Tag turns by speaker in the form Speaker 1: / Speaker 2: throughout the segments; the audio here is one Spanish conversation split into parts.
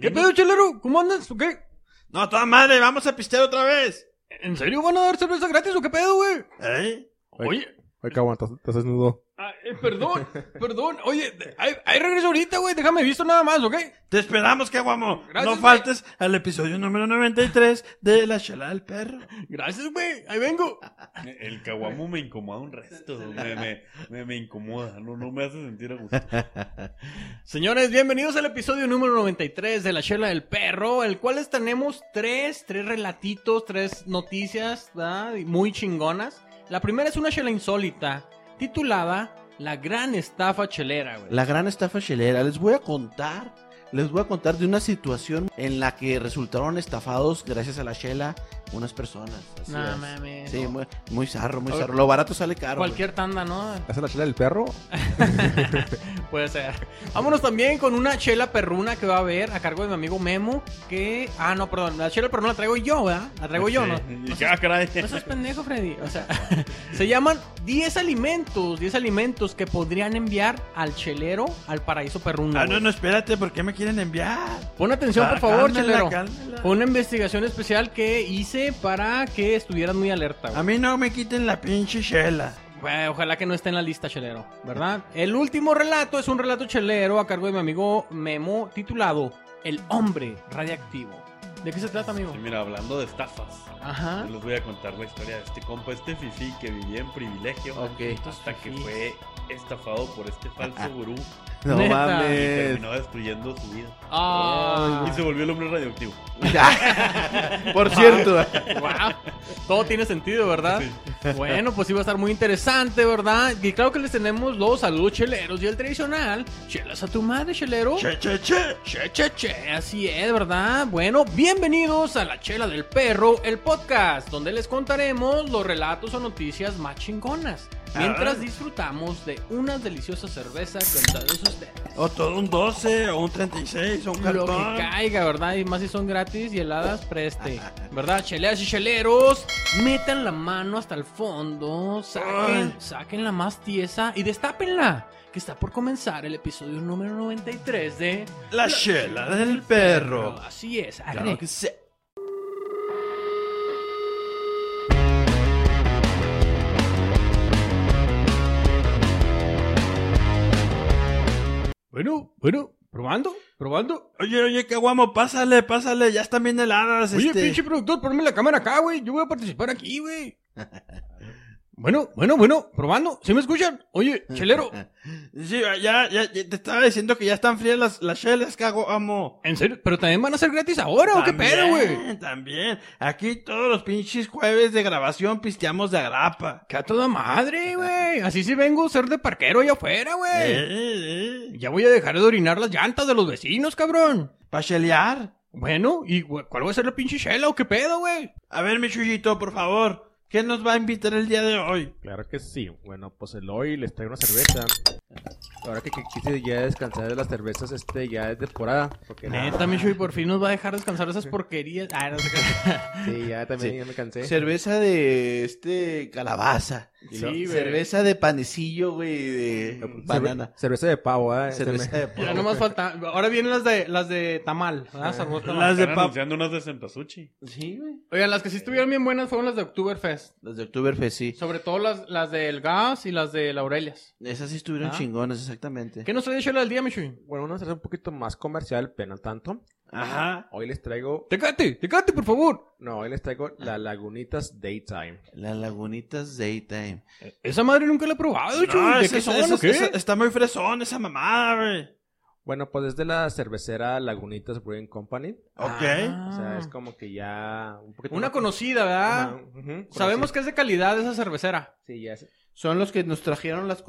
Speaker 1: ¿Qué pedo, chelero? ¿Cómo andas? ¿O qué?
Speaker 2: No, toda madre, vamos a pistear otra vez.
Speaker 1: ¿En serio van a dar cerveza gratis o qué pedo, güey?
Speaker 2: ¿Eh?
Speaker 1: Oye,
Speaker 3: Ay, cabrón, estás, estás desnudo.
Speaker 1: ah, eh, perdón, perdón. Oye, de- ahí, ahí regreso ahorita, güey. Déjame visto nada más, ¿ok?
Speaker 2: Te esperamos, Caguamo.
Speaker 1: Gracias,
Speaker 2: No
Speaker 1: güey.
Speaker 2: faltes al episodio número 93 de La Chala del Perro.
Speaker 1: Gracias, güey. Ahí vengo.
Speaker 4: El caguamo me incomoda un resto. Me, me, me, me incomoda. No, no me hace sentir a gusto.
Speaker 1: Señores, bienvenidos al episodio número 93 de La Chela del Perro, el cual les tenemos tres, tres relatitos, tres noticias ¿verdad? Y muy chingonas. La primera es una chela insólita, titulada La Gran Estafa Chelera, güey.
Speaker 5: La gran estafa chelera. Les voy a contar, les voy a contar de una situación en la que resultaron estafados gracias a la chela unas personas. Así
Speaker 1: No
Speaker 5: es.
Speaker 1: mames.
Speaker 5: Sí, muy, muy zarro, muy
Speaker 1: A ver.
Speaker 5: zarro. Lo barato sale caro. güey.
Speaker 1: Cualquier tanda, ¿no?
Speaker 3: ¿Esa es la chela del perro?
Speaker 1: Puede ser. Vámonos también con una chela perruna que va a haber a cargo de mi amigo Memo. Que. Ah, no, perdón. La chela perruna la traigo yo, ¿verdad? La traigo yo, ¿no?
Speaker 4: Sí.
Speaker 1: No
Speaker 4: Ah,
Speaker 1: seas,
Speaker 4: caray.
Speaker 1: no seas pendejo, Freddy. O sea, se llaman 10 alimentos. 10 alimentos que podrían enviar al chelero al paraíso perruno.
Speaker 2: Ah, no,
Speaker 1: güey.
Speaker 2: no, espérate, ¿por qué me quieren enviar?
Speaker 1: Pon atención, por
Speaker 2: Ah,
Speaker 1: favor,
Speaker 2: cálmela,
Speaker 1: chelero.
Speaker 2: cálmela.
Speaker 1: Fue una investigación especial que hice para que estuvieran muy alerta. güey.
Speaker 2: A mí no me quiten la pinche chela.
Speaker 1: Bueno, ojalá que no esté en la lista, chelero, ¿verdad? El último relato es un relato chelero a cargo de mi amigo Memo, titulado El hombre radiactivo. ¿De qué se trata, amigo?
Speaker 4: Y Mira, hablando de estafas.
Speaker 1: Ajá.
Speaker 4: yo Les voy a contar la historia de este compa, este fifi que vivía en privilegio.
Speaker 5: Ok.
Speaker 4: Hasta que
Speaker 1: fifís.
Speaker 4: fue estafado por este falso gurú
Speaker 5: No
Speaker 1: Neta.
Speaker 4: y
Speaker 5: mames.
Speaker 4: terminó destruyendo su vida.
Speaker 1: Ah,
Speaker 4: Y se volvió el hombre radioactivo.
Speaker 5: Por cierto.
Speaker 3: Ah,
Speaker 1: guau. Todo tiene sentido, ¿verdad? Bueno, pues iba a estar muy interesante, ¿verdad? Y claro que les tenemos los saludos cheleros y el tradicional. Chelas a tu madre, chelero.
Speaker 2: Che, che, che.
Speaker 1: Che, che, che, así es, ¿verdad? Bueno, bienvenidos a La Chela del Perro, el podcast, donde les contaremos los relatos o noticias más chingonas, mientras
Speaker 2: Ah.
Speaker 1: disfrutamos de unas deliciosas cervezas con todos ustedes.
Speaker 2: O todo un 12, o un 36, o un
Speaker 1: Lo que
Speaker 2: cartón.
Speaker 1: caiga, ¿verdad? Y más si son gratis y heladas, preste. ¿Verdad? Cheleas y cheleros, metan la mano hasta el fondo, saquen,
Speaker 2: Ay.
Speaker 1: saquen la más tiesa y destápenla, que está por comenzar el episodio número 93 de...
Speaker 2: La chela del perro.
Speaker 1: Así es,
Speaker 2: Claro
Speaker 1: arre.
Speaker 2: que sí.
Speaker 1: Bueno, bueno, probando, probando.
Speaker 2: Oye, oye, Caguamo, pásale, pásale, ya están bien heladas.
Speaker 1: Oye,
Speaker 2: este.
Speaker 1: pinche productor, ponme la cámara acá, güey. Yo voy a participar aquí, güey. Bueno, bueno, bueno, probando. ¿Sí me escuchan? Oye, chelero,
Speaker 2: Sí, ya, ya, ya te estaba diciendo que ya están frías las, las chelas, Caguamo.
Speaker 1: en serio, pero también van a ser gratis ahora, ¿o qué pedo, güey?
Speaker 2: También, También. Aquí todos los pinches jueves de grabación pisteamos de agrapa.
Speaker 1: Que a toda madre, güey. Así sí vengo a ser de parquero allá afuera, güey.
Speaker 2: Eh, eh,
Speaker 1: Ya voy a dejar de orinar las llantas de los vecinos, cabrón.
Speaker 2: Pa' chelear.
Speaker 1: Bueno, ¿y güey, cuál va a ser la pinche chela o qué pedo, güey?
Speaker 2: A ver, mi chullito, por favor. ¿Qué nos va a invitar el día de hoy?
Speaker 3: Claro que sí. Bueno, pues el hoy les trae una cerveza. Ahora que, que quise ya descansar de las cervezas, este ya es temporada. Porque
Speaker 1: Neta, mi Chuy, por fin nos va a dejar descansar esas porquerías. Ah, no sé qué.
Speaker 3: Sí, ya también
Speaker 5: Sí.
Speaker 3: ya me cansé.
Speaker 5: Cerveza de este calabaza.
Speaker 1: Sí, güey.
Speaker 5: Cerveza de panecillo, güey,
Speaker 3: pues, Cerve-
Speaker 5: de banana.
Speaker 3: Cerveza de pavo, ¿eh? Se
Speaker 5: Cerveza
Speaker 3: me-
Speaker 5: de
Speaker 1: Ya
Speaker 5: polvo.
Speaker 1: nomás falta. Ahora vienen las de las de tamal, ¿verdad? Sabor tamal.
Speaker 2: Las de
Speaker 4: Están
Speaker 2: pap...
Speaker 4: anunciando unas de Sempasuchi.
Speaker 5: Sí, güey.
Speaker 1: Oigan, las que sí estuvieron bien buenas fueron las de Oktoberfest.
Speaker 5: Las de Oktoberfest, sí.
Speaker 1: Sobre todo las, las del Gas y las de Laurelias.
Speaker 5: Esas sí estuvieron
Speaker 1: Ah.
Speaker 5: chingonas, exactamente.
Speaker 1: ¿Qué nos trae Shela del día, Michuy?
Speaker 3: Bueno, una cerveza un poquito más comercial, pero no tanto.
Speaker 2: Ajá.
Speaker 3: Hoy les traigo...
Speaker 1: Tecate, tecate, por favor.
Speaker 3: No, hoy les traigo la Lagunitas Daytime.
Speaker 5: Las lagunitas Daytime.
Speaker 1: Esa madre nunca la he probado, Chuy.
Speaker 2: No,
Speaker 1: ¿De
Speaker 2: Ah, esa-
Speaker 1: qué son
Speaker 2: esa-
Speaker 1: o qué?
Speaker 2: esa- está muy fresón esa mamada, güey.
Speaker 3: Bueno, pues es de la cervecera Lagunitas Brewing Company.
Speaker 2: Ok.
Speaker 1: Ah.
Speaker 3: O sea, es como que ya... Un poquito
Speaker 1: Una
Speaker 3: más-
Speaker 1: conocida, ¿verdad?
Speaker 3: Ajá, ujú,
Speaker 1: Sabemos
Speaker 3: conocida.
Speaker 1: que es de calidad esa cervecera.
Speaker 3: Sí, ya sé.
Speaker 5: Son los que nos trajeron las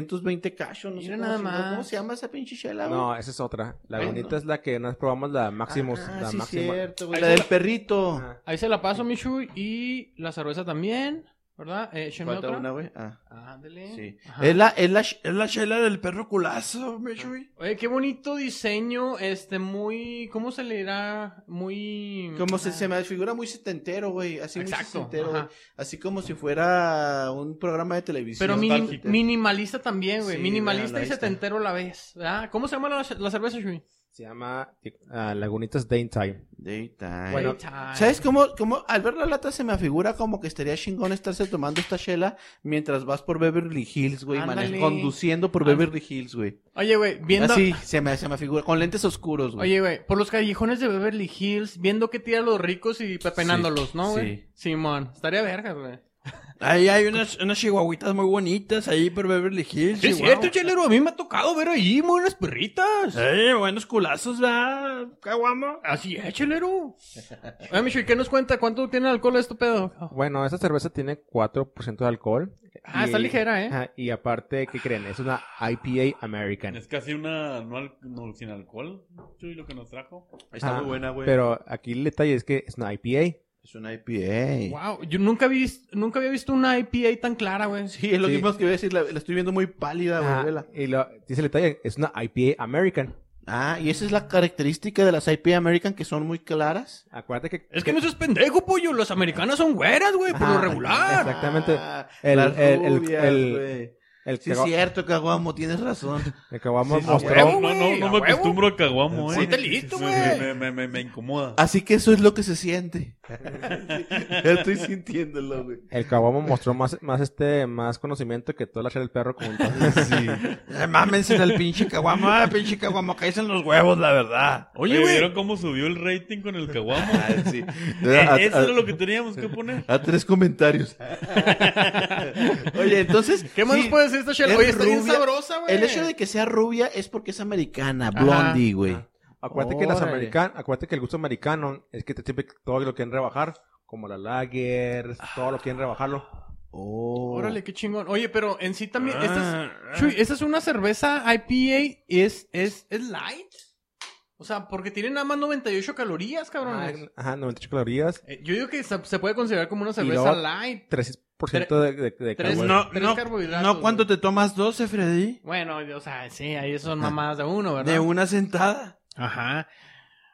Speaker 5: 420 cacho. No
Speaker 1: Mira
Speaker 5: sé cómo
Speaker 1: nada
Speaker 5: se-
Speaker 1: más.
Speaker 5: ¿Cómo se llama esa pinche chela, güey?
Speaker 3: No, esa es otra. La
Speaker 5: Ah,
Speaker 3: bonita
Speaker 5: no.
Speaker 3: es la que nos probamos, la Maximus.
Speaker 5: Ah,
Speaker 3: la
Speaker 5: sí,
Speaker 3: Maxima.
Speaker 5: cierto, güey.
Speaker 1: Ahí Ah. se
Speaker 5: La del
Speaker 1: la-
Speaker 5: perrito.
Speaker 3: Ajá.
Speaker 1: Ahí se la paso, Michuy. Y la cerveza también, ¿verdad? Eh, échenme
Speaker 5: Falta
Speaker 1: otra.
Speaker 5: una, güey. Ah,
Speaker 1: Ándale.
Speaker 5: sí.
Speaker 1: Ajá.
Speaker 5: Es la, es la ch-
Speaker 2: Es la chela del perro culazo, mi chuy.
Speaker 1: Oye, qué bonito diseño, este, muy, ¿cómo se le dirá? Muy...
Speaker 5: Como se,
Speaker 1: Ah,
Speaker 5: se me figura muy setentero, güey. Así muy
Speaker 1: Exacto.
Speaker 5: setentero, güey.
Speaker 1: ajá.
Speaker 5: Así como si fuera un programa de televisión.
Speaker 1: Pero minim-
Speaker 5: Nostálgico.
Speaker 1: minimalista también, güey.
Speaker 5: Sí,
Speaker 1: minimalista y
Speaker 5: minimalista.
Speaker 1: setentero a la vez, ¿verdad? ¿Cómo se llama la, la cerveza, Shui?
Speaker 3: Se llama ah, Lagunitas Daytime.
Speaker 5: Daytime.
Speaker 3: Bueno,
Speaker 1: Daytime.
Speaker 5: ¿Sabes cómo, cómo? Al ver la lata se me figura como que estaría chingón estarse tomando esta chela mientras vas por Beverly Hills, güey.
Speaker 1: Ándale.
Speaker 5: mane- Conduciendo por
Speaker 1: Ándale.
Speaker 5: Beverly Hills, güey.
Speaker 1: Oye, güey, viendo...
Speaker 5: Así se me, se me figura. Con lentes oscuros, güey.
Speaker 1: Oye, güey, por los callejones de Beverly Hills, viendo que tiran los ricos y pepenándolos, ¿no, güey? Simón, estaría vergas, güey.
Speaker 2: Ahí hay unas, unas chihuahuitas muy bonitas ahí por Beverly Hills.
Speaker 1: Sí, es
Speaker 2: Chihuahua.
Speaker 1: cierto, chelero, a mí me ha tocado ver ahí muy unas perritas.
Speaker 2: Eh, buenos culazos, ¿verdad? Caguama.
Speaker 1: Así es, chelero. Oye, Michel, ¿qué nos cuenta? ¿Cuánto tiene alcohol esto, pedo?
Speaker 3: bueno, esta cerveza tiene 4% de alcohol.
Speaker 1: Ah, está ligera, ¿eh?
Speaker 3: Ajá, y aparte, ¿qué creen? Es una IPA American.
Speaker 4: Es casi una no, al- no, sin alcohol, Chuy, lo que nos trajo.
Speaker 5: Está
Speaker 3: Ah,
Speaker 5: muy buena, güey.
Speaker 3: Pero aquí el detalle es que es una IPA.
Speaker 5: Es una IPA.
Speaker 1: Wow, yo nunca, vi, nunca había visto una IPA tan clara, güey.
Speaker 5: Sí, es lo
Speaker 3: Sí.
Speaker 5: mismo que voy a decir. La, la estoy viendo muy pálida,
Speaker 3: Ajá,
Speaker 5: güey. vela.
Speaker 3: y lo, dice el detalle, es una IPA American.
Speaker 5: Ah, y esa es la característica de las IPA American que son muy claras.
Speaker 3: Acuérdate que...
Speaker 1: Es que no seas pendejo, pollo. Las americanas son güeras, güey, por
Speaker 3: Ajá,
Speaker 1: lo regular.
Speaker 3: Exactamente.
Speaker 5: Ah,
Speaker 3: El-
Speaker 5: las
Speaker 3: el- el-
Speaker 5: rubias,
Speaker 3: el-
Speaker 5: güey.
Speaker 3: El
Speaker 5: Sí, es
Speaker 3: Caguamo-
Speaker 5: cierto, Caguamo, tienes razón.
Speaker 3: el Caguamo
Speaker 1: sí, sí.
Speaker 3: mostró-
Speaker 1: huevo,
Speaker 4: no, no,
Speaker 1: güey,
Speaker 4: no
Speaker 1: a
Speaker 4: me
Speaker 1: huevo.
Speaker 4: acostumbro al caguamo, eh.
Speaker 1: Ponte listo,
Speaker 4: Sí,
Speaker 1: güey.
Speaker 4: Me, me, me, me incomoda.
Speaker 5: Así que eso es lo que se siente. ya estoy sintiéndolo, güey.
Speaker 3: El Caguamo mostró más, más este, más conocimiento que toda la chela del perro juntos.
Speaker 5: Sí.
Speaker 2: Eh, mámense del pinche
Speaker 5: Ah,
Speaker 2: caguama, pinche caguama, caíse en los huevos, la verdad.
Speaker 4: Oye, ¿vieron cómo subió el rating con el caguamo?
Speaker 5: Ah, sí.
Speaker 4: Eh,
Speaker 5: A,
Speaker 4: Eso
Speaker 5: a-
Speaker 4: era lo que teníamos que poner.
Speaker 5: a tres comentarios. Oye, entonces.
Speaker 1: ¿Qué más
Speaker 5: sí,
Speaker 1: nos puede decir esta chela?
Speaker 5: es
Speaker 1: Oye, está bien
Speaker 5: rubia.
Speaker 1: sabrosa, güey.
Speaker 5: El hecho de que sea rubia es porque es americana,
Speaker 1: Ajá.
Speaker 2: Ah.
Speaker 5: blondie, güey.
Speaker 3: Acuérdate que las
Speaker 5: Órale.
Speaker 3: americanas, acuérdate que el gusto americano es que te siempre todo lo quieren rebajar, como la lager, todo lo quieren rebajarlo.
Speaker 5: Oh.
Speaker 1: Órale, qué chingón. Oye, pero en sí también... Esta es,
Speaker 2: Ah, ah.
Speaker 1: Chuy, eh, esta es una cerveza IPA. ¿Es, es, es light? O sea, porque tiene nada más 98 calorías, cabrones.
Speaker 3: Ajá, 98 calorías,
Speaker 1: Eh, yo digo que se, se puede considerar como una cerveza
Speaker 3: luego-
Speaker 1: light.
Speaker 3: 3% de, de,
Speaker 1: Tres-
Speaker 3: de carbón.
Speaker 2: No,
Speaker 1: tres
Speaker 2: no,
Speaker 1: carbohidratos,
Speaker 2: no, ¿cuánto
Speaker 1: güey.
Speaker 2: te tomas 12, Freddy?
Speaker 1: Bueno, o sea, sí, ahí son
Speaker 5: Ah.
Speaker 1: mamadas de uno, ¿verdad?
Speaker 2: De una sentada.
Speaker 1: Ajá.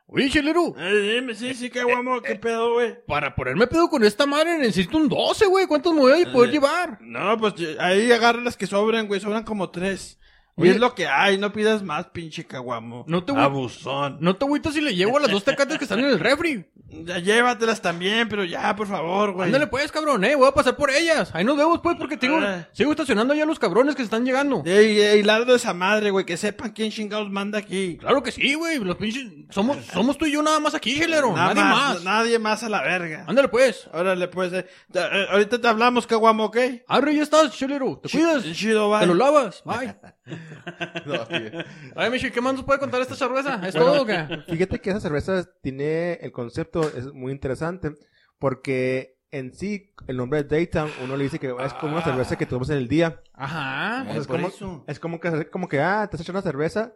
Speaker 1: Oye, chelero,
Speaker 2: Eh, dime, sí, sí, caguamo, qué pedo, güey.
Speaker 1: para ponerme pedo con esta madre necesito un 12, güey. ¿Cuántos me voy a poder
Speaker 2: Eh.
Speaker 1: llevar?
Speaker 2: No, pues yo- ahí agarra las que sobran, güey. Sobran como tres. Y
Speaker 1: Oye-
Speaker 2: es lo que hay. No pidas más, pinche caguamo.
Speaker 1: No te voy-
Speaker 2: Abusón.
Speaker 1: No te agüitas si le llevo a las dos tecates que están en el refri.
Speaker 2: Ya llévatelas también, pero ya, por favor, güey.
Speaker 1: Ándale pues, cabrón, eh. Voy a pasar por ellas. Ahí nos vemos, pues, porque tengo...
Speaker 2: Ah.
Speaker 1: sigo estacionando allá a los cabrones que están llegando.
Speaker 2: Ey, ey, largo esa madre, güey. Que sepan quién chingados manda aquí.
Speaker 1: Claro que sí, güey. Los pinches... Somos, somos tú y yo nada más aquí, chelero.
Speaker 2: Nada
Speaker 1: Nadie más.
Speaker 2: Nadie más a la verga.
Speaker 1: Ándale pues.
Speaker 2: Órale, pues. eh, ta- eh, ahorita te hablamos, caguamo, ¿ok?
Speaker 1: Arre, ya estás, chelero. Te cuidas.
Speaker 2: Chi- Chido,
Speaker 1: Te
Speaker 2: va.
Speaker 1: lo lavas. Bye.
Speaker 5: No, sí.
Speaker 1: Ay, Michi, ¿qué más nos puede contar esta cerveza? ¿Es todo o qué?
Speaker 3: Fíjate que esa cerveza tiene el concepto, es muy interesante, porque en sí, el nombre de Daytime, uno le dice que es como una cerveza que tomamos en el día.
Speaker 1: Ajá.
Speaker 5: Eh,
Speaker 3: es
Speaker 5: por
Speaker 3: como-
Speaker 5: eso.
Speaker 3: Es como que, como que ah, te has hecho una cerveza.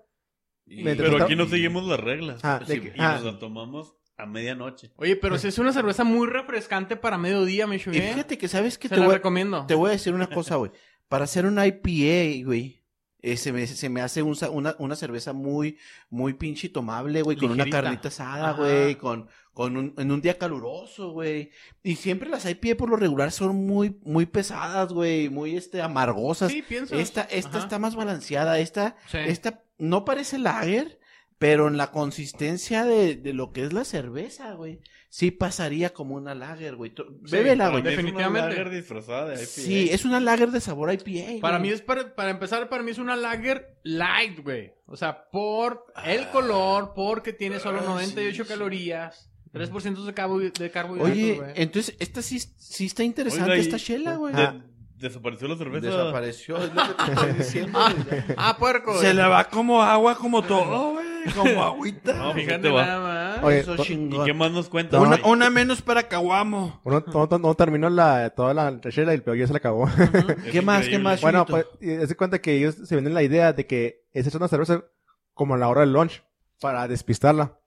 Speaker 5: Y-
Speaker 3: Mientras
Speaker 4: Pero
Speaker 3: está-
Speaker 4: aquí no seguimos las reglas.
Speaker 3: Ah, de
Speaker 4: Sí,
Speaker 3: que-
Speaker 4: y
Speaker 3: ah.
Speaker 4: nos la tomamos a medianoche.
Speaker 1: Oye, pero si es una cerveza muy refrescante para mediodía, me
Speaker 5: Eh. Y
Speaker 1: chuvé.
Speaker 5: fíjate que sabes que
Speaker 1: Se
Speaker 5: te
Speaker 1: la
Speaker 5: voy,
Speaker 1: recomiendo.
Speaker 5: te voy a decir una cosa, güey. Para hacer una IPA, güey, eh, se, me, se me hace un sa- una, una cerveza muy, muy pinche tomable, güey, con una
Speaker 1: Ligerita.
Speaker 5: carnita asada,
Speaker 1: Ajá.
Speaker 5: güey, con, con un, en un día caluroso, güey. Y siempre las IPA por lo regular son muy, muy pesadas, güey, muy este, amargosas.
Speaker 1: Sí, pienso.
Speaker 5: esta esta
Speaker 1: Ajá.
Speaker 5: está más balanceada, esta,
Speaker 1: Sí.
Speaker 5: esta no parece lager, pero en la consistencia de, de lo que es la cerveza, güey, sí pasaría como una lager, güey. To-
Speaker 1: Sí,
Speaker 5: Bébela,
Speaker 1: para
Speaker 5: güey.
Speaker 1: mí
Speaker 4: Definitivamente.
Speaker 1: Definitivamente.
Speaker 4: Es una lager disfrazada de IPA.
Speaker 5: Sí, es una lager de sabor IPA. güey.
Speaker 1: Para mí es para, para empezar, para mí es una lager light, güey. O sea, por el color, porque tiene solo
Speaker 5: Ah,
Speaker 1: 98
Speaker 5: sí,
Speaker 1: calorías, 3% de, carbo, de carbohidratos,
Speaker 5: Oye,
Speaker 1: güey.
Speaker 5: entonces esta sí, sí está interesante
Speaker 4: Oiga, y-
Speaker 5: esta chela, güey.
Speaker 4: de- Desapareció la cerveza.
Speaker 5: Desapareció, es lo que te estoy diciendo. güey.
Speaker 1: Ah, puerco.
Speaker 2: Se le va como agua, como todo, güey. Como agüita.
Speaker 4: No, pues ahí
Speaker 1: Fíjate
Speaker 4: te va.
Speaker 1: nada más.
Speaker 3: Oye,
Speaker 5: Eso
Speaker 3: to-
Speaker 4: ¿Y
Speaker 5: chingón.
Speaker 4: qué más nos cuentas?
Speaker 2: Una,
Speaker 4: Oye,
Speaker 2: una menos para caguamo.
Speaker 3: Uno no, no- no terminó la, toda la chela y el peor ya se la acabó.
Speaker 4: es
Speaker 5: ¿Qué más,
Speaker 4: increíble.
Speaker 5: qué más?
Speaker 3: bueno, pues,
Speaker 5: Chulito.
Speaker 3: eh, se cuenta que ellos se venden la idea de que es hecha una cerveza como a la hora del lunch, para despistarla.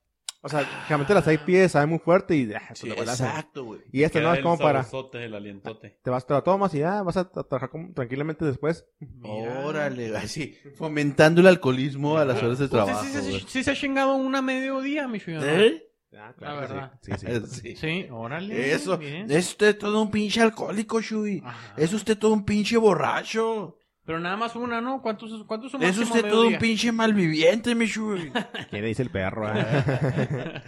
Speaker 3: O sea, realmente las IPA saben muy fuerte y... ah, pues,
Speaker 5: Sí,
Speaker 3: la balaza.
Speaker 5: exacto, güey.
Speaker 3: Y esta no
Speaker 4: Queda
Speaker 3: es como
Speaker 4: el
Speaker 3: para...
Speaker 4: saborzote, el alientote.
Speaker 3: Te vas, te la tomas y ya vas a tra- trabajar como- tranquilamente después.
Speaker 1: Mira.
Speaker 5: Órale, así, fomentando el alcoholismo a las horas de
Speaker 1: Usted
Speaker 5: trabajo.
Speaker 1: sí, se-
Speaker 5: güey.
Speaker 1: sí se ha chingado una mediodía, mi chulo.
Speaker 2: ¿Eh?
Speaker 3: Ah,
Speaker 1: claro que sí. verdad.
Speaker 3: Sí, sí.
Speaker 5: Sí.
Speaker 1: Sí, órale.
Speaker 2: Eso.
Speaker 1: bien. Ah.
Speaker 2: Es usted todo un pinche alcohol.
Speaker 5: Alcohólico, Shui.
Speaker 1: Ajá.
Speaker 5: Es usted todo un pinche borracho.
Speaker 1: Pero nada más una, ¿no? ¿Cuántos cuántos su
Speaker 5: Es
Speaker 1: máximo
Speaker 5: usted todo un
Speaker 1: mediodía?
Speaker 5: pinche malviviente, mi Shui.
Speaker 3: ¿Qué le dice el perro? eh?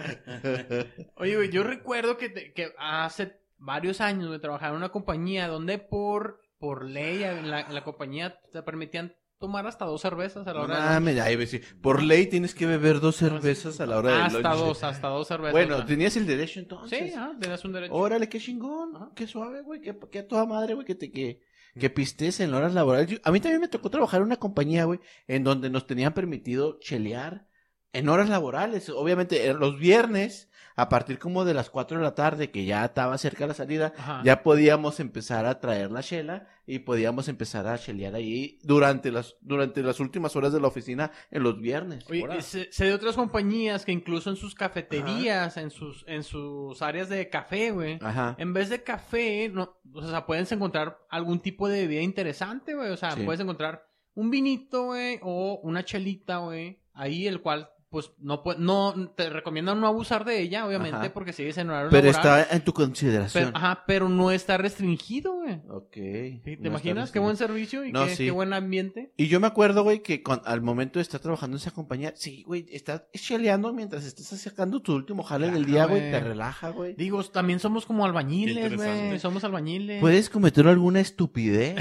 Speaker 1: Oye, güey, yo recuerdo que, te- que hace varios años me trabajaba en una compañía donde por, por ley en la, en la compañía te permitían tomar hasta dos cervezas a la
Speaker 5: No
Speaker 1: hora de la-
Speaker 5: mames, ay, güey, sí. Por ley tienes que beber dos cervezas a la hora del
Speaker 1: Hasta
Speaker 5: lunch.
Speaker 1: dos, hasta dos cervezas.
Speaker 5: Bueno,
Speaker 1: ajá.
Speaker 5: tenías el derecho entonces.
Speaker 1: Sí, ajá, tenías un derecho.
Speaker 5: Órale, qué chingón, qué suave, güey, qué, qué a toda madre, güey, que te que,
Speaker 1: Mm.
Speaker 5: que pistes en horas laborales. Yo- a mí también me tocó trabajar en una compañía, güey, en donde nos tenían permitido chelear en horas laborales. Obviamente, eh, los viernes, a partir como de las 4 de la tarde, que ya estaba cerca la salida,
Speaker 1: Ajá.
Speaker 5: ya podíamos empezar a traer la chela y podíamos empezar a chelear ahí durante las, durante las últimas horas de la oficina en los viernes.
Speaker 1: Oye,
Speaker 4: Ahora.
Speaker 1: y sé, sé de otras compañías que incluso en sus cafeterías, en sus, en sus áreas de café, güey.
Speaker 5: Ajá.
Speaker 1: En vez de café, no, o sea, puedes encontrar algún tipo de bebida interesante, güey. O sea,
Speaker 5: Sí.
Speaker 1: puedes encontrar un vinito, güey, o una chelita, güey. Ahí el cual, pues, no pue- no, te recomiendan no abusar de ella, obviamente,
Speaker 5: Ajá.
Speaker 1: porque sigues en horario
Speaker 5: Pero
Speaker 1: laboral.
Speaker 5: está en tu
Speaker 1: Pero,
Speaker 5: consideración.
Speaker 1: ajá, pero no está restringido, güey.
Speaker 5: Ok.
Speaker 1: ¿Te
Speaker 5: No está
Speaker 1: imaginas qué
Speaker 5: restringido.
Speaker 1: buen servicio y
Speaker 5: No,
Speaker 1: qué,
Speaker 5: sí.
Speaker 1: qué buen ambiente?
Speaker 5: Y yo me acuerdo, güey, que con- al momento de estar trabajando en esa compañía, sí, güey, estás cheleando mientras estás sacando tu último jale del
Speaker 1: Claro,
Speaker 5: día, güey,
Speaker 1: güey.
Speaker 5: te relaja, güey.
Speaker 1: Digo, también somos como
Speaker 4: Qué
Speaker 1: albañiles,
Speaker 4: interesante.
Speaker 1: güey. Somos albañiles.
Speaker 5: ¿Puedes cometer alguna estupidez?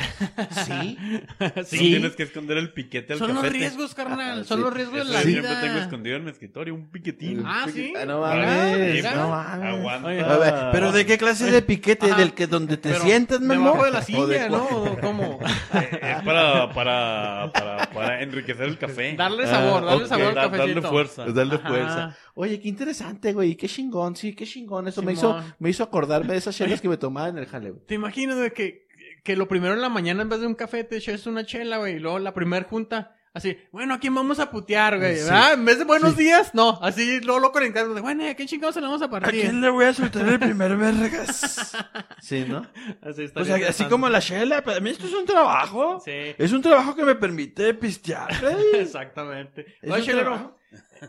Speaker 5: sí.
Speaker 4: No tienes que esconder el piquete al
Speaker 1: Son los
Speaker 4: cafete.
Speaker 1: riesgos, carnal. Son
Speaker 5: Sí.
Speaker 1: los riesgos de
Speaker 4: Eso
Speaker 1: la
Speaker 4: yo siempre
Speaker 1: vida.
Speaker 4: tengo escondido en mi escritorio un piquetín.
Speaker 1: Ah, sí.
Speaker 5: Ah, no
Speaker 1: Mira,
Speaker 5: mames,
Speaker 1: mira.
Speaker 5: no mames.
Speaker 4: Aguanta.
Speaker 1: Oye,
Speaker 5: A ver, Pero ¿de qué clase de piquete?
Speaker 1: Ajá.
Speaker 5: ¿Del que donde te
Speaker 1: Pero
Speaker 5: sientas, mi amor?
Speaker 1: Debajo de la
Speaker 5: ¿O de
Speaker 1: silla, ¿no?
Speaker 5: cuál?
Speaker 1: ¿O ¿Cómo?
Speaker 4: Eh,
Speaker 1: Ah.
Speaker 4: Es para, para, para, para enriquecer el café.
Speaker 1: Darle sabor,
Speaker 5: Ah,
Speaker 1: darle
Speaker 5: ok.
Speaker 1: sabor al
Speaker 4: Da-
Speaker 1: cafecito.
Speaker 4: darle fuerza.
Speaker 5: Pues dale
Speaker 1: Ajá.
Speaker 5: fuerza. Oye, qué interesante, güey. Qué chingón, sí, qué chingón. Eso me hizo,
Speaker 1: Simón.
Speaker 5: me hizo acordarme de esas chelas que me tomaba en el jale, güey.
Speaker 1: ¿Te imaginas güey, que, que lo primero en la mañana en vez de un café te eches una chela, güey? Y luego la primer junta, así, bueno, ¿a quién vamos a putear, güey?
Speaker 5: Sí.
Speaker 1: ¿Verdad? En vez de buenos días, no. Así luego lo conectamos. de, Bueno, ¿a qué chingados se la vamos a
Speaker 2: ¿A quién
Speaker 1: partir?
Speaker 2: le voy a soltar el primer vergas?
Speaker 5: Sí, ¿no?
Speaker 1: Así está
Speaker 2: O sea,
Speaker 1: bien
Speaker 2: así
Speaker 1: interesante.
Speaker 2: como la Shela, para mí esto es un trabajo.
Speaker 1: Sí,
Speaker 2: Es un trabajo que me permite pistear, güey.
Speaker 1: exactamente.
Speaker 5: Es
Speaker 1: Oye,
Speaker 5: un
Speaker 1: chelero,
Speaker 5: trabajo.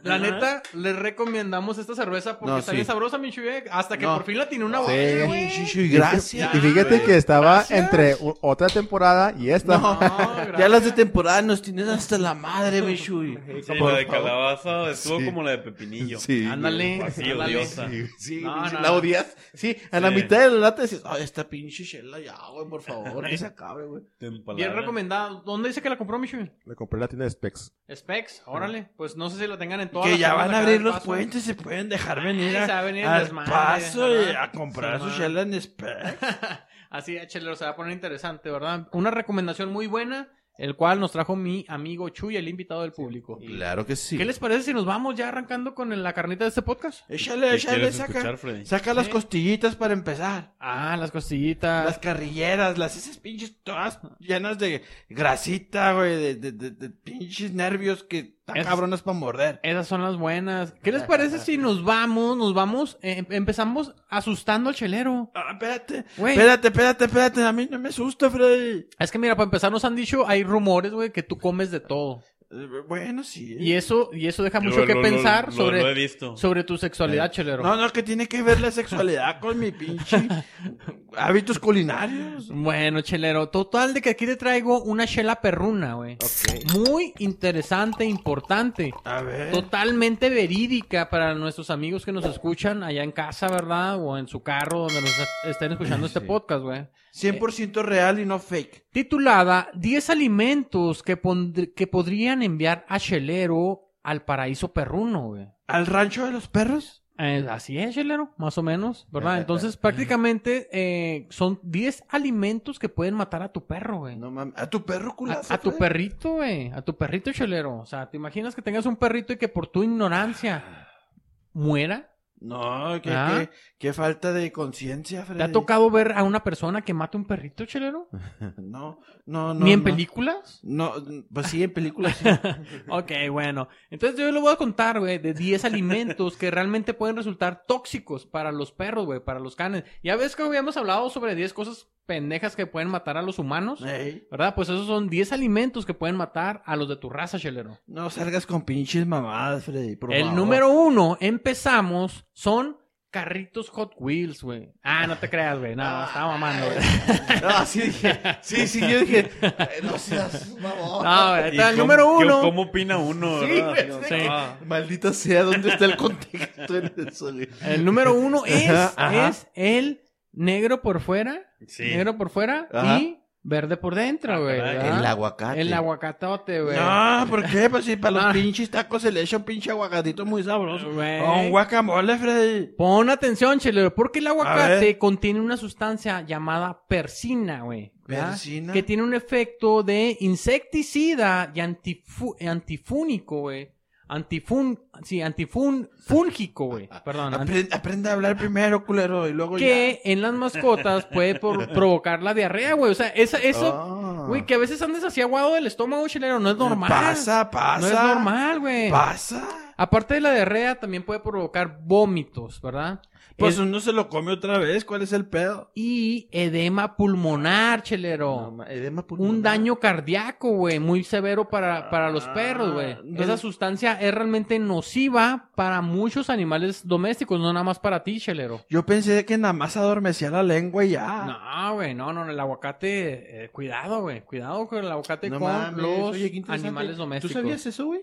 Speaker 1: La neta, les recomendamos esta cerveza porque
Speaker 5: No,
Speaker 1: está
Speaker 5: sí.
Speaker 1: bien sabrosa, mi chuy, Hasta que
Speaker 5: No.
Speaker 1: por fin la tiene una
Speaker 3: Sí.
Speaker 1: botella,
Speaker 5: Oye,
Speaker 1: güey.
Speaker 5: Shishu, y
Speaker 3: Y fí-
Speaker 5: gracias.
Speaker 3: Y fíjate que estaba
Speaker 5: Gracias.
Speaker 3: entre u- otra temporada y esta.
Speaker 5: No,
Speaker 1: gracias.
Speaker 5: ya las de temporada nos tienen hasta la madre, güey, Shui.
Speaker 4: Sí, la de calabaza estuvo
Speaker 5: Sí.
Speaker 4: como la de pepinillo.
Speaker 1: Ándale.
Speaker 4: Así
Speaker 1: ándale.
Speaker 4: odiosa.
Speaker 5: Sí, sí,
Speaker 1: No,
Speaker 5: güey,
Speaker 1: no.
Speaker 5: la odias. Sí, a la
Speaker 4: Sí.
Speaker 5: mitad de la lata dices, ay, esta pinche chela ya, güey, por favor, que se acabe, güey.
Speaker 4: Templada.
Speaker 1: Bien recomendada. ¿Dónde dice que la compró, mi chuy?
Speaker 3: Le compré la tienda de Specs.
Speaker 1: Specs, órale. Pues no sé si la tengan en todas
Speaker 2: Que
Speaker 1: las
Speaker 2: ya
Speaker 1: tiendas
Speaker 2: van
Speaker 1: acá
Speaker 2: a abrir
Speaker 1: del
Speaker 2: los
Speaker 1: Paso.
Speaker 2: puentes, se pueden dejar
Speaker 1: Ay,
Speaker 2: venir
Speaker 1: se va
Speaker 2: a,
Speaker 1: a venir el
Speaker 2: al
Speaker 1: desmadre,
Speaker 2: paso y
Speaker 1: ajá.
Speaker 2: a comprar su
Speaker 1: Sí,
Speaker 2: chela en Spec.
Speaker 1: Así, ah, chelero, se va a poner interesante, ¿verdad? Una recomendación muy buena, el cual nos trajo mi amigo Chuy, el invitado del público.
Speaker 5: Claro que sí.
Speaker 1: ¿Qué les parece si nos vamos ya arrancando con el- la carnita de este podcast?
Speaker 2: Échale,
Speaker 4: ¿Qué
Speaker 2: échale,
Speaker 4: quieres
Speaker 2: saca.
Speaker 4: escuchar, Freddy?
Speaker 2: Saca las
Speaker 1: Sí.
Speaker 2: costillitas para empezar.
Speaker 1: Ah, las costillitas.
Speaker 2: Las carrilleras, las esas pinches todas llenas de grasita, güey, de, de- de- de pinches nervios que están
Speaker 1: Es-
Speaker 2: cabronas para morder.
Speaker 1: Esas son las buenas. ¿Qué les parece si nos vamos, nos vamos, eh, empezamos asustando al chelero?
Speaker 2: Ah, espérate,
Speaker 1: Güey,
Speaker 2: espérate, espérate, espérate, a mí no me asusta, Freddy.
Speaker 1: es que mira, para empezar nos han dicho, hay rumores, güey, que tú comes de todo.
Speaker 2: Eh, Bueno, sí.
Speaker 1: Y eso, y eso deja mucho
Speaker 4: Yo
Speaker 1: que
Speaker 4: lo- lo-
Speaker 1: pensar
Speaker 4: lo-
Speaker 1: sobre,
Speaker 4: Lo he visto.
Speaker 1: sobre tu sexualidad, chelero.
Speaker 2: No, no, que tiene que ver la sexualidad con mi pinche hábitos culinarios.
Speaker 1: Bueno, chelero, total de que aquí te traigo una chela perruna, güey. Muy interesante, importante.
Speaker 2: A ver.
Speaker 1: Totalmente verídica para nuestros amigos que nos escuchan allá en casa, ¿verdad? O en su carro, donde nos estén escuchando este podcast, güey.
Speaker 2: 100% real y no fake.
Speaker 1: titulada 10 alimentos que, pondr- que podrían enviar a Chelero al paraíso perruno, güey.
Speaker 2: ¿Al rancho de los perros?
Speaker 1: Eh, así es, Chelero, más o menos, ¿verdad? Entonces, prácticamente eh, son 10 alimentos que pueden matar a tu perro, güey.
Speaker 5: No mames, a tu perro
Speaker 1: A,
Speaker 5: culazo.
Speaker 1: a tu
Speaker 5: Freddy?
Speaker 1: perrito, güey. A tu perrito chelero. O sea, ¿te imaginas que tengas un perrito y que por tu
Speaker 2: Ah.
Speaker 1: ignorancia muera?
Speaker 2: No, que,
Speaker 1: Ah.
Speaker 2: que- que falta de conciencia, Freddy.
Speaker 1: ¿Te ha tocado ver a una persona que mata un perrito chelero?
Speaker 2: No, no, no.
Speaker 1: ¿Ni en
Speaker 2: no.
Speaker 1: películas?
Speaker 2: No, pues sí, en películas sí.
Speaker 1: Ok, bueno. Entonces yo le voy a contar, güey, de 10 alimentos que realmente pueden resultar tóxicos para los perros, güey, para los canes. Ya ves que habíamos hablado sobre 10 cosas pendejas que pueden matar a los humanos,
Speaker 2: Ey,
Speaker 1: ¿verdad? Pues esos son 10 alimentos que pueden matar a los de tu raza, chelero.
Speaker 2: no salgas con pinches mamadas, Freddy, por
Speaker 1: El
Speaker 2: favor.
Speaker 1: número uno, empezamos, son Carritos Hot Wheels, güey. Ah, no te creas, güey. No, estaba mamando, güey.
Speaker 2: No,
Speaker 5: Ah,
Speaker 2: sí dije, sí, sí, yo dije, "Ay, no seas mamón.
Speaker 1: No, güey.
Speaker 4: ¿Y
Speaker 1: Está el
Speaker 4: cómo-
Speaker 1: número
Speaker 4: qué-
Speaker 1: uno.
Speaker 4: ¿Cómo opina uno?
Speaker 2: Sí,
Speaker 4: verdad?
Speaker 2: güey,
Speaker 1: sí.
Speaker 4: Ah,
Speaker 2: Maldita sea, ¿dónde está el contexto en eso, güey?
Speaker 1: El número uno es,
Speaker 2: Ajá.
Speaker 1: es el negro por fuera,
Speaker 4: sí.
Speaker 1: negro por fuera
Speaker 2: Ajá.
Speaker 1: y verde por dentro, güey.
Speaker 4: caray.
Speaker 1: ¿verdad?
Speaker 2: El aguacate.
Speaker 1: El aguacatote, güey.
Speaker 5: No, ¿por qué? Pues si para
Speaker 1: Ah.
Speaker 5: los pinches tacos se le echa un pinche aguacatito muy sabroso.
Speaker 1: Güey.
Speaker 5: O pues, un guacamole, Freddy.
Speaker 1: Pon atención, chelero, porque el aguacate
Speaker 5: ver.
Speaker 1: contiene una sustancia llamada persina, güey. ¿verdad?
Speaker 2: Persina.
Speaker 1: Que tiene un efecto de insecticida y antifu- antifúnico, güey. Antifun, sí, antifun, fúngico, güey. Perdón, anti-
Speaker 5: Aprende, aprende a hablar primero, culero, y luego ya.
Speaker 1: que en las mascotas puede por- provocar la diarrea, güey. O sea, esa, eso,
Speaker 2: Ah.
Speaker 1: güey, que a veces andes así aguado del estómago, chelero, no es normal.
Speaker 5: Oh. Pasa, pasa.
Speaker 1: No es normal, güey.
Speaker 5: Pasa.
Speaker 1: Aparte de la diarrea, también puede provocar vómitos, ¿verdad?
Speaker 5: Pues
Speaker 1: El-
Speaker 5: uno se lo come otra vez. ¿Cuál es el pedo?
Speaker 1: y edema pulmonar,
Speaker 2: No,
Speaker 1: chelero.
Speaker 2: ma-
Speaker 5: eh,
Speaker 2: edema pulmonar.
Speaker 1: un daño cardíaco, güey, muy severo para, para los
Speaker 5: Ah,
Speaker 1: perros, güey.
Speaker 5: no-
Speaker 1: Esa sustancia es realmente nociva para muchos animales domésticos, no nada más para ti, chelero.
Speaker 5: Yo pensé que nada más adormecía la lengua y ya.
Speaker 1: No, güey, no, no, el aguacate, eh, cuidado, güey, cuidado con el aguacate
Speaker 2: No
Speaker 1: con
Speaker 2: mames,
Speaker 1: los
Speaker 2: oye, qué interesante.
Speaker 1: animales domésticos.
Speaker 2: ¿Tú sabías eso, güey?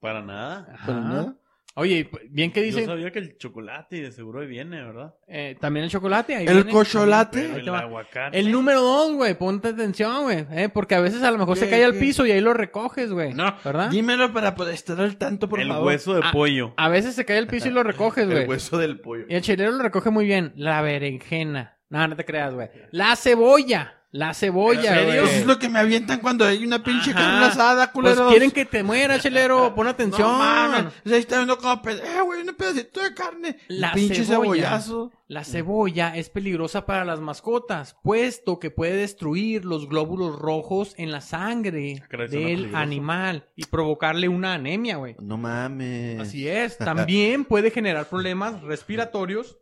Speaker 4: Para nada.
Speaker 1: Ajá.
Speaker 2: Para nada.
Speaker 1: Oye, y, pues, bien que
Speaker 4: Yo
Speaker 1: dicen,
Speaker 4: sabía que el chocolate de seguro ahí viene, ¿verdad?
Speaker 1: eh, también el chocolate. ahí
Speaker 5: El
Speaker 1: viene,
Speaker 5: cocholate.
Speaker 1: también,
Speaker 4: Pero
Speaker 1: ahí
Speaker 4: el
Speaker 1: te va.
Speaker 4: aguacate.
Speaker 1: El número dos, güey, ponte atención, güey, eh, porque a veces a lo mejor se
Speaker 5: ¿Qué,
Speaker 1: cae al
Speaker 5: qué?
Speaker 1: piso y ahí lo recoges, güey.
Speaker 5: No,
Speaker 1: ¿verdad?
Speaker 5: Dímelo para poder estar al tanto, por
Speaker 4: el
Speaker 5: favor.
Speaker 4: hueso de
Speaker 1: Ah.
Speaker 4: pollo.
Speaker 1: A veces se cae el piso y lo recoges,
Speaker 2: El
Speaker 1: güey.
Speaker 2: hueso del pollo.
Speaker 1: Y el chilero lo recoge muy bien. La berenjena. No, no te creas, güey. La cebolla. La cebolla,
Speaker 4: ¿En
Speaker 1: güey.
Speaker 4: serio?
Speaker 5: Eso es lo que me avientan cuando hay una pinche
Speaker 1: Ajá.
Speaker 5: carne asada,
Speaker 1: Pues
Speaker 5: culeros.
Speaker 1: quieren que te muera, chelero. Pon
Speaker 5: No
Speaker 1: atención.
Speaker 5: mames. O sea, ahí está viendo como, ped- eh, güey, un pedacito de carne.
Speaker 1: La
Speaker 5: La pinche
Speaker 1: cebolla.
Speaker 5: cebollazo.
Speaker 1: la cebolla es peligrosa para las mascotas, puesto que puede destruir los glóbulos rojos en la sangre
Speaker 4: Ah, caray, suena
Speaker 1: del
Speaker 4: peligroso.
Speaker 1: animal y provocarle una anemia, güey.
Speaker 2: No mames.
Speaker 1: Así es. También puede generar problemas respiratorios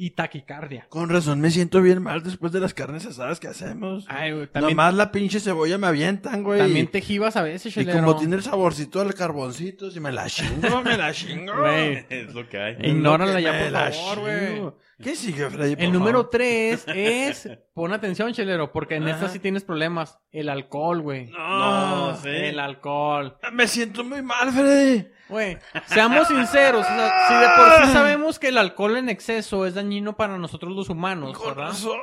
Speaker 1: y taquicardia.
Speaker 5: Con razón me siento bien mal después de las carnes asadas que hacemos.
Speaker 1: Ay, güey, Ah, también,
Speaker 5: Nomás la pinche cebolla me avientan, güey.
Speaker 1: también te jibas a veces,
Speaker 5: Y
Speaker 1: chelero.
Speaker 5: como tiene el saborcito del carboncito, si me la chingo, me la chingo.
Speaker 1: Güey.
Speaker 4: Es lo que hay.
Speaker 1: Eh, Ignórala
Speaker 5: Es lo que
Speaker 1: ya, por
Speaker 5: me la
Speaker 1: favor,
Speaker 5: chingo.
Speaker 1: güey.
Speaker 5: ¿Qué sigue, Freddy? por
Speaker 1: El número
Speaker 5: favor?
Speaker 1: 3 es, pon atención, chelero, porque en esta sí tienes problemas. El alcohol, güey.
Speaker 5: No,
Speaker 4: No, sí.
Speaker 1: El alcohol.
Speaker 5: Me siento muy mal, Freddy.
Speaker 1: Güey, seamos sinceros, o sea, si de por sí sabemos que el alcohol en exceso es dañino para nosotros los humanos,
Speaker 5: Con
Speaker 1: ¿verdad?
Speaker 5: razón.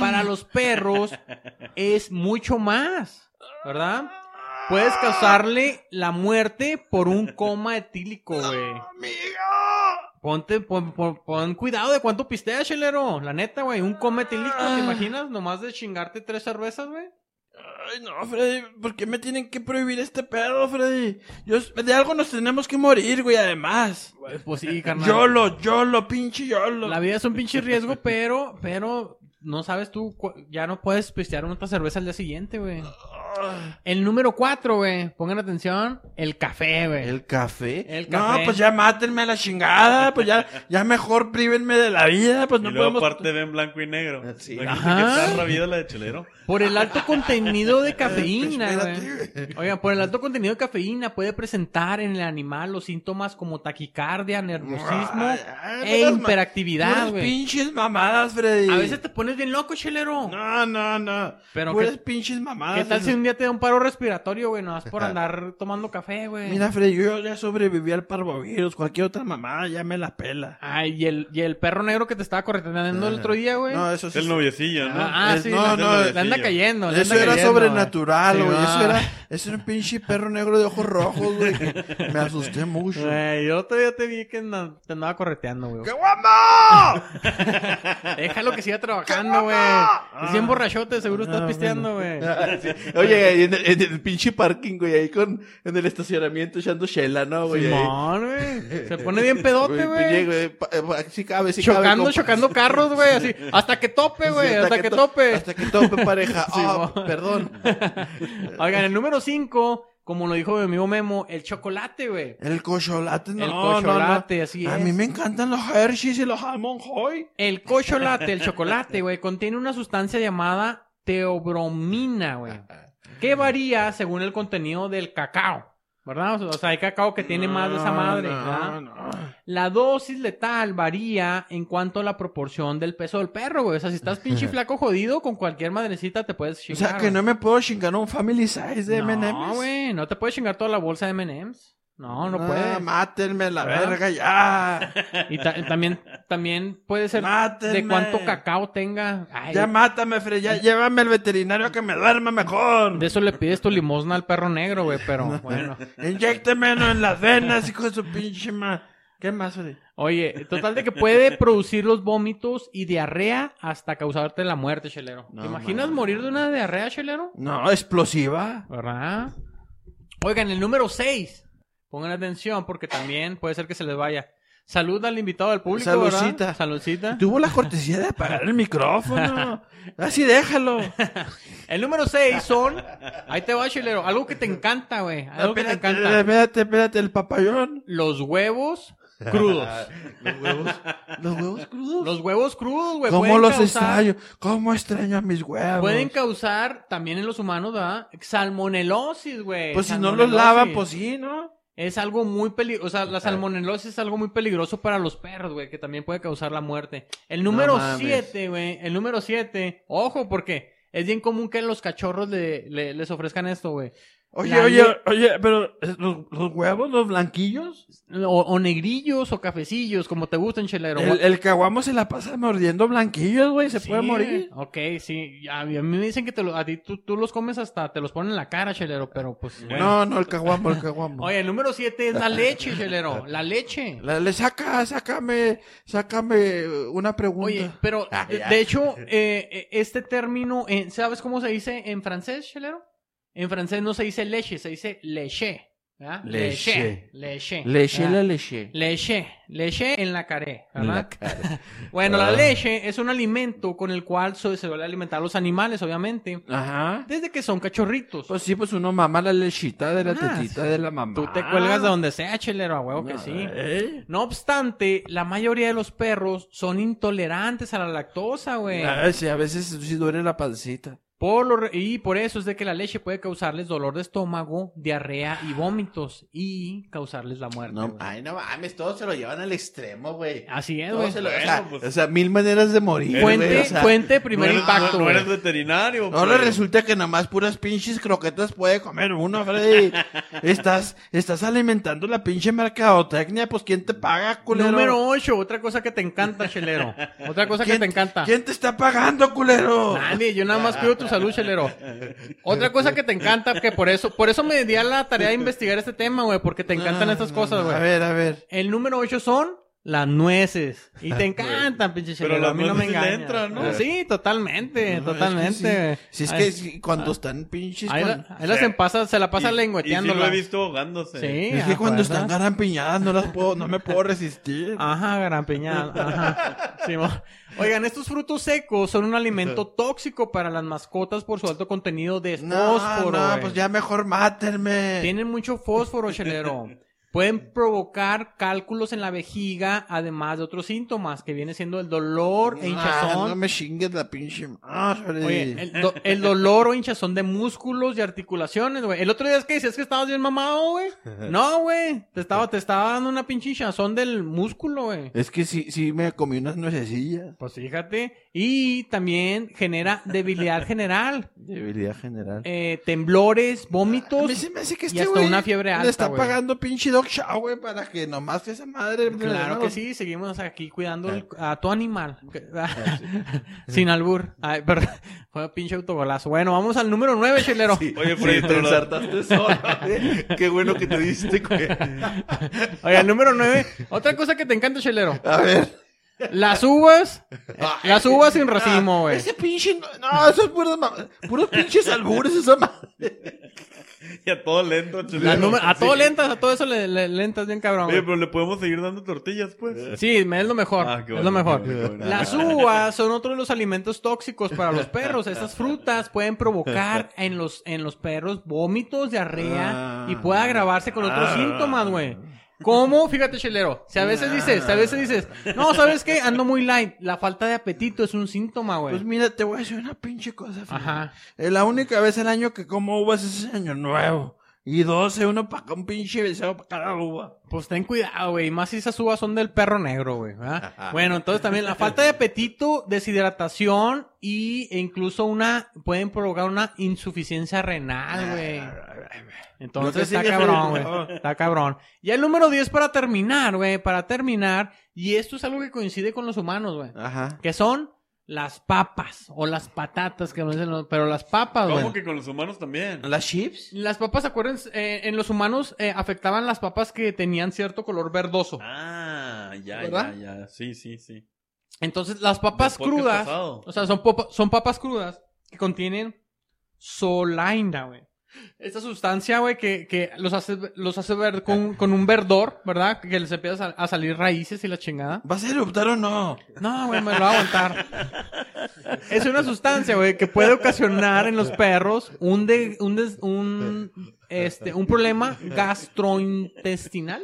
Speaker 1: Para los perros es mucho más, ¿verdad? Puedes causarle la muerte por un coma etílico, güey.
Speaker 5: ¡Amigo!
Speaker 1: Ponte, pon, pon- pon cuidado de cuánto pisteas, chelero. La neta, güey. Un cometílico, ¿te imaginas? Nomás de chingarte tres cervezas, güey.
Speaker 5: Ay, no, Freddy, ¿por qué me tienen que prohibir este pedo, Freddy? Yo, de algo nos tenemos que morir, güey, además.
Speaker 1: Pues sí, carnal.
Speaker 5: Yolo, yolo, pinche yolo.
Speaker 1: La vida es un pinche riesgo, pero, pero, no sabes tú, cu- ya no puedes pistear una otra cerveza al día siguiente, güey.
Speaker 5: Ah.
Speaker 1: El número cuatro, güey. Pongan atención, el café, güey. El,
Speaker 2: ¿El café?
Speaker 1: café.
Speaker 5: No, pues ya mátenme a la chingada, pues ya, ya mejor prívenme de la vida, pues
Speaker 4: y
Speaker 5: no
Speaker 4: luego
Speaker 5: podemos...
Speaker 4: aparte ven blanco y negro.
Speaker 2: Sí.
Speaker 4: Imagínate
Speaker 1: Ajá.
Speaker 4: que está rabida la de chelero.
Speaker 1: Por el alto contenido de cafeína,
Speaker 2: Espérate,
Speaker 1: güey.
Speaker 2: güey.
Speaker 1: Oigan, por el alto contenido de cafeína puede presentar en el animal los síntomas como taquicardia, nerviosismo
Speaker 5: Ay, ay,
Speaker 1: e
Speaker 5: puras ma-
Speaker 1: hiperactividad,
Speaker 5: puras
Speaker 1: güey.
Speaker 5: pinches mamadas, Freddy.
Speaker 1: A veces te pones bien loco, chelero. ah,
Speaker 5: No, no, no.
Speaker 1: Pero
Speaker 5: puras
Speaker 1: ¿qué-
Speaker 5: pinches mamadas.
Speaker 1: ¿Qué tal si un día te da un paro respiratorio, güey? Nomás por
Speaker 2: Ajá.
Speaker 1: andar tomando café, güey.
Speaker 5: Mira, Freddy, yo ya sobreviví al parvovirus, cualquier otra mamada ya me la pela.
Speaker 1: Ay, y el, y el perro negro que te estaba correteando el
Speaker 2: Ah.
Speaker 1: otro día, güey.
Speaker 5: No, eso sí.
Speaker 4: El noviecillo, ¿no?
Speaker 1: ah, ah,
Speaker 5: es-
Speaker 1: sí.
Speaker 5: no,
Speaker 1: le-
Speaker 5: no,
Speaker 1: le anda
Speaker 4: es-
Speaker 1: cayendo. le
Speaker 5: Eso
Speaker 1: anda
Speaker 5: era
Speaker 1: cayendo,
Speaker 5: sobrenatural,
Speaker 1: güey.
Speaker 5: güey.
Speaker 1: Sí,
Speaker 5: Eso
Speaker 1: va.
Speaker 5: era, eso era un pinche perro negro de ojos rojos, güey. que Me asusté mucho.
Speaker 1: Güey, yo todavía te vi que na- te andaba correteando, güey.
Speaker 5: ¡Qué guapo!
Speaker 1: Déjalo que siga trabajando, güey. Es bien borrachote, seguro estás pisteando, güey.
Speaker 2: Oye, ahí en el, en el pinche parking, güey, ahí con, en el estacionamiento echando chela,
Speaker 5: Ah,
Speaker 2: ¿no, güey? Ahí.
Speaker 1: Simón, güey. Se pone bien pedote,
Speaker 5: pues
Speaker 2: pinche,
Speaker 1: güey.
Speaker 2: eh, pa- pa- sí cabe, sí cabe,
Speaker 1: Chocando,
Speaker 2: compa.
Speaker 1: chocando carros, güey. Así, hasta que tope,
Speaker 2: Sí,
Speaker 1: güey. hasta, que
Speaker 2: to-
Speaker 1: tope.
Speaker 2: Hasta que tope, pareja. Ah,
Speaker 1: Simón.
Speaker 2: perdón.
Speaker 1: Oigan, el número 5, como lo dijo mi amigo Memo, el chocolate, güey.
Speaker 5: El cocholate, no,
Speaker 1: El
Speaker 5: no, no. Ah,
Speaker 1: cocholate, así
Speaker 5: A
Speaker 1: es.
Speaker 5: mí me encantan los Hershey's y los Almond Joy.
Speaker 1: El cocholate, el chocolate, güey, contiene una sustancia llamada teobromina, güey, que varía según el contenido del cacao. ¿verdad? O sea, hay cacao que tiene más de esa madre, ¿ah? ¿verdad?
Speaker 5: No, no.
Speaker 1: La dosis letal varía en cuanto a la proporción del peso del perro, güey. O sea, si estás pinche flaco jodido, con cualquier madrecita te puedes
Speaker 5: O
Speaker 1: chingar.
Speaker 5: sea, que no me puedo chingar un family size de M&M's.
Speaker 1: No, güey, no te puedes chingar toda la bolsa de M&M's. No, no
Speaker 5: Ah,
Speaker 1: puedes.
Speaker 5: Mátenme la
Speaker 1: ¿Verdad?
Speaker 5: verga ya.
Speaker 1: Y ta- también, también puede ser
Speaker 5: Mátenme.
Speaker 1: de cuánto cacao tenga. Ay,
Speaker 5: Ya mátame, Fred. Ya llévame al veterinario que me duerma mejor.
Speaker 1: de eso le pides tu limosna al perro negro, güey, pero bueno.
Speaker 5: Inyéctemelo en las venas, hijo de su pinche ma. ¿Qué más, Freddy?
Speaker 1: Oye, total de que puede producir los vómitos y diarrea hasta causarte la muerte, chelero.
Speaker 5: No,
Speaker 1: ¿Te imaginas
Speaker 5: man.
Speaker 1: morir de una diarrea, chelero?
Speaker 5: No, explosiva.
Speaker 1: ¿Verdad? Oigan, el número 6. Pongan atención porque también puede ser que se les vaya. Salud al invitado del público,
Speaker 5: Saludcita.
Speaker 1: ¿verdad? Saludcita.
Speaker 5: Tuvo la cortesía de apagar el micrófono. Así déjalo.
Speaker 1: El número 6 son... Ahí te va, chilero. Algo que te encanta, güey. Algo que te
Speaker 5: espérate,
Speaker 1: encanta.
Speaker 5: espérate, espérate, el papayón.
Speaker 1: Los huevos crudos.
Speaker 6: Los huevos, los huevos crudos.
Speaker 1: Los huevos crudos, güey.
Speaker 5: ¿Cómo
Speaker 1: pueden
Speaker 5: los
Speaker 1: causar-
Speaker 5: extraño? ¿Cómo extraño a mis huevos?
Speaker 1: Pueden causar también en los humanos, ¿verdad? Salmonelosis, güey.
Speaker 5: Pues si no los lavan,
Speaker 1: Salmonelosis.
Speaker 5: pues sí, ¿no?
Speaker 1: Es algo muy peligroso. O sea, la salmonelosis es algo muy peligroso para los perros, güey, que también puede causar la muerte. El número
Speaker 6: mames.
Speaker 1: 7, güey. El número 7. Ojo, porque es bien común que los cachorros le- le- les ofrezcan esto, güey.
Speaker 5: Oye,
Speaker 1: La
Speaker 5: oye,
Speaker 1: nie-
Speaker 5: oye, pero eh, los, los huevos, los blanquillos.
Speaker 1: O, o negrillos o cafecillos, como te gusten, chelero.
Speaker 5: El, el caguamo se la pasa mordiendo blanquillos, güey, se
Speaker 1: Sí,
Speaker 5: puede morir.
Speaker 1: güey. Ok, sí. A mí, a mí me dicen que te lo- a ti tú, tú los comes hasta te los ponen en la cara, chelero, pero pues. bueno.
Speaker 5: No, no, el caguamo, el caguamo.
Speaker 1: Oye, el número 7 es la leche, chelero. La leche.
Speaker 5: La- le saca, sácame, sácame una pregunta.
Speaker 1: Oye, pero
Speaker 6: Ah,
Speaker 1: de,
Speaker 6: ya.
Speaker 1: de hecho, eh, eh, este término, en- ¿sabes cómo se dice en francés, chelero? En francés no se dice leche, se dice leche. ¿verdad?
Speaker 6: Leche.
Speaker 1: Leche. Leche.
Speaker 6: Leche
Speaker 1: ¿verdad?
Speaker 6: la leche.
Speaker 1: Leche, leche en la caré,
Speaker 6: En
Speaker 1: ¿verdad?
Speaker 6: la cara.
Speaker 1: Bueno, la
Speaker 6: Ah.
Speaker 1: leche es un alimento con el cual se se suele alimentar los animales, obviamente,
Speaker 5: Ajá.
Speaker 1: desde que son cachorritos.
Speaker 5: Pues sí, pues uno mamá la lechita de la
Speaker 1: Ah,
Speaker 5: tetita de la mamá.
Speaker 1: Tú te cuelgas de donde sea, chelero, a huevo que sí.
Speaker 5: ¿Eh?
Speaker 1: No obstante, la mayoría de los perros son intolerantes a la lactosa, güey.
Speaker 5: Ay, Ah, sí, a veces sí duele la pancita.
Speaker 1: Por lo re- y por eso es de que la leche puede causarles dolor de estómago, diarrea y vómitos y causarles la muerte.
Speaker 6: No,
Speaker 1: güey.
Speaker 6: ay, no mames, todos se lo llevan al extremo, güey.
Speaker 1: Así es,
Speaker 6: Todos
Speaker 1: güey.
Speaker 6: se lo- o,
Speaker 4: Bueno,
Speaker 6: sea,
Speaker 4: pues.
Speaker 6: o sea, mil maneras de morir. güey,
Speaker 1: Fuente,
Speaker 6: o sea,
Speaker 1: fuente, primer
Speaker 4: no eres-
Speaker 1: impacto.
Speaker 4: No, no
Speaker 1: güey.
Speaker 4: eres veterinario. pues.
Speaker 5: Ahora
Speaker 4: pero-
Speaker 5: resulta que nomás puras pinches croquetas puede comer uno, Freddy. estás, estás alimentando la pinche mercadotecnia, pues ¿quién te paga, culero?
Speaker 1: Número 8, otra cosa que te encanta, chelero. Otra cosa que
Speaker 5: ¿Quién-
Speaker 1: te encanta.
Speaker 5: ¿Quién te está pagando, culero?
Speaker 1: Nadie, yo nada más cuido tu salud, chelero. Otra cosa que te encanta, que por eso, por eso me di a la tarea de investigar este tema, güey, porque te encantan
Speaker 5: Ah,
Speaker 1: estas
Speaker 5: no,
Speaker 1: cosas,
Speaker 5: no,
Speaker 1: güey.
Speaker 5: A ver, a ver.
Speaker 1: El número 8 son las nueces. Y te encantan, pinche
Speaker 4: Pero
Speaker 1: chelero.
Speaker 4: las
Speaker 1: a mí no me
Speaker 4: nueces le
Speaker 1: engañan.
Speaker 4: entran, ¿no?
Speaker 1: Sí, totalmente,
Speaker 5: No, es que
Speaker 1: totalmente.
Speaker 5: sí. Si es
Speaker 1: Ay,
Speaker 5: que sí, cuando están pinches.
Speaker 1: ahí,
Speaker 5: con-
Speaker 1: la- ahí las empasa- se la pasa
Speaker 4: y-
Speaker 1: lengüeteando.
Speaker 4: Y sí lo he visto ahogándose.
Speaker 5: Es que cuando están garampiñadas no las puedo, no me puedo resistir.
Speaker 1: Ajá, garampiñada. Ajá. Sí, mo- Oigan, estos frutos secos son un alimento tóxico para las mascotas por su alto contenido de
Speaker 5: no,
Speaker 1: fósforo.
Speaker 5: no,
Speaker 1: güey.
Speaker 5: pues ya mejor mátenme.
Speaker 1: Tienen mucho fósforo, chelero. Pueden provocar cálculos en la vejiga, además de otros síntomas, que viene siendo el dolor e
Speaker 5: Ah,
Speaker 1: hinchazón.
Speaker 5: no me chingues la pinche madre.
Speaker 1: Oye, el, do- el dolor o hinchazón de músculos y articulaciones, güey. El otro día es que decías que estabas bien mamado, güey.
Speaker 5: Eh.
Speaker 1: No, güey. Te estaba, te estaba dando una pinche hinchazón del músculo, güey.
Speaker 5: Es que sí, sí me comí unas nuececillas.
Speaker 1: Pues fíjate. Y también genera debilidad general.
Speaker 6: Debilidad general.
Speaker 1: eh, temblores,
Speaker 5: A
Speaker 1: vómitos.
Speaker 5: mí se me hace que
Speaker 1: y
Speaker 5: este
Speaker 1: hasta
Speaker 5: güey
Speaker 1: una fiebre alta,
Speaker 5: le está
Speaker 1: güey.
Speaker 5: pagando pinche dog show, güey, para que nomás esa madre...
Speaker 1: Claro que sí, seguimos aquí cuidando
Speaker 4: Ah.
Speaker 1: el- a tu animal. Ah, Sin albur. Ay, perdón. Fue pinche autogolazo. Bueno, vamos al número 9, chelero.
Speaker 4: Oye, Freddy,
Speaker 6: te
Speaker 4: pero la-
Speaker 6: ensartaste solo. güey. Qué bueno que te diste, güey.
Speaker 1: Oye, el número 9. Otra cosa que te encanta, chelero.
Speaker 6: A ver.
Speaker 1: Las uvas. Las uvas Eh, sin racimo,
Speaker 5: Ah,
Speaker 1: güey.
Speaker 5: Ese pinche... No, esos puros, ma- puros pinches albures, esa madre.
Speaker 4: Y a todo lento, chulero.
Speaker 1: La número- a
Speaker 4: Sí.
Speaker 1: todo lentas, a todo eso le, le- lentas bien cabrón.
Speaker 4: Oye,
Speaker 1: güey.
Speaker 4: pero le podemos seguir dando tortillas, pues.
Speaker 1: Sí, me- es lo mejor.
Speaker 4: Ah, qué
Speaker 1: es
Speaker 4: bueno,
Speaker 1: lo mejor.
Speaker 4: qué bueno, qué bueno.
Speaker 1: Las uvas son otro de los alimentos tóxicos para los perros. Estas frutas pueden provocar en los, en los perros vómitos, diarrea y
Speaker 4: Ah.
Speaker 1: puede agravarse con otros síntomas, güey. ¿Cómo? Fíjate, chelero. Si a veces
Speaker 4: Ah.
Speaker 1: dices, si a veces dices, no, ¿sabes qué? Ando muy light. La falta de apetito es un síntoma, güey.
Speaker 5: Pues mira, te voy a decir una pinche cosa. Fred.
Speaker 2: Eh,
Speaker 1: Ajá.
Speaker 5: Es la única vez al año que como uvas es ese año nuevo.
Speaker 2: Y 12, uno para acá, un pinche becerro para cada uva.
Speaker 1: Pues ten cuidado, güey. Más si esas uvas son del perro negro, güey. ¿verdad? Bueno, entonces también la falta de apetito, deshidratación y, e incluso una. Pueden provocar una insuficiencia
Speaker 4: Ah,
Speaker 1: renal, güey. Entonces
Speaker 2: No te
Speaker 1: está
Speaker 2: sirve,
Speaker 1: cabrón,
Speaker 2: Felipe,
Speaker 1: güey.
Speaker 2: por favor.
Speaker 1: Está cabrón. Y el número 10 para terminar, güey. Para terminar. Y esto es algo que coincide con los humanos, güey.
Speaker 5: Ajá.
Speaker 1: Que son las papas o las patatas, que no dicen los- Pero las papas, güey.
Speaker 4: ¿Cómo que con los humanos también?
Speaker 5: ¿Las chips?
Speaker 1: Las papas, acuérdense, eh, en los humanos eh, afectaban las papas que tenían cierto color verdoso.
Speaker 4: Ah, ya,
Speaker 1: ¿Verdad?
Speaker 4: ya, ya. Sí, sí, sí.
Speaker 1: Entonces, las papas
Speaker 4: Del podcast
Speaker 1: crudas,
Speaker 4: pasado.
Speaker 1: o sea, son, popa- son papas crudas que contienen solaina, güey. Esta sustancia, güey, que, que los hace, los hace ver con, con un verdor, ¿verdad? Que les empieza a, sal- a salir raíces y la chingada.
Speaker 2: ¿Vas a eruptar o no?
Speaker 1: No, güey, me lo voy a aguantar. Es una sustancia, güey, que puede ocasionar en los perros un de- un, des- un, este, un problema gastrointestinal,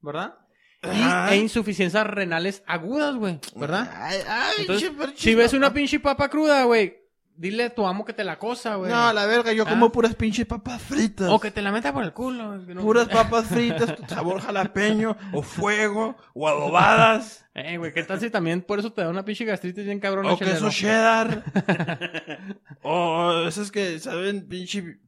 Speaker 1: ¿verdad? Y, e insuficiencias renales agudas, güey, ¿verdad?
Speaker 5: Ay, ay,
Speaker 1: Entonces,
Speaker 5: pinche perro
Speaker 1: Si ves
Speaker 5: chido.
Speaker 1: una pinche papa cruda, güey, dile a tu amo que te la cosa, güey.
Speaker 2: No, la verga, yo
Speaker 1: Ah.
Speaker 2: como puras pinches papas fritas.
Speaker 1: O que te la meta por el culo. güey, que no-
Speaker 2: Puras papas fritas, con sabor jalapeño, o fuego, o adobadas,
Speaker 1: Eh, güey, ¿qué tal si también por eso te da una pinche gastritis bien cabrona?
Speaker 2: o queso
Speaker 1: chelero?
Speaker 2: cheddar, o esas que saben pinche...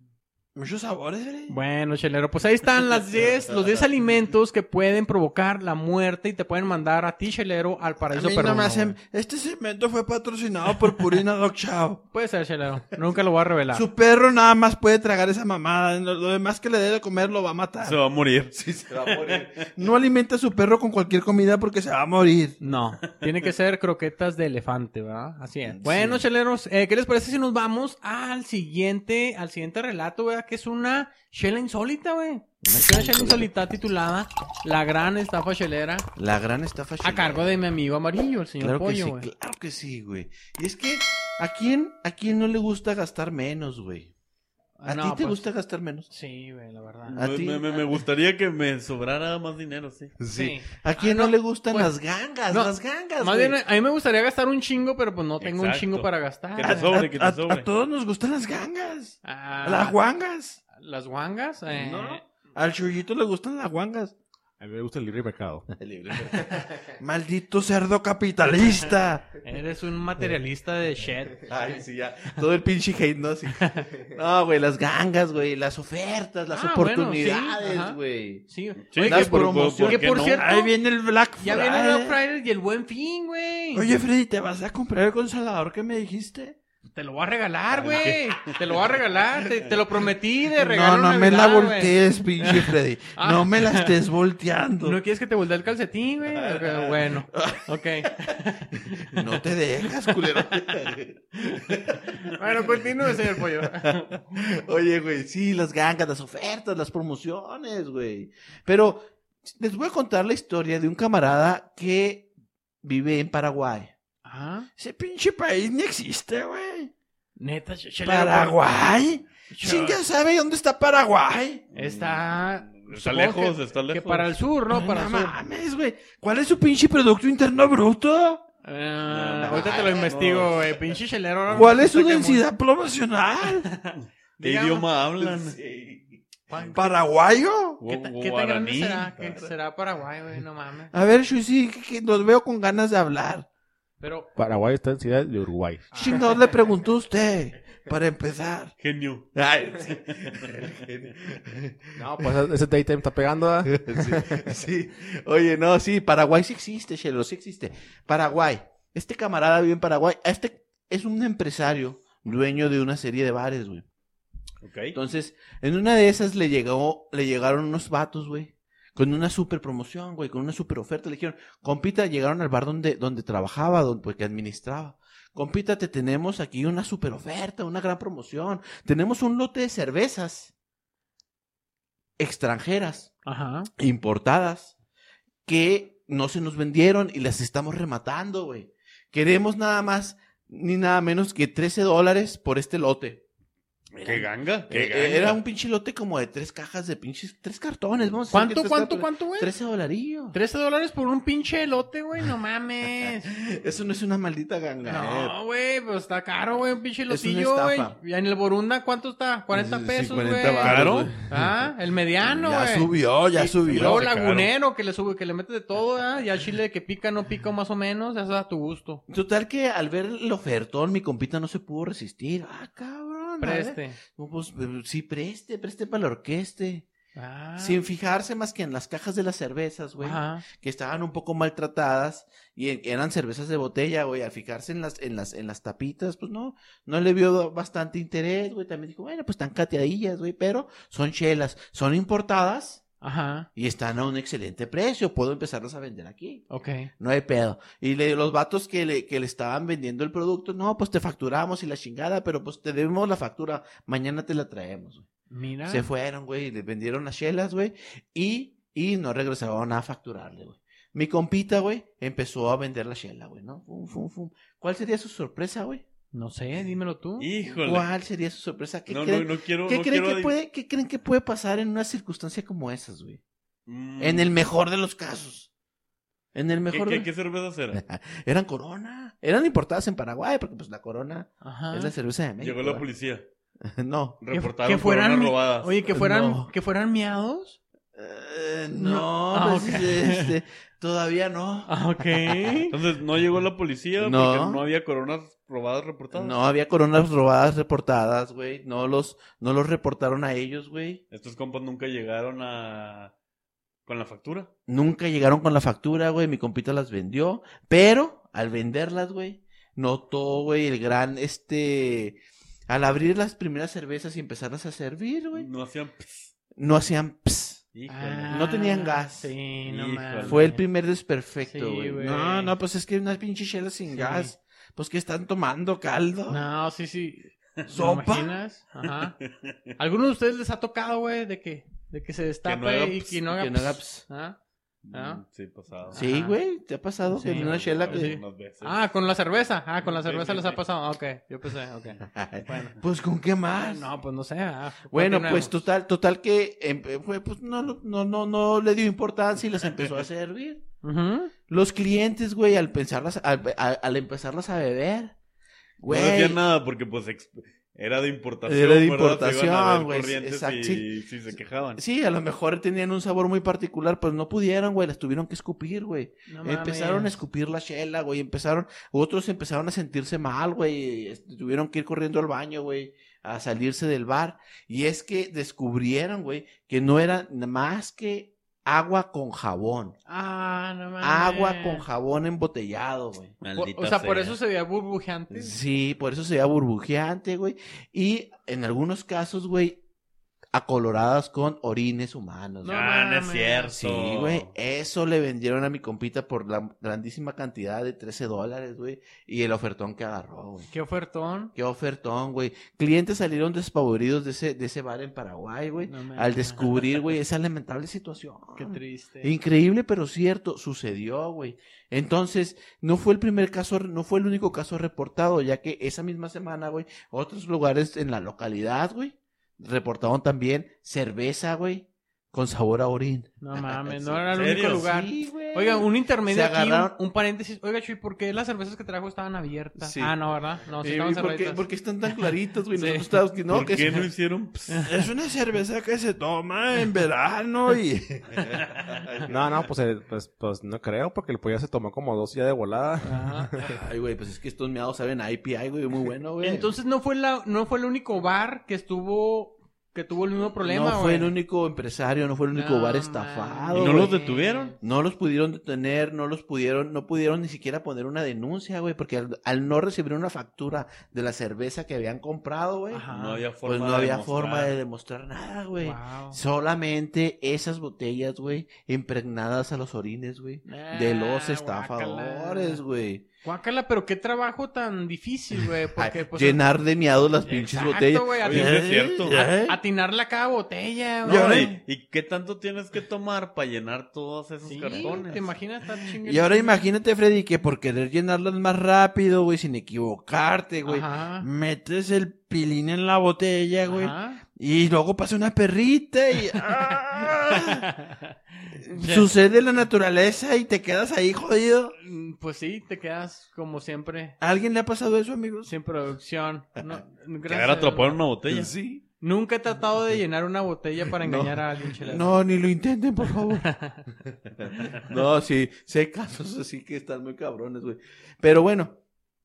Speaker 2: Muchos sabores, güey.
Speaker 1: Bueno, chelero, pues ahí están las 10, los 10 alimentos que pueden provocar la muerte y te pueden mandar a ti, chelero, al
Speaker 2: A
Speaker 1: paraíso
Speaker 2: mí
Speaker 1: perro.
Speaker 2: no me hacen- Este segmento fue patrocinado por Purina Dog Chow.
Speaker 1: Puede ser, chelero, nunca lo voy a revelar.
Speaker 2: Su perro nada más puede tragar esa mamada. Lo, lo demás que le dé de comer lo va a matar.
Speaker 4: Se va a morir.
Speaker 2: No alimenta a su perro con cualquier comida porque se va a morir.
Speaker 1: No, tiene que ser croquetas de elefante, ¿verdad? Así es. Bueno, cheleros, eh, ¿qué les parece si nos vamos al siguiente, al siguiente relato, ¿verdad? Que es una chela insólita, güey. Es una chela insólita titulada La Gran Estafa Chelera,
Speaker 5: La gran estafa
Speaker 1: a
Speaker 5: chilena.
Speaker 1: cargo de mi amigo amarillo, el señor
Speaker 5: Claro que
Speaker 1: Pollo,
Speaker 5: sí,
Speaker 1: güey.
Speaker 5: claro que sí, güey. Y es que, ¿a quién, ¿a quién no le gusta gastar menos, güey? ¿A
Speaker 1: No,
Speaker 5: ti te
Speaker 1: pues,
Speaker 5: gusta gastar menos?
Speaker 1: Sí, güey, la verdad.
Speaker 5: A
Speaker 4: Pues
Speaker 5: ti-
Speaker 4: me, me- me gustaría que me sobrara más dinero, sí.
Speaker 1: Sí.
Speaker 5: ¿A quién
Speaker 1: Ah,
Speaker 5: no,
Speaker 1: no,
Speaker 5: le gustan
Speaker 1: pues,
Speaker 5: las gangas?
Speaker 1: no,
Speaker 5: las gangas,
Speaker 1: Más
Speaker 5: güey.
Speaker 1: bien, a mí me gustaría gastar un chingo, pero pues no tengo un
Speaker 4: Exacto.
Speaker 1: chingo para gastar.
Speaker 4: Que te
Speaker 2: A,
Speaker 4: sobre, que
Speaker 2: a-
Speaker 4: te
Speaker 2: a
Speaker 4: sobre.
Speaker 2: todos nos gustan las gangas.
Speaker 1: Ah,
Speaker 2: Las guangas.
Speaker 1: ¿Las guangas? Eh,
Speaker 2: ¿No? Al chullito le gustan las guangas.
Speaker 3: A mí me gusta el libre mercado.
Speaker 2: Maldito cerdo capitalista.
Speaker 1: Eres un materialista de shit.
Speaker 5: Ay, sí, ya. Todo el pinche hate, ¿no? Así. No, güey, las gangas, güey. Las ofertas, las
Speaker 1: Ah, bueno, sí, ajá.
Speaker 5: oportunidades, güey.
Speaker 1: Sí,
Speaker 4: Sí,
Speaker 1: Oye,
Speaker 5: Las
Speaker 2: pues,
Speaker 1: que-
Speaker 4: por- por-
Speaker 5: promociones.
Speaker 4: ¿por
Speaker 1: Que
Speaker 4: qué
Speaker 1: por
Speaker 4: no?
Speaker 1: cierto-
Speaker 2: Ahí viene el Black
Speaker 1: ya
Speaker 2: Friday.
Speaker 1: viene el Black Friday y el Buen Fin, güey.
Speaker 2: Oye, Freddy, ¿te vas a comprar el consolador que me dijiste?
Speaker 1: Pues, Te lo voy a regalar, güey. Te lo voy a regalar. Te, te lo prometí de
Speaker 2: No,
Speaker 1: regalo.
Speaker 2: no me la
Speaker 1: Navidad, güey.
Speaker 2: voltees, pinche Freddy.
Speaker 1: Ah.
Speaker 2: No me la estés volteando.
Speaker 1: ¿No quieres que te voltee el calcetín, güey? Ok, Bueno, ok.
Speaker 2: No te dejas, culero.
Speaker 1: Bueno, continúe, señor Pollo.
Speaker 5: Oye, güey, sí, las gangas, las ofertas, las promociones, güey. Pero les voy a contar la historia de un camarada que vive en Paraguay.
Speaker 1: Ajá.
Speaker 2: Ese pinche país ni existe, güey.
Speaker 1: Neta, ch- chelero,
Speaker 2: Paraguay.
Speaker 1: Yo-
Speaker 2: Chinga sabe dónde está Paraguay.
Speaker 1: Está.
Speaker 4: Mm, Está
Speaker 1: supongo que-
Speaker 4: lejos, está
Speaker 1: Que
Speaker 4: lejos.
Speaker 1: para el sur, ¿no?
Speaker 2: Ay,
Speaker 1: Para
Speaker 2: no
Speaker 1: el sur.
Speaker 2: mames, güey. ¿Cuál es su pinche Producto Interno Bruto?
Speaker 1: Ah,
Speaker 4: No, no,
Speaker 1: ahorita te lo
Speaker 4: no.
Speaker 1: investigo, güey. Pinche chelero. ahora
Speaker 2: ¿Cuál
Speaker 1: me
Speaker 2: es su
Speaker 1: resulta Ah, que muy-
Speaker 2: densidad poblacional?
Speaker 4: ¿Qué
Speaker 1: Digamos-
Speaker 4: idioma hablan?
Speaker 2: ¿Paraguayo?
Speaker 1: ¿Qué,
Speaker 4: Gu-
Speaker 1: ta-
Speaker 4: gu-
Speaker 1: qué tan grande
Speaker 4: guaraní. Ah,
Speaker 1: será? ¿Qué será Paraguay, güey? No mames.
Speaker 2: A ver, yo sí que- que los veo con ganas de hablar.
Speaker 1: Pero,
Speaker 3: Paraguay está en ciudad de Uruguay.
Speaker 1: Ah.
Speaker 2: Chingados le preguntó a usted, para empezar.
Speaker 4: Genio.
Speaker 5: Ay, sí.
Speaker 3: No, pues ese daytime está pegando. ¿ah?
Speaker 5: Sí, sí. Oye, no, sí, Paraguay sí existe, Chelo, sí existe. Paraguay. Este camarada vive en Paraguay. Este es un empresario, dueño de una serie de bares, güey.
Speaker 4: Ok.
Speaker 5: Entonces, en una de esas le llegó, le llegaron unos vatos, güey. Con una super promoción, güey, con una super oferta. Le dijeron, compita, llegaron al bar donde, donde trabajaba, donde, pues, que administraba. Compita, te tenemos aquí una super oferta, una gran promoción. Tenemos un lote de cervezas extranjeras
Speaker 1: ajá.
Speaker 5: importadas que no se nos vendieron y las estamos rematando, güey. Queremos nada más ni nada menos que 13 dólares por este lote.
Speaker 4: ¿Qué ganga? ¿Qué
Speaker 5: Eh,
Speaker 4: ganga?
Speaker 5: Era un pinche lote como de tres cajas de pinches, tres cartones, vamos a decir
Speaker 1: ¿Cuánto,
Speaker 5: que tres
Speaker 1: cuánto,
Speaker 5: cartones.
Speaker 1: cuánto, güey?
Speaker 5: 13 dolarillos.
Speaker 1: 13 dólares por un pinche elote, güey, no mames.
Speaker 5: Eso no es una maldita ganga. eh.
Speaker 1: No, güey, pues está caro, güey, un pinche
Speaker 5: Es una
Speaker 1: lotillo, güey.
Speaker 5: estafa.
Speaker 1: Y en el Borunda, ¿cuánto está? 40 pesos, güey.
Speaker 4: varos.
Speaker 5: Claro.
Speaker 1: Ah, el mediano,
Speaker 5: ya
Speaker 1: güey.
Speaker 5: subió, ya
Speaker 1: Y
Speaker 5: subió.
Speaker 1: luego
Speaker 4: Claro.
Speaker 1: lagunero que le sube, que le mete de todo, ¿ah? Ya chile que pica, no pica más o menos, ya es a tu gusto.
Speaker 5: Total que al ver el ofertón, mi compita no se pudo resistir. Ah, cabrón. a ver.
Speaker 1: Preste.
Speaker 5: No, pues, eh, sí, preste, preste para la orquesta.
Speaker 1: Ah.
Speaker 5: Sin fijarse más que en las cajas de las cervezas, güey.
Speaker 1: Ajá.
Speaker 5: que estaban un poco maltratadas y e- eran cervezas de botella, güey. Al fijarse en las, en las, en las tapitas, pues no, no le vio bastante interés, güey. También dijo, bueno, pues están cateadillas, güey, pero son chelas, son importadas
Speaker 1: Ajá.
Speaker 5: y están a un excelente precio. Puedo empezarlas a vender aquí.
Speaker 1: Ok.
Speaker 5: No hay pedo. Y le- los vatos que le, que le estaban vendiendo el producto, no, pues te facturamos y la chingada, pero pues te debemos la factura. Mañana te la traemos, güey.
Speaker 1: Mira.
Speaker 5: Se fueron, güey, y les vendieron las chelas, güey, y, y no regresaron a facturarle, güey. Mi compita, güey, empezó a vender la chela, güey, ¿no? Fum, fum, fum. ¿Cuál sería su sorpresa, güey?
Speaker 1: No sé, dímelo tú.
Speaker 4: Híjole.
Speaker 5: ¿Cuál sería su sorpresa? ¿Qué
Speaker 4: No, no,
Speaker 5: creen,
Speaker 4: no quiero.
Speaker 5: qué creen
Speaker 4: no quiero
Speaker 5: que
Speaker 4: adiv-
Speaker 5: puede, qué creen que puede pasar en una circunstancia como esas, güey?
Speaker 4: Mm,
Speaker 5: En el mejor de los casos. En el
Speaker 4: ¿qué-
Speaker 5: mejor
Speaker 4: ¿Qué,
Speaker 5: de-
Speaker 4: qué cervezas eran?
Speaker 5: Eran Corona. Eran importadas en Paraguay, porque pues la Corona
Speaker 1: Ajá.
Speaker 5: es la cerveza de México.
Speaker 4: Ah. Llegó la
Speaker 5: ¿verdad?
Speaker 4: policía.
Speaker 5: No.
Speaker 1: Que-
Speaker 4: Reportaron
Speaker 1: que fueran
Speaker 4: fueron
Speaker 1: mi-
Speaker 4: robadas.
Speaker 1: Oye, que fueran,
Speaker 5: No.
Speaker 1: que fueran miados.
Speaker 5: Eh,
Speaker 1: No.
Speaker 5: no,
Speaker 1: Ah,
Speaker 5: pues,
Speaker 1: ok.
Speaker 5: este, todavía no.
Speaker 1: Ah, ok.
Speaker 4: Entonces, ¿no llegó la policía?
Speaker 5: No.
Speaker 4: Porque no había coronas robadas reportadas.
Speaker 5: No había coronas robadas reportadas, güey. No los, no los reportaron a ellos, güey.
Speaker 4: Estos compas nunca llegaron a. con la factura.
Speaker 5: Nunca llegaron con la factura, güey. Mi compita las vendió. Pero al venderlas, güey, notó, güey, el gran, este... Al abrir las primeras cervezas y empezarlas a servir, güey,
Speaker 4: No hacían. pues,
Speaker 5: no hacían... ps.
Speaker 4: Híjole.
Speaker 1: Ah,
Speaker 5: No tenían gas.
Speaker 1: Sí, no
Speaker 4: Híjole.
Speaker 1: mames.
Speaker 5: Fue el primer desperfecto,
Speaker 1: Sí,
Speaker 5: güey.
Speaker 1: güey.
Speaker 5: no, no, pues es que unas pinches chelas sin
Speaker 1: Sí.
Speaker 5: gas. Pues que están tomando caldo.
Speaker 1: No, sí, sí.
Speaker 5: ¿Sopa?
Speaker 1: ¿Te imaginas? Ajá. ¿Alguno de ustedes les ha tocado, güey, de que, de que se destape
Speaker 4: haga
Speaker 1: y
Speaker 4: ps,
Speaker 1: que no haga,
Speaker 5: que no haga ps.
Speaker 1: ¿Ah? ¿Ah?
Speaker 4: Mm, Sí, pasado.
Speaker 5: Sí,
Speaker 1: Ajá.
Speaker 5: güey, ¿te ha pasado que
Speaker 1: Sí,
Speaker 5: en una chela que...
Speaker 1: sí.
Speaker 4: Unas veces.
Speaker 1: Ah, con la cerveza. Ah, con la
Speaker 4: Sí,
Speaker 1: cerveza
Speaker 4: sí,
Speaker 1: les
Speaker 4: sí.
Speaker 1: ha pasado. Ok, yo pensé, ok. Bueno.
Speaker 5: Pues con qué
Speaker 1: Ah,
Speaker 5: más.
Speaker 1: no, pues no sé. ah,
Speaker 5: Bueno,
Speaker 1: continuemos.
Speaker 5: pues total, total que em, eh, fue, pues no, lo- no, no, no le dio importancia y las empezó a servir.
Speaker 1: Ujú.
Speaker 5: Los clientes, güey, al pensarlas, al, al- al empezarlas a beber, güey.
Speaker 4: No decían nada porque, pues, exp- era de importación.
Speaker 5: Era de
Speaker 4: ¿verdad? Se iban a
Speaker 5: importación,
Speaker 4: ver
Speaker 5: güey,
Speaker 4: corrientes
Speaker 5: exacto,
Speaker 4: y-
Speaker 5: sí.
Speaker 4: y si se quejaban.
Speaker 5: Sí, a lo mejor tenían un sabor muy particular, pues no pudieron, güey, las tuvieron que escupir, güey.
Speaker 1: No
Speaker 5: empezaron a
Speaker 1: mames.
Speaker 5: escupir la chela, güey, empezaron, otros empezaron a sentirse mal, güey, este, tuvieron que ir corriendo al baño, güey, a salirse del bar. Y es que descubrieron, güey, que no era nada más que agua con jabón.
Speaker 1: Ah, no mames.
Speaker 5: Agua con jabón embotellado, güey.
Speaker 1: Por- O sea, por eso se veía burbujeante.
Speaker 5: Sí, por eso se veía burbujeante, güey. Y en algunos casos, güey, acoloradas con orines humanos.
Speaker 1: No
Speaker 5: güey.
Speaker 4: Ah, no es
Speaker 1: mames.
Speaker 4: cierto.
Speaker 5: Sí, güey. Eso le vendieron a mi compita por la grandísima cantidad de 13 dólares, güey. Y el ofertón que agarró, güey.
Speaker 1: Qué ofertón.
Speaker 5: Qué ofertón, güey. Clientes salieron despavoridos de ese, de ese bar en Paraguay, güey.
Speaker 1: No mames.
Speaker 5: al descubrir, güey, esa lamentable situación.
Speaker 1: Qué triste.
Speaker 5: Increíble, pero cierto, sucedió, güey. Entonces, no fue el primer caso, no fue el único caso reportado, ya que esa misma semana, güey, otros lugares en la localidad, güey, reportaron también cerveza, güey, con sabor a orín.
Speaker 1: No mames, no
Speaker 5: Sí.
Speaker 1: era el
Speaker 4: ¿En
Speaker 1: único
Speaker 4: serio?
Speaker 1: lugar.
Speaker 5: Sí, güey.
Speaker 1: Oiga, un intermedio
Speaker 5: Se
Speaker 1: aquí,
Speaker 5: agarraron-
Speaker 1: un, un paréntesis. Oiga, Chuy, ¿por qué las cervezas que trajo estaban abiertas?
Speaker 5: Sí.
Speaker 1: Ah, no, ¿verdad? No, sí
Speaker 5: Eh,
Speaker 1: estaban
Speaker 5: ¿por, qué,
Speaker 1: cerradas.
Speaker 5: por qué están tan claritos, güey?
Speaker 1: Sí.
Speaker 5: Nosotros estábamos que no,
Speaker 4: ¿Por
Speaker 5: que
Speaker 4: qué
Speaker 5: es,
Speaker 4: no hicieron?
Speaker 2: Es una cerveza que se toma en verano y...
Speaker 3: No, no, pues, eh, pues, pues no creo, porque el pollo ya se tomó como dos ya de volada.
Speaker 1: Ah.
Speaker 5: Ay, güey, pues es que estos meados saben a IPI, güey, muy bueno, güey.
Speaker 1: Entonces no fue la, no fue el único bar que estuvo, que tuvo el mismo problema,
Speaker 5: no fue
Speaker 1: güey.
Speaker 5: el único empresario, no fue el único
Speaker 1: No,
Speaker 5: bar
Speaker 1: man.
Speaker 5: estafado.
Speaker 4: ¿Y no
Speaker 5: güey.
Speaker 4: los detuvieron?
Speaker 5: No los pudieron detener, no los pudieron, no pudieron ni siquiera poner una denuncia, güey, porque al, al no recibir una factura de la cerveza que habían comprado, güey,
Speaker 1: Ajá.
Speaker 4: No había forma
Speaker 5: pues no
Speaker 4: de
Speaker 5: había
Speaker 4: demostrar.
Speaker 5: forma de demostrar nada, güey.
Speaker 1: Wow.
Speaker 5: Solamente esas botellas, güey, impregnadas a los orines, güey, de los
Speaker 1: Ah,
Speaker 5: estafadores,
Speaker 1: guácala.
Speaker 5: güey.
Speaker 1: Guácala, pero qué trabajo tan difícil, güey. Porque,
Speaker 5: Ay,
Speaker 1: pues,
Speaker 5: llenar de miados las pinches
Speaker 1: Exacto,
Speaker 5: botellas.
Speaker 1: güey,
Speaker 4: Oye, sí es cierto.
Speaker 5: Ay,
Speaker 1: atinarle a cada botella,
Speaker 4: No,
Speaker 1: güey.
Speaker 5: ahora-
Speaker 4: ¿y, y qué tanto tienes que tomar para llenar todos esos
Speaker 1: Sí,
Speaker 4: cartones?
Speaker 1: te imaginas estar chingando.
Speaker 5: Y ahora imagínate, Freddy, que por querer llenarlas más rápido, güey, sin equivocarte, güey,
Speaker 1: Ajá,
Speaker 5: metes el pilín en la botella, güey,
Speaker 1: ajá.
Speaker 5: y luego pasa una perrita y... ¡Ah!
Speaker 1: Pues,
Speaker 5: Sucede la naturaleza y te quedas ahí jodido.
Speaker 1: Mm, Pues sí, te quedas como siempre,
Speaker 5: ¿A alguien le ha pasado eso, amigos?
Speaker 1: sin producción. No,
Speaker 4: Quedar atrapado en una botella.
Speaker 5: Sí.
Speaker 1: Nunca he tratado de llenar una botella para
Speaker 5: No.
Speaker 1: engañar a alguien, chelero.
Speaker 5: No, ni lo intenten, por favor. no, sí, sí hay casos así que están muy cabrones, güey. Pero bueno,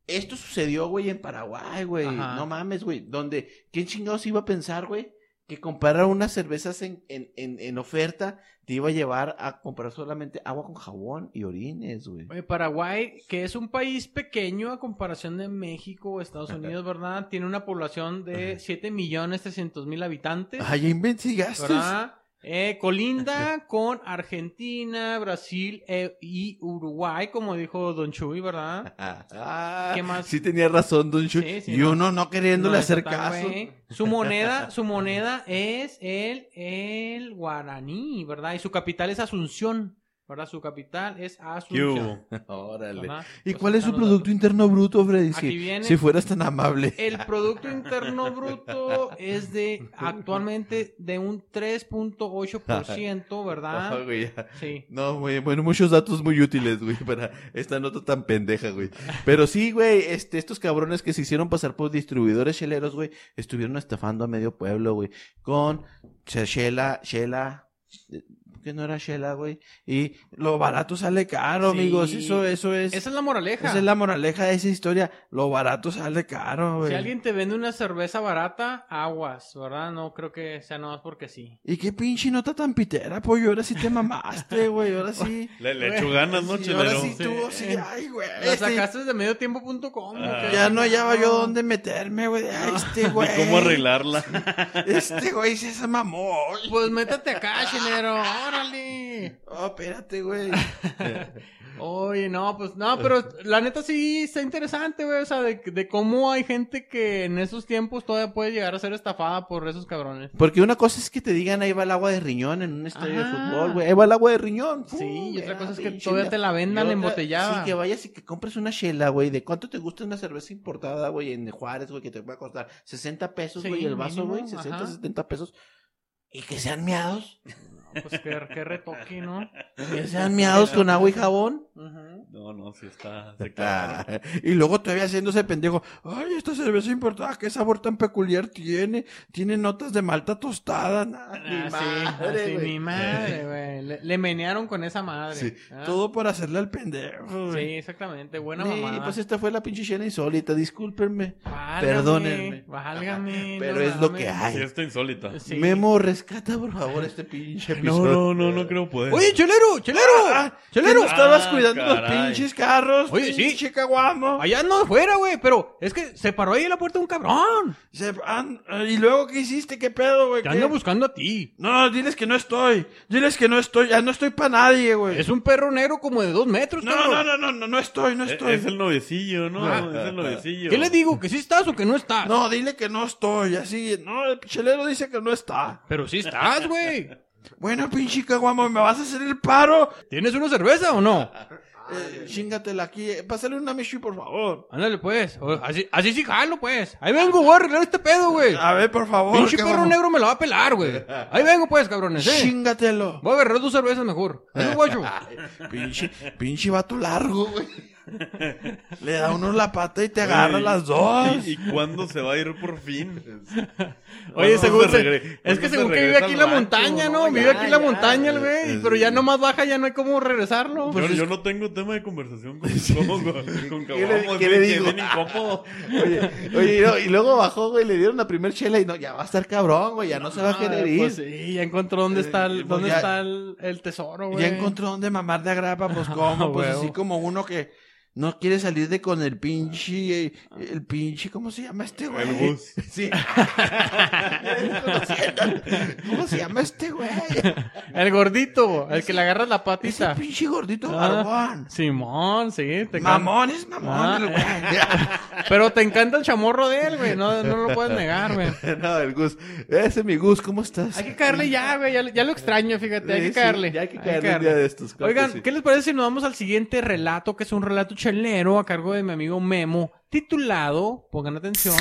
Speaker 5: esto sucedió, güey, en Paraguay, güey.
Speaker 1: Ajá.
Speaker 5: No mames, güey. Donde, ¿quién chingados iba a pensar, güey? Que comprar unas cervezas en, en, en, en oferta te iba a llevar a comprar solamente agua con jabón y orines, güey.
Speaker 1: Oye, Paraguay, que es un país pequeño a comparación de México o Estados Unidos, ¿verdad? Tiene una población de 7 millones 300 mil habitantes,
Speaker 5: Ay, ya investigaste.
Speaker 1: ¿verdad? Eh, colinda con Argentina, Brasil eh, y Uruguay, como dijo Don Chuy, ¿verdad?
Speaker 5: Ah,
Speaker 1: ¿Qué más?
Speaker 5: Sí tenía razón, Don Chuy.
Speaker 1: Sí, sí,
Speaker 5: y
Speaker 1: no.
Speaker 5: uno no queriéndole
Speaker 1: No,
Speaker 5: hacer
Speaker 1: está tan
Speaker 5: caso.
Speaker 1: güey. Su moneda, su moneda es el, el guaraní, ¿verdad? Y su capital es Asunción, ¿verdad? Su capital es
Speaker 4: ¿Qué
Speaker 1: Asunción.
Speaker 4: hubo?
Speaker 5: Órale.
Speaker 1: ¿verdad?
Speaker 5: ¿Y
Speaker 1: Pues
Speaker 5: cuál
Speaker 1: ahí
Speaker 5: es su
Speaker 1: están los
Speaker 5: producto
Speaker 1: datos.
Speaker 5: interno bruto, Freddy?
Speaker 1: Aquí
Speaker 5: Si,
Speaker 1: viene.
Speaker 5: si fueras tan amable.
Speaker 1: El Producto Interno Bruto es de actualmente de un 3.8%,
Speaker 5: Ah,
Speaker 1: ¿verdad?
Speaker 5: güey, ya.
Speaker 1: Sí.
Speaker 5: No, güey, bueno, muchos datos muy útiles, güey, para esta nota tan pendeja, güey. Pero sí, güey, este, estos cabrones que se hicieron pasar por distribuidores cheleros, güey, estuvieron estafando a medio pueblo, güey, con che- chela, chela, eh, que no era chela, güey, y lo barato sale caro,
Speaker 1: Sí.
Speaker 5: amigos, eso, eso es,
Speaker 1: Esa es la moraleja.
Speaker 5: esa es la moraleja de esa historia, lo barato sale caro, güey.
Speaker 1: Si alguien te vende una cerveza barata, aguas, ¿verdad? No creo que sea nada más porque sí.
Speaker 5: Y qué pinche nota tan pitera, pollo. Ahora sí te mamaste, güey. Ahora sí.
Speaker 4: Le, le echo ganas, ¿no,
Speaker 5: Sí,
Speaker 4: chelero?
Speaker 5: ahora sí tú,
Speaker 1: Sí.
Speaker 5: sí, ay, güey.
Speaker 1: La
Speaker 5: este-
Speaker 1: Eh, sacaste de mediotiempo.com.
Speaker 4: Ah.
Speaker 1: ¿o qué?
Speaker 5: ya no hallaba yo dónde meterme, güey. Ay, Este,
Speaker 4: ¿Y
Speaker 5: güey.
Speaker 4: cómo arreglarla?
Speaker 5: Este, güey, se se mamó.
Speaker 1: Pues métete acá, chelero. Órale.
Speaker 5: Oh, espérate, güey.
Speaker 1: Oye, no, pues no, pero la neta sí está interesante, güey. O sea, de, de cómo hay gente que en esos tiempos todavía puede llegar a ser estafada por esos cabrones.
Speaker 5: Porque una cosa es que te digan ahí va el agua de riñón en un estadio de
Speaker 1: Ajá.
Speaker 5: fútbol, güey. Ahí va el agua de riñón. ah,
Speaker 1: Sí, y otra cosa es que
Speaker 5: todavía
Speaker 1: todavía te la vendan
Speaker 5: Y otra-
Speaker 1: embotellada.
Speaker 5: Sí, que vayas y que compres una chela, güey. ¿De cuánto te gusta una cerveza importada, güey, en Juárez, güey, que te puede costar 60 pesos,
Speaker 1: Sí,
Speaker 5: güey, el vaso,
Speaker 1: mínimo,
Speaker 5: güey, 60,
Speaker 1: ajá.
Speaker 5: 70 pesos. Y que sean miados.
Speaker 1: No, pues qué, qué retoque, ¿no?
Speaker 5: Que sean miados con agua y jabón.
Speaker 1: Ujú.
Speaker 4: No, no, sí está. se cabra.
Speaker 5: Ah, y luego todavía haciéndose pendejo. Ay, esta cerveza importada, qué sabor tan peculiar tiene. Tiene notas de malta tostada. nah, ni
Speaker 1: Ah, sí,
Speaker 5: madre,
Speaker 1: sí,
Speaker 5: güey.
Speaker 1: mi madre, güey. Le, le menearon con esa madre.
Speaker 5: Sí,
Speaker 1: Ah,
Speaker 5: Todo por hacerle al pendejo.
Speaker 1: Sí,
Speaker 5: güey.
Speaker 1: exactamente. Buena
Speaker 5: Sí,
Speaker 1: mamada.
Speaker 5: pues esta fue la pinche chela insólita, discúlpenme.
Speaker 1: Válgame,
Speaker 5: perdónenme.
Speaker 1: Válgame.
Speaker 5: Pero
Speaker 1: no
Speaker 5: es lo
Speaker 1: mames.
Speaker 5: que hay.
Speaker 4: Sí está insólita.
Speaker 1: Sí.
Speaker 5: Memo, rescata por favor este pinche
Speaker 4: No,
Speaker 5: episodio.
Speaker 4: no, no, no creo poder.
Speaker 1: Oye, chelero, chelero.
Speaker 5: Ah,
Speaker 1: chelero.
Speaker 5: que no estabas
Speaker 4: Ah,
Speaker 5: cuidando los
Speaker 4: caray.
Speaker 5: pinches carros.
Speaker 1: Oye, sí.
Speaker 5: pinche caguamo.
Speaker 1: Allá no fuera, güey, pero es que se paró ahí en la puerta un cabrón.
Speaker 5: Se- an- ¿Y luego qué hiciste? ¿Qué pedo, güey?
Speaker 1: Te
Speaker 5: ¿Qué?
Speaker 1: anda buscando a ti.
Speaker 5: No, diles que no estoy. Diles que no estoy. Ya no estoy para nadie, güey.
Speaker 1: Es un perro negro como de dos metros,
Speaker 5: No,
Speaker 1: cabrón.
Speaker 5: no, no, no, no, no estoy, no
Speaker 4: E-
Speaker 5: estoy.
Speaker 4: Es el noviecillo, ¿no?
Speaker 1: Ah.
Speaker 4: Es el noviecillo.
Speaker 1: ¿Qué le digo? ¿Que sí estás o que no estás?
Speaker 5: No, dile que no estoy. Así, no, el pichelero dice que no está.
Speaker 1: Pero sí estás, güey.
Speaker 5: Bueno, pinche caguamo, ¿me vas a hacer el paro?
Speaker 1: ¿Tienes una cerveza o no?
Speaker 5: Eh, chingatela aquí. eh, Pásale una Michu, por favor.
Speaker 1: Ándale, pues. O- Así, así sí jalo, pues. Ahí vengo, voy a arreglar este pedo, güey.
Speaker 5: A ver, Ah, por favor.
Speaker 1: Pinche
Speaker 5: caguamo.
Speaker 1: perro negro me la va a pelar, güey. Ahí vengo, pues, cabrones, eh.
Speaker 5: Chingatelo.
Speaker 1: Voy a agarrar dos cervezas mejor. Eso, guacho.
Speaker 5: Pinche, pinche vato largo, güey. Le da uno la pata y te
Speaker 4: Oye,
Speaker 5: agarra
Speaker 4: ¿y-
Speaker 5: las dos.
Speaker 4: ¿Y, y cuándo se va a ir por fin?
Speaker 1: Oye,
Speaker 4: ¿Cuándo
Speaker 1: según
Speaker 4: se
Speaker 1: se-
Speaker 4: regre-
Speaker 1: es que
Speaker 4: cuándo se
Speaker 1: según que vive
Speaker 4: regresa
Speaker 1: aquí en
Speaker 4: al
Speaker 1: la
Speaker 4: rancho?
Speaker 1: montaña, ¿no?
Speaker 5: no,
Speaker 1: vive
Speaker 5: ya,
Speaker 1: aquí en la
Speaker 5: ya.
Speaker 1: montaña el güey, pero ya nomás baja, ya no hay cómo regresarlo.
Speaker 5: Pues
Speaker 4: Yo, yo no tengo tema de conversación con con, con, con
Speaker 5: ¿Qué le-
Speaker 4: Caguamo,
Speaker 5: qué le
Speaker 4: sí, que
Speaker 5: digo?
Speaker 4: es bien incómodo.
Speaker 5: Oye, oye, y lo- y luego bajó, güey, le dieron la primer chela y no, ya va a estar cabrón, güey, ya no, se va a querer ir.
Speaker 1: Pues sí, ya encontró dónde está
Speaker 5: Eh,
Speaker 1: el,
Speaker 5: Ah, pues
Speaker 1: dónde
Speaker 5: ya-
Speaker 1: está el, el tesoro, güey.
Speaker 5: ya encontró dónde mamar de agrapa, pues
Speaker 1: Ah,
Speaker 5: como, pues
Speaker 1: huevo.
Speaker 5: así como uno que No quiere salir de con el pinche, eh, el pinche, ¿cómo se llama este güey?
Speaker 4: El bus.
Speaker 5: Sí. ¿Cómo se llama este güey?
Speaker 1: El gordito, el que le agarra la
Speaker 5: Ese
Speaker 1: patita.
Speaker 5: pinche gordito
Speaker 1: Ah.
Speaker 5: barbón.
Speaker 1: Simón, sí. Te can-
Speaker 5: Mamón, es mamón
Speaker 1: Ah.
Speaker 5: el güey.
Speaker 1: Pero te encanta el chamorro de él, güey. No, no lo puedes negar, güey.
Speaker 5: no, el Gus. Ese es mi Gus, ¿cómo estás?
Speaker 1: Hay que caerle ya, güey. Ya, ya lo extraño, fíjate. Hay
Speaker 5: Sí,
Speaker 1: que
Speaker 5: sí,
Speaker 1: caerle.
Speaker 5: ya hay que caerle un día de estos. claro que
Speaker 1: Oigan,
Speaker 5: sí.
Speaker 1: ¿qué les parece si nos vamos al siguiente relato, que es un relato chelero a cargo de mi amigo Memo, titulado, pongan atención,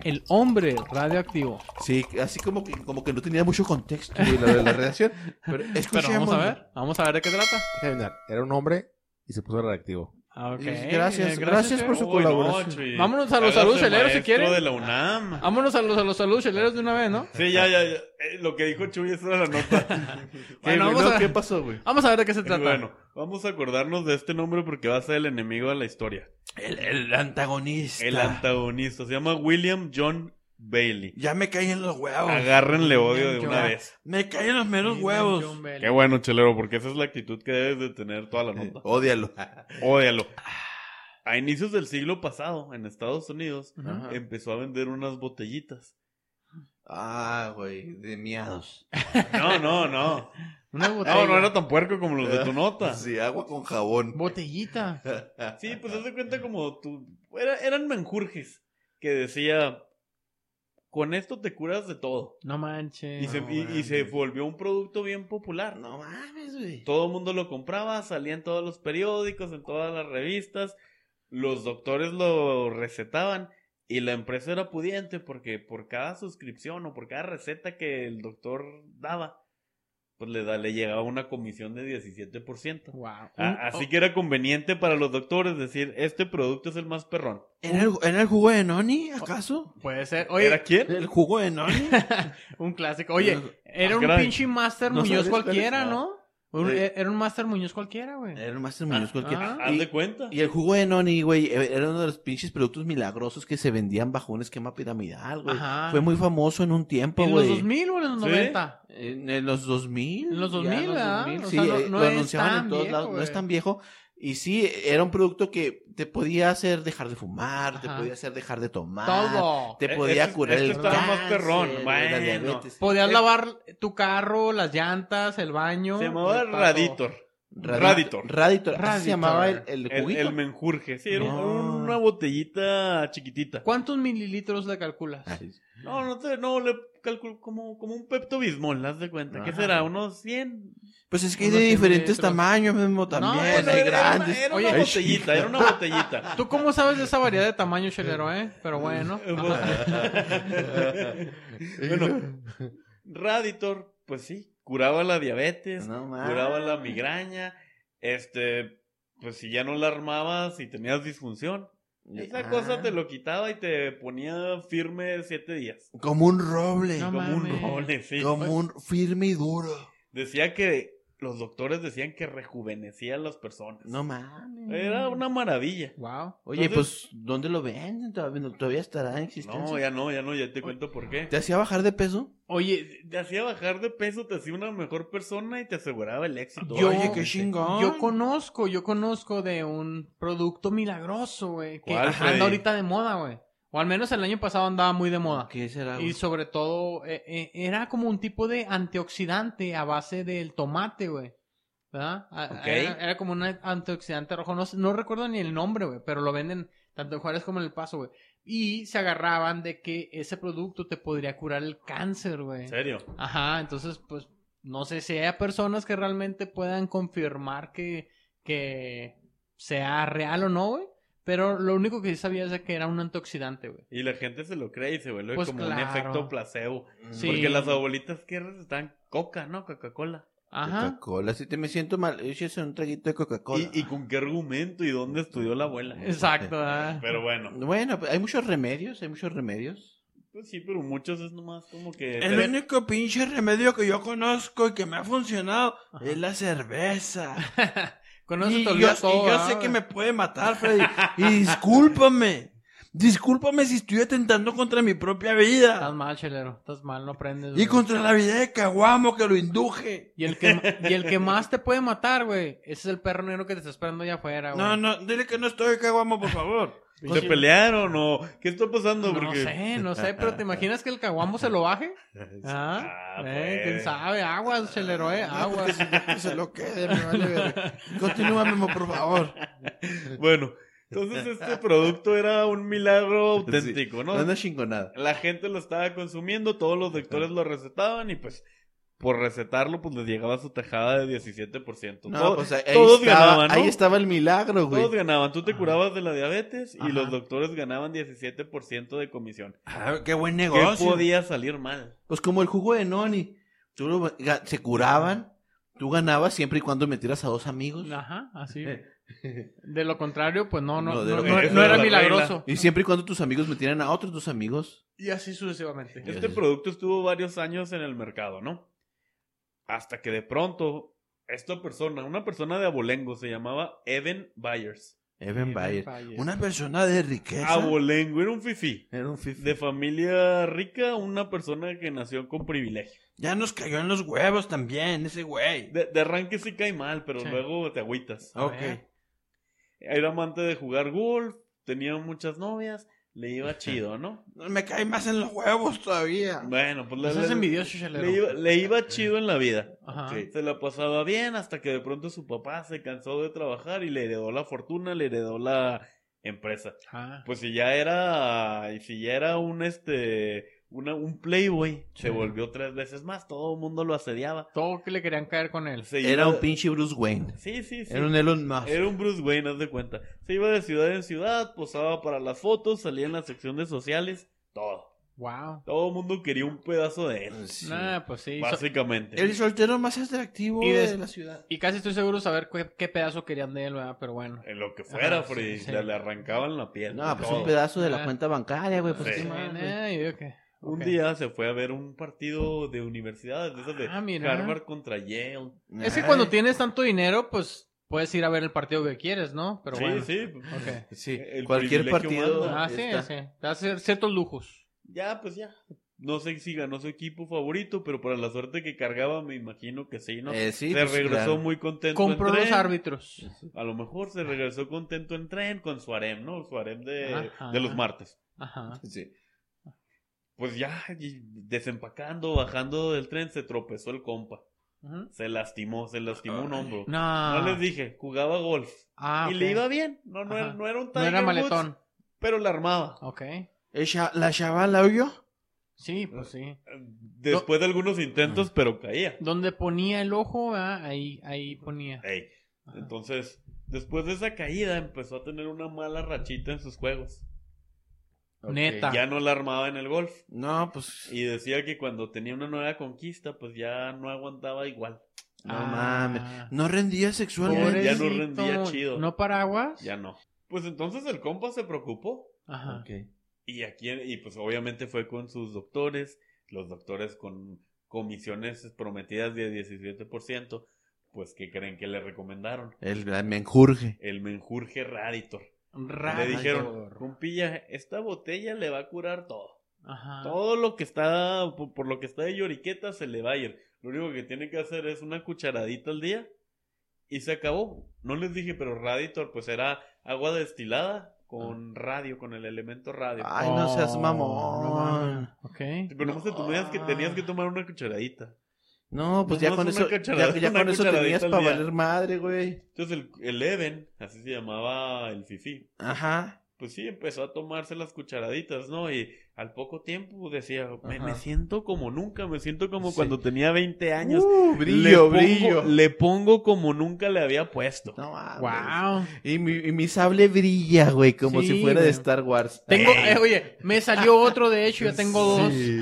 Speaker 1: El hombre radioactivo.
Speaker 5: Sí, así como que, como que no tenía mucho contexto güey, la, la redacción. Pero,
Speaker 1: Pero
Speaker 5: escuchemos.
Speaker 1: vamos a ver, vamos a ver de qué trata.
Speaker 3: Deja adivinar, Era un hombre y se puso reactivo.
Speaker 1: Ah, ok.
Speaker 5: Pues, Gracias, gracias,
Speaker 1: eh.
Speaker 5: por su
Speaker 4: Uy, no,
Speaker 5: colaboración.
Speaker 4: Chuy.
Speaker 1: Vámonos a los
Speaker 4: Hablas
Speaker 1: saludos
Speaker 4: del
Speaker 1: celeros, si
Speaker 4: maestro
Speaker 1: quieren. Ah,
Speaker 4: de la UNAM.
Speaker 1: Vámonos a los, a los saludos cheleros de una vez, ¿no?
Speaker 4: Sí, ya, ya, ya. Eh, lo que dijo Chuy, esa era la nota.
Speaker 5: ¿Qué,
Speaker 1: Bueno,
Speaker 5: güey?
Speaker 1: vamos
Speaker 5: No,
Speaker 1: a-
Speaker 5: ¿Qué pasó, güey?
Speaker 1: Vamos a ver de qué se trata.
Speaker 4: bueno, vamos a acordarnos de este nombre porque va a ser el enemigo de la historia.
Speaker 5: El, el antagonista.
Speaker 4: El antagonista. Se llama William John Bailey.
Speaker 5: Ya me caen los huevos.
Speaker 4: Agárrenle odio de
Speaker 1: John
Speaker 4: una
Speaker 1: Bailey.
Speaker 4: vez.
Speaker 5: Me caen los meros huevos.
Speaker 4: Qué bueno, chelero, porque esa es la actitud que debes de tener toda la nota.
Speaker 5: Ódialo.
Speaker 4: Ódialo. A inicios del siglo pasado, en Estados Unidos,
Speaker 5: Ajá.
Speaker 4: empezó a vender unas botellitas.
Speaker 5: Ah, güey, de miados.
Speaker 4: No, no, no.
Speaker 1: Una botella.
Speaker 4: No, no era tan puerco como los de tu nota.
Speaker 5: Sí, agua con jabón.
Speaker 1: Botellita.
Speaker 4: Sí, pues haz de cuenta como tú. era- eran menjurjes que decía: Con esto te curas de todo.
Speaker 1: No manches.
Speaker 4: Y, se, y- y se volvió un producto bien popular.
Speaker 5: No mames, güey.
Speaker 4: Todo el mundo lo compraba, salía en todos los periódicos, en todas las revistas. Los doctores lo recetaban. Y la empresa era pudiente porque por cada suscripción o por cada receta que el doctor daba, pues le, da, le llegaba una comisión de 17%.
Speaker 1: Wow.
Speaker 4: A- Ah, así que era conveniente para los doctores decir, este producto es el más perrón.
Speaker 5: ¿Era el, era el jugo de Noni, acaso?
Speaker 1: oh, Puede ser. Oye,
Speaker 4: ¿Era quién?
Speaker 5: ¿El jugo de Noni?
Speaker 1: un clásico. ¿Eh? Oye, era
Speaker 4: Ah,
Speaker 1: un
Speaker 4: caray.
Speaker 1: pinche Master
Speaker 5: No
Speaker 1: Muñoz
Speaker 5: sabes cuál es,
Speaker 1: cualquiera, ¿no? Un-
Speaker 5: Sí.
Speaker 1: e- Era un Master Muñoz cualquiera, güey.
Speaker 5: Era un Master Muñoz cualquiera.
Speaker 1: Ah.
Speaker 4: Haz de
Speaker 5: Y,
Speaker 4: cuenta.
Speaker 5: y el jugo de Noni, güey, e, era uno de los pinches productos milagrosos que se vendían bajo un esquema piramidal, güey.
Speaker 1: Ajá.
Speaker 5: Fue muy famoso en un tiempo,
Speaker 1: ¿En
Speaker 5: güey.
Speaker 1: los 2000 o en los
Speaker 4: Sí.
Speaker 1: 90?
Speaker 5: En, en los 2000.
Speaker 1: En los
Speaker 5: ya
Speaker 1: 2000, ¿verdad? O
Speaker 5: sí,
Speaker 1: sea, no-
Speaker 5: eh,
Speaker 1: no
Speaker 5: lo
Speaker 1: es
Speaker 5: anunciaban
Speaker 1: tan
Speaker 5: en todos
Speaker 1: viejo,
Speaker 5: lados, no es
Speaker 1: güey.
Speaker 5: tan viejo. Y sí, era un producto que te podía hacer dejar de fumar, te
Speaker 1: Ajá.
Speaker 5: podía hacer dejar de tomar.
Speaker 1: Todo.
Speaker 5: Ah,
Speaker 1: E,
Speaker 5: Te
Speaker 4: Eh,
Speaker 5: podía
Speaker 4: este-
Speaker 5: curar
Speaker 4: este
Speaker 5: el
Speaker 4: estaba más
Speaker 5: cáncer,
Speaker 4: perrón,
Speaker 5: la
Speaker 4: bueno.
Speaker 5: diabetes. Eh,
Speaker 1: Podías lavar tu carro, las llantas, el baño.
Speaker 4: Se llamaba
Speaker 1: el pato.
Speaker 4: Raditor. Raditor.
Speaker 5: Raditor. Raditor. Así
Speaker 1: Raditor.
Speaker 5: se llamaba el, el
Speaker 4: El,
Speaker 5: juguito.
Speaker 4: el menjurje. Sí, era un-
Speaker 5: No.
Speaker 4: una botellita chiquitita.
Speaker 1: ¿Cuántos mililitros le calculas?
Speaker 5: Ay,
Speaker 4: No, no te, no, le calculo como, como un Pepto Bismol, haz de cuenta. ¿Qué
Speaker 5: Ajá.
Speaker 4: será? ¿Unos 100?
Speaker 5: Pues es que hay
Speaker 1: Unos
Speaker 5: de
Speaker 1: cien
Speaker 5: diferentes
Speaker 1: litros.
Speaker 5: tamaños, mismo también.
Speaker 1: bueno,
Speaker 5: hay
Speaker 1: era- era
Speaker 5: grandes.
Speaker 4: Era
Speaker 1: Oye,
Speaker 4: una botellita, era una botellita.
Speaker 1: ¿Tú cómo sabes de esa variedad de tamaño, chelero, eh? Pero bueno.
Speaker 4: bueno, Raditor, pues sí, curaba la diabetes,
Speaker 5: No mames.
Speaker 4: curaba la migraña, este, pues si ya no la armabas y tenías disfunción, esa
Speaker 5: Ah.
Speaker 4: cosa te lo quitaba y te ponía firme siete días.
Speaker 5: Como un roble.
Speaker 1: No
Speaker 4: como
Speaker 1: mames.
Speaker 4: un role, sí.
Speaker 5: como un firme y duro.
Speaker 4: Decía que los doctores decían que rejuvenecía a las personas.
Speaker 5: No mames.
Speaker 4: Era
Speaker 1: Mm.
Speaker 4: una maravilla.
Speaker 1: Wow.
Speaker 5: Oye,
Speaker 4: Entonces-
Speaker 5: pues, ¿dónde lo venden? ¿Todavía, no- todavía estará en existencia?
Speaker 4: No, ya no, ya no, ya te cuento por qué.
Speaker 5: ¿Te hacía bajar de peso?
Speaker 1: Oye,
Speaker 4: Te hacía bajar de peso, te hacía una mejor persona y te aseguraba el éxito.
Speaker 1: Yo-
Speaker 5: Oye, qué chingón.
Speaker 1: yo conozco, yo conozco de un producto milagroso, güey. Que
Speaker 4: ¿Cuál,
Speaker 1: anda
Speaker 4: Freddy?
Speaker 1: ahorita de moda, güey. O al menos el año pasado andaba muy de moda.
Speaker 5: ¿Qué será? güey?
Speaker 1: Y sobre todo, eh, eh, era como un tipo de antioxidante a base del tomate, güey. ¿Verdad? A-
Speaker 4: Ok.
Speaker 1: Era, era como un antioxidante rojo. No, sé- no recuerdo ni el nombre, güey, pero lo venden tanto en Juárez como en El Paso, güey. Y se agarraban de que ese producto te podría curar el cáncer, güey.
Speaker 4: ¿En serio?
Speaker 1: Ajá, entonces, pues, no sé si haya personas que realmente puedan confirmar que, que sea real o no, güey. Pero lo único que sí sabía es de que era un antioxidante, güey.
Speaker 4: Y la gente se lo cree y se vuelve
Speaker 1: Pues
Speaker 4: como
Speaker 1: claro.
Speaker 4: un efecto placebo.
Speaker 1: Sí.
Speaker 4: Porque las abuelitas que están coca, ¿no? Coca-Cola.
Speaker 1: Ajá.
Speaker 5: Coca-Cola, si te me siento mal, échese un traguito de Coca-Cola.
Speaker 4: ¿Y, y con qué argumento y dónde estudió la abuela?
Speaker 1: Exacto. ¿verdad?
Speaker 4: Pero bueno,
Speaker 5: Bueno, pues, hay muchos remedios, hay muchos remedios.
Speaker 4: pues sí, pero muchos es nomás como que...
Speaker 2: El
Speaker 4: te-
Speaker 2: único pinche remedio que yo conozco y que me ha funcionado es la cerveza.
Speaker 1: Con eso
Speaker 2: Y
Speaker 1: se te
Speaker 2: yo,
Speaker 1: olvida
Speaker 2: y
Speaker 1: todo, ah.
Speaker 2: yo
Speaker 1: ¿verdad,
Speaker 2: sé que
Speaker 1: güey?
Speaker 2: me puede matar, Freddy. Y discúlpame. Discúlpame si estoy atentando contra mi propia vida
Speaker 1: Estás mal, chelero. Estás mal, Ah, no aprendes.
Speaker 2: y
Speaker 1: güey.
Speaker 2: contra la vida de Caguamo que lo induje.
Speaker 1: Y el, que, y el que más te puede matar, güey. Ese es el perro negro que te está esperando allá afuera, güey.
Speaker 2: No, no, dile que no estoy Caguamo, por favor.
Speaker 4: ¿Se pelearon o qué está pasando?
Speaker 1: No
Speaker 4: Porque...
Speaker 1: sé, no sé, pero ¿te imaginas que el caguambo se lo baje?
Speaker 4: Ah,
Speaker 1: Ah, eh,
Speaker 4: pues.
Speaker 1: quién sabe, aguas, chelero, eh, aguas.
Speaker 2: Que se lo quede, me vale ver. Continúa, Memo, por favor.
Speaker 4: Bueno, entonces este producto era un milagro auténtico, ¿no?
Speaker 5: No, no es chingonada.
Speaker 4: La gente lo estaba consumiendo, todos los doctores lo recetaban y pues por recetarlo pues les llegaba su tajada de 17%.
Speaker 5: No,
Speaker 4: Todo-
Speaker 5: pues ahí,
Speaker 4: todos
Speaker 5: estaba,
Speaker 4: ganaban, ¿no?
Speaker 5: ahí estaba el milagro, güey.
Speaker 4: todos ganaban, tú te curabas de la diabetes y
Speaker 1: Ajá.
Speaker 4: los doctores ganaban 17% de comisión.
Speaker 2: Ah, qué buen
Speaker 4: ¿Qué
Speaker 2: negocio.
Speaker 4: podía salir mal?
Speaker 5: Pues como el jugo de Noni. Tú lo- ga- se curaban, tú ganabas siempre y cuando metieras a dos amigos.
Speaker 1: Ajá, así. De lo contrario, pues no, no,
Speaker 5: No,
Speaker 1: no,
Speaker 5: de
Speaker 1: no-
Speaker 5: lo contrario.
Speaker 1: no era
Speaker 4: La
Speaker 1: milagroso.
Speaker 5: Y siempre y cuando tus amigos metieran a otros tus amigos.
Speaker 1: Y así sucesivamente.
Speaker 4: Este producto estuvo varios años en el mercado, ¿no? Hasta que de pronto esta persona, una persona de abolengo, se llamaba Evan Byers.
Speaker 5: Evan Bayer.
Speaker 1: Bayer.
Speaker 5: Una persona de riqueza.
Speaker 4: Abolengo, era un fifí.
Speaker 5: Era un fifí.
Speaker 4: De familia rica, una persona que nació con privilegio.
Speaker 2: Ya nos cayó en los huevos también, ese güey.
Speaker 4: De, de arranque sí cae mal, pero
Speaker 1: Sí. Ah.
Speaker 4: luego te agüitas.
Speaker 1: A
Speaker 2: Ok.
Speaker 1: ver.
Speaker 4: Era amante de jugar golf, tenía muchas novias, le iba chido, ¿no?
Speaker 2: Me cae más en los huevos todavía.
Speaker 4: Bueno, pues
Speaker 1: No
Speaker 4: le-
Speaker 1: seas
Speaker 4: le-
Speaker 1: envidioso,
Speaker 4: le iba-
Speaker 1: chelero.
Speaker 4: le iba chido en la vida.
Speaker 1: Ajá.
Speaker 4: Sí, Se la pasaba bien hasta que de pronto su papá se cansó de trabajar y le heredó la fortuna, le heredó la empresa.
Speaker 1: Ajá.
Speaker 4: Pues si ya era, y si ya era un este, una, un playboy, se volvió tres veces más, todo el mundo lo asediaba.
Speaker 1: Todo que le querían caer con él.
Speaker 4: Se
Speaker 5: Era
Speaker 4: iba-
Speaker 5: un pinche Bruce Wayne.
Speaker 4: Sí, sí, sí.
Speaker 5: Era un Elon Musk.
Speaker 4: Era un Bruce Wayne, haz de cuenta. Se iba de ciudad en ciudad, posaba para las fotos, salía en la sección de sociales, todo.
Speaker 1: Wow.
Speaker 4: Todo el mundo quería un pedazo de él,
Speaker 5: Sí.
Speaker 1: Nah, pues sí. so-
Speaker 4: básicamente.
Speaker 2: El soltero más atractivo
Speaker 1: Y
Speaker 2: de...
Speaker 1: des-
Speaker 2: la ciudad.
Speaker 1: Y casi estoy seguro de saber qué, qué pedazo querían de él, ¿verdad? Pero bueno.
Speaker 4: En lo que fuera,
Speaker 1: Ajá, sí,
Speaker 4: Freddy,
Speaker 1: sí.
Speaker 4: Le, le arrancaban la piel.
Speaker 5: No, pues
Speaker 4: todo.
Speaker 5: un pedazo de
Speaker 1: Ah.
Speaker 5: la cuenta bancaria, güey. Pues
Speaker 4: Sí.
Speaker 5: qué más, güey.
Speaker 1: Eh, yo digo que-
Speaker 4: Un
Speaker 1: ok.
Speaker 4: día se fue a ver un partido de universidades, de esas de
Speaker 1: Ah, mira.
Speaker 4: Harvard contra Yale.
Speaker 1: Es que
Speaker 5: Ay.
Speaker 1: cuando tienes tanto dinero, pues puedes ir a ver el partido que quieres, ¿no? Pero
Speaker 4: sí,
Speaker 1: bueno.
Speaker 4: sí.
Speaker 1: Ok.
Speaker 5: Sí,
Speaker 4: El
Speaker 5: cualquier
Speaker 4: privilegio
Speaker 5: partido.
Speaker 4: manda.
Speaker 1: Ah, sí,
Speaker 5: está.
Speaker 1: sí. Te hace ciertos lujos.
Speaker 4: Ya, pues ya. No sé si ganó su equipo favorito, pero para la suerte que cargaba, me imagino que sí, ¿no?
Speaker 5: Eh, sí,
Speaker 4: se
Speaker 5: pues,
Speaker 4: regresó
Speaker 5: claro.
Speaker 4: muy contento.
Speaker 1: Compró
Speaker 4: en
Speaker 1: los
Speaker 4: tren.
Speaker 1: árbitros.
Speaker 4: A lo mejor se regresó contento en tren con su harem, ¿no? Su harem de,
Speaker 1: Ajá.
Speaker 4: de los martes.
Speaker 1: Ajá.
Speaker 5: Sí.
Speaker 4: Pues ya, y desempacando, bajando del tren, se tropezó el compa.
Speaker 1: Ujú.
Speaker 4: Se lastimó, se lastimó un hombro. No,
Speaker 1: No.
Speaker 4: les dije, jugaba golf.
Speaker 1: Ah,
Speaker 4: Y
Speaker 1: ok.
Speaker 4: le iba bien. No, no, era,
Speaker 1: Ajá.
Speaker 4: no era un
Speaker 1: No
Speaker 4: Tiger
Speaker 1: era
Speaker 4: Woods,
Speaker 1: maletón.
Speaker 4: pero la armaba.
Speaker 1: Ok.
Speaker 5: El cha- ¿La chavala oyó?
Speaker 1: Sí, pues sí.
Speaker 4: Después de algunos intentos, pero caía.
Speaker 1: Donde ponía el ojo, ¿verdad? ahí, ahí ponía.
Speaker 4: Ey.
Speaker 1: Ajá.
Speaker 4: Entonces, después de esa caída, empezó a tener una mala rachita en sus juegos.
Speaker 1: Neta.
Speaker 4: Ya no la armaba en el golf.
Speaker 5: No, pues.
Speaker 4: Y decía que cuando tenía una nueva conquista, pues ya no aguantaba igual.
Speaker 5: No
Speaker 1: Ah.
Speaker 5: mames. No rendía sexualmente.
Speaker 4: Ya no
Speaker 1: Pobrecito.
Speaker 4: rendía chido.
Speaker 1: ¿No paraguas?
Speaker 4: Ya no. Pues entonces el compa se preocupó.
Speaker 1: Ajá.
Speaker 4: Y aquí, y pues obviamente fue con sus doctores, los doctores con comisiones prometidas de 17%, pues que creen que le recomendaron.
Speaker 5: El, la menjurje.
Speaker 4: El menjurje Raditor.
Speaker 1: Raditor.
Speaker 4: Le dijeron, compilla, esta botella le va a curar todo.
Speaker 1: Ajá.
Speaker 4: Todo lo que está, por, por lo que está de lloriqueta, se le va a ir. Lo único que tiene que hacer es una cucharadita al día y se acabó. No les dije, pero Raditor, pues era agua destilada con radio, con el elemento radio.
Speaker 5: Ay, no seas
Speaker 1: Oh,
Speaker 5: mamón.
Speaker 1: no mames. ok.
Speaker 4: Pero nomás te tomabas que tenías que tomar una cucharadita.
Speaker 5: No, pues
Speaker 4: No,
Speaker 5: ya
Speaker 4: no,
Speaker 5: con
Speaker 4: es
Speaker 5: eso.
Speaker 4: una
Speaker 5: Ya,
Speaker 4: cucharadita,
Speaker 5: ya
Speaker 4: una
Speaker 5: con eso
Speaker 4: cucharadita
Speaker 5: tenías
Speaker 4: al
Speaker 5: para
Speaker 4: día.
Speaker 5: valer madre, güey.
Speaker 4: Entonces el, el Even, así se llamaba el fifi,
Speaker 5: Ajá.
Speaker 4: pues sí, empezó a tomarse las cucharaditas, ¿no? Y al poco tiempo decía, me,
Speaker 5: Ajá.
Speaker 4: me siento como nunca, me siento como
Speaker 5: Sí.
Speaker 4: cuando tenía 20 años.
Speaker 5: Uh, brillo,
Speaker 4: le pongo,
Speaker 5: brillo.
Speaker 4: Le pongo como nunca le había puesto.
Speaker 5: No mames.
Speaker 1: Wow.
Speaker 5: Y mi, y mi sable brilla, güey, como
Speaker 1: Sí,
Speaker 5: si fuera de
Speaker 1: güey.
Speaker 5: Star Wars.
Speaker 1: Tengo, eh, oye, me salió otro, de hecho, ya tengo dos.
Speaker 5: Sí.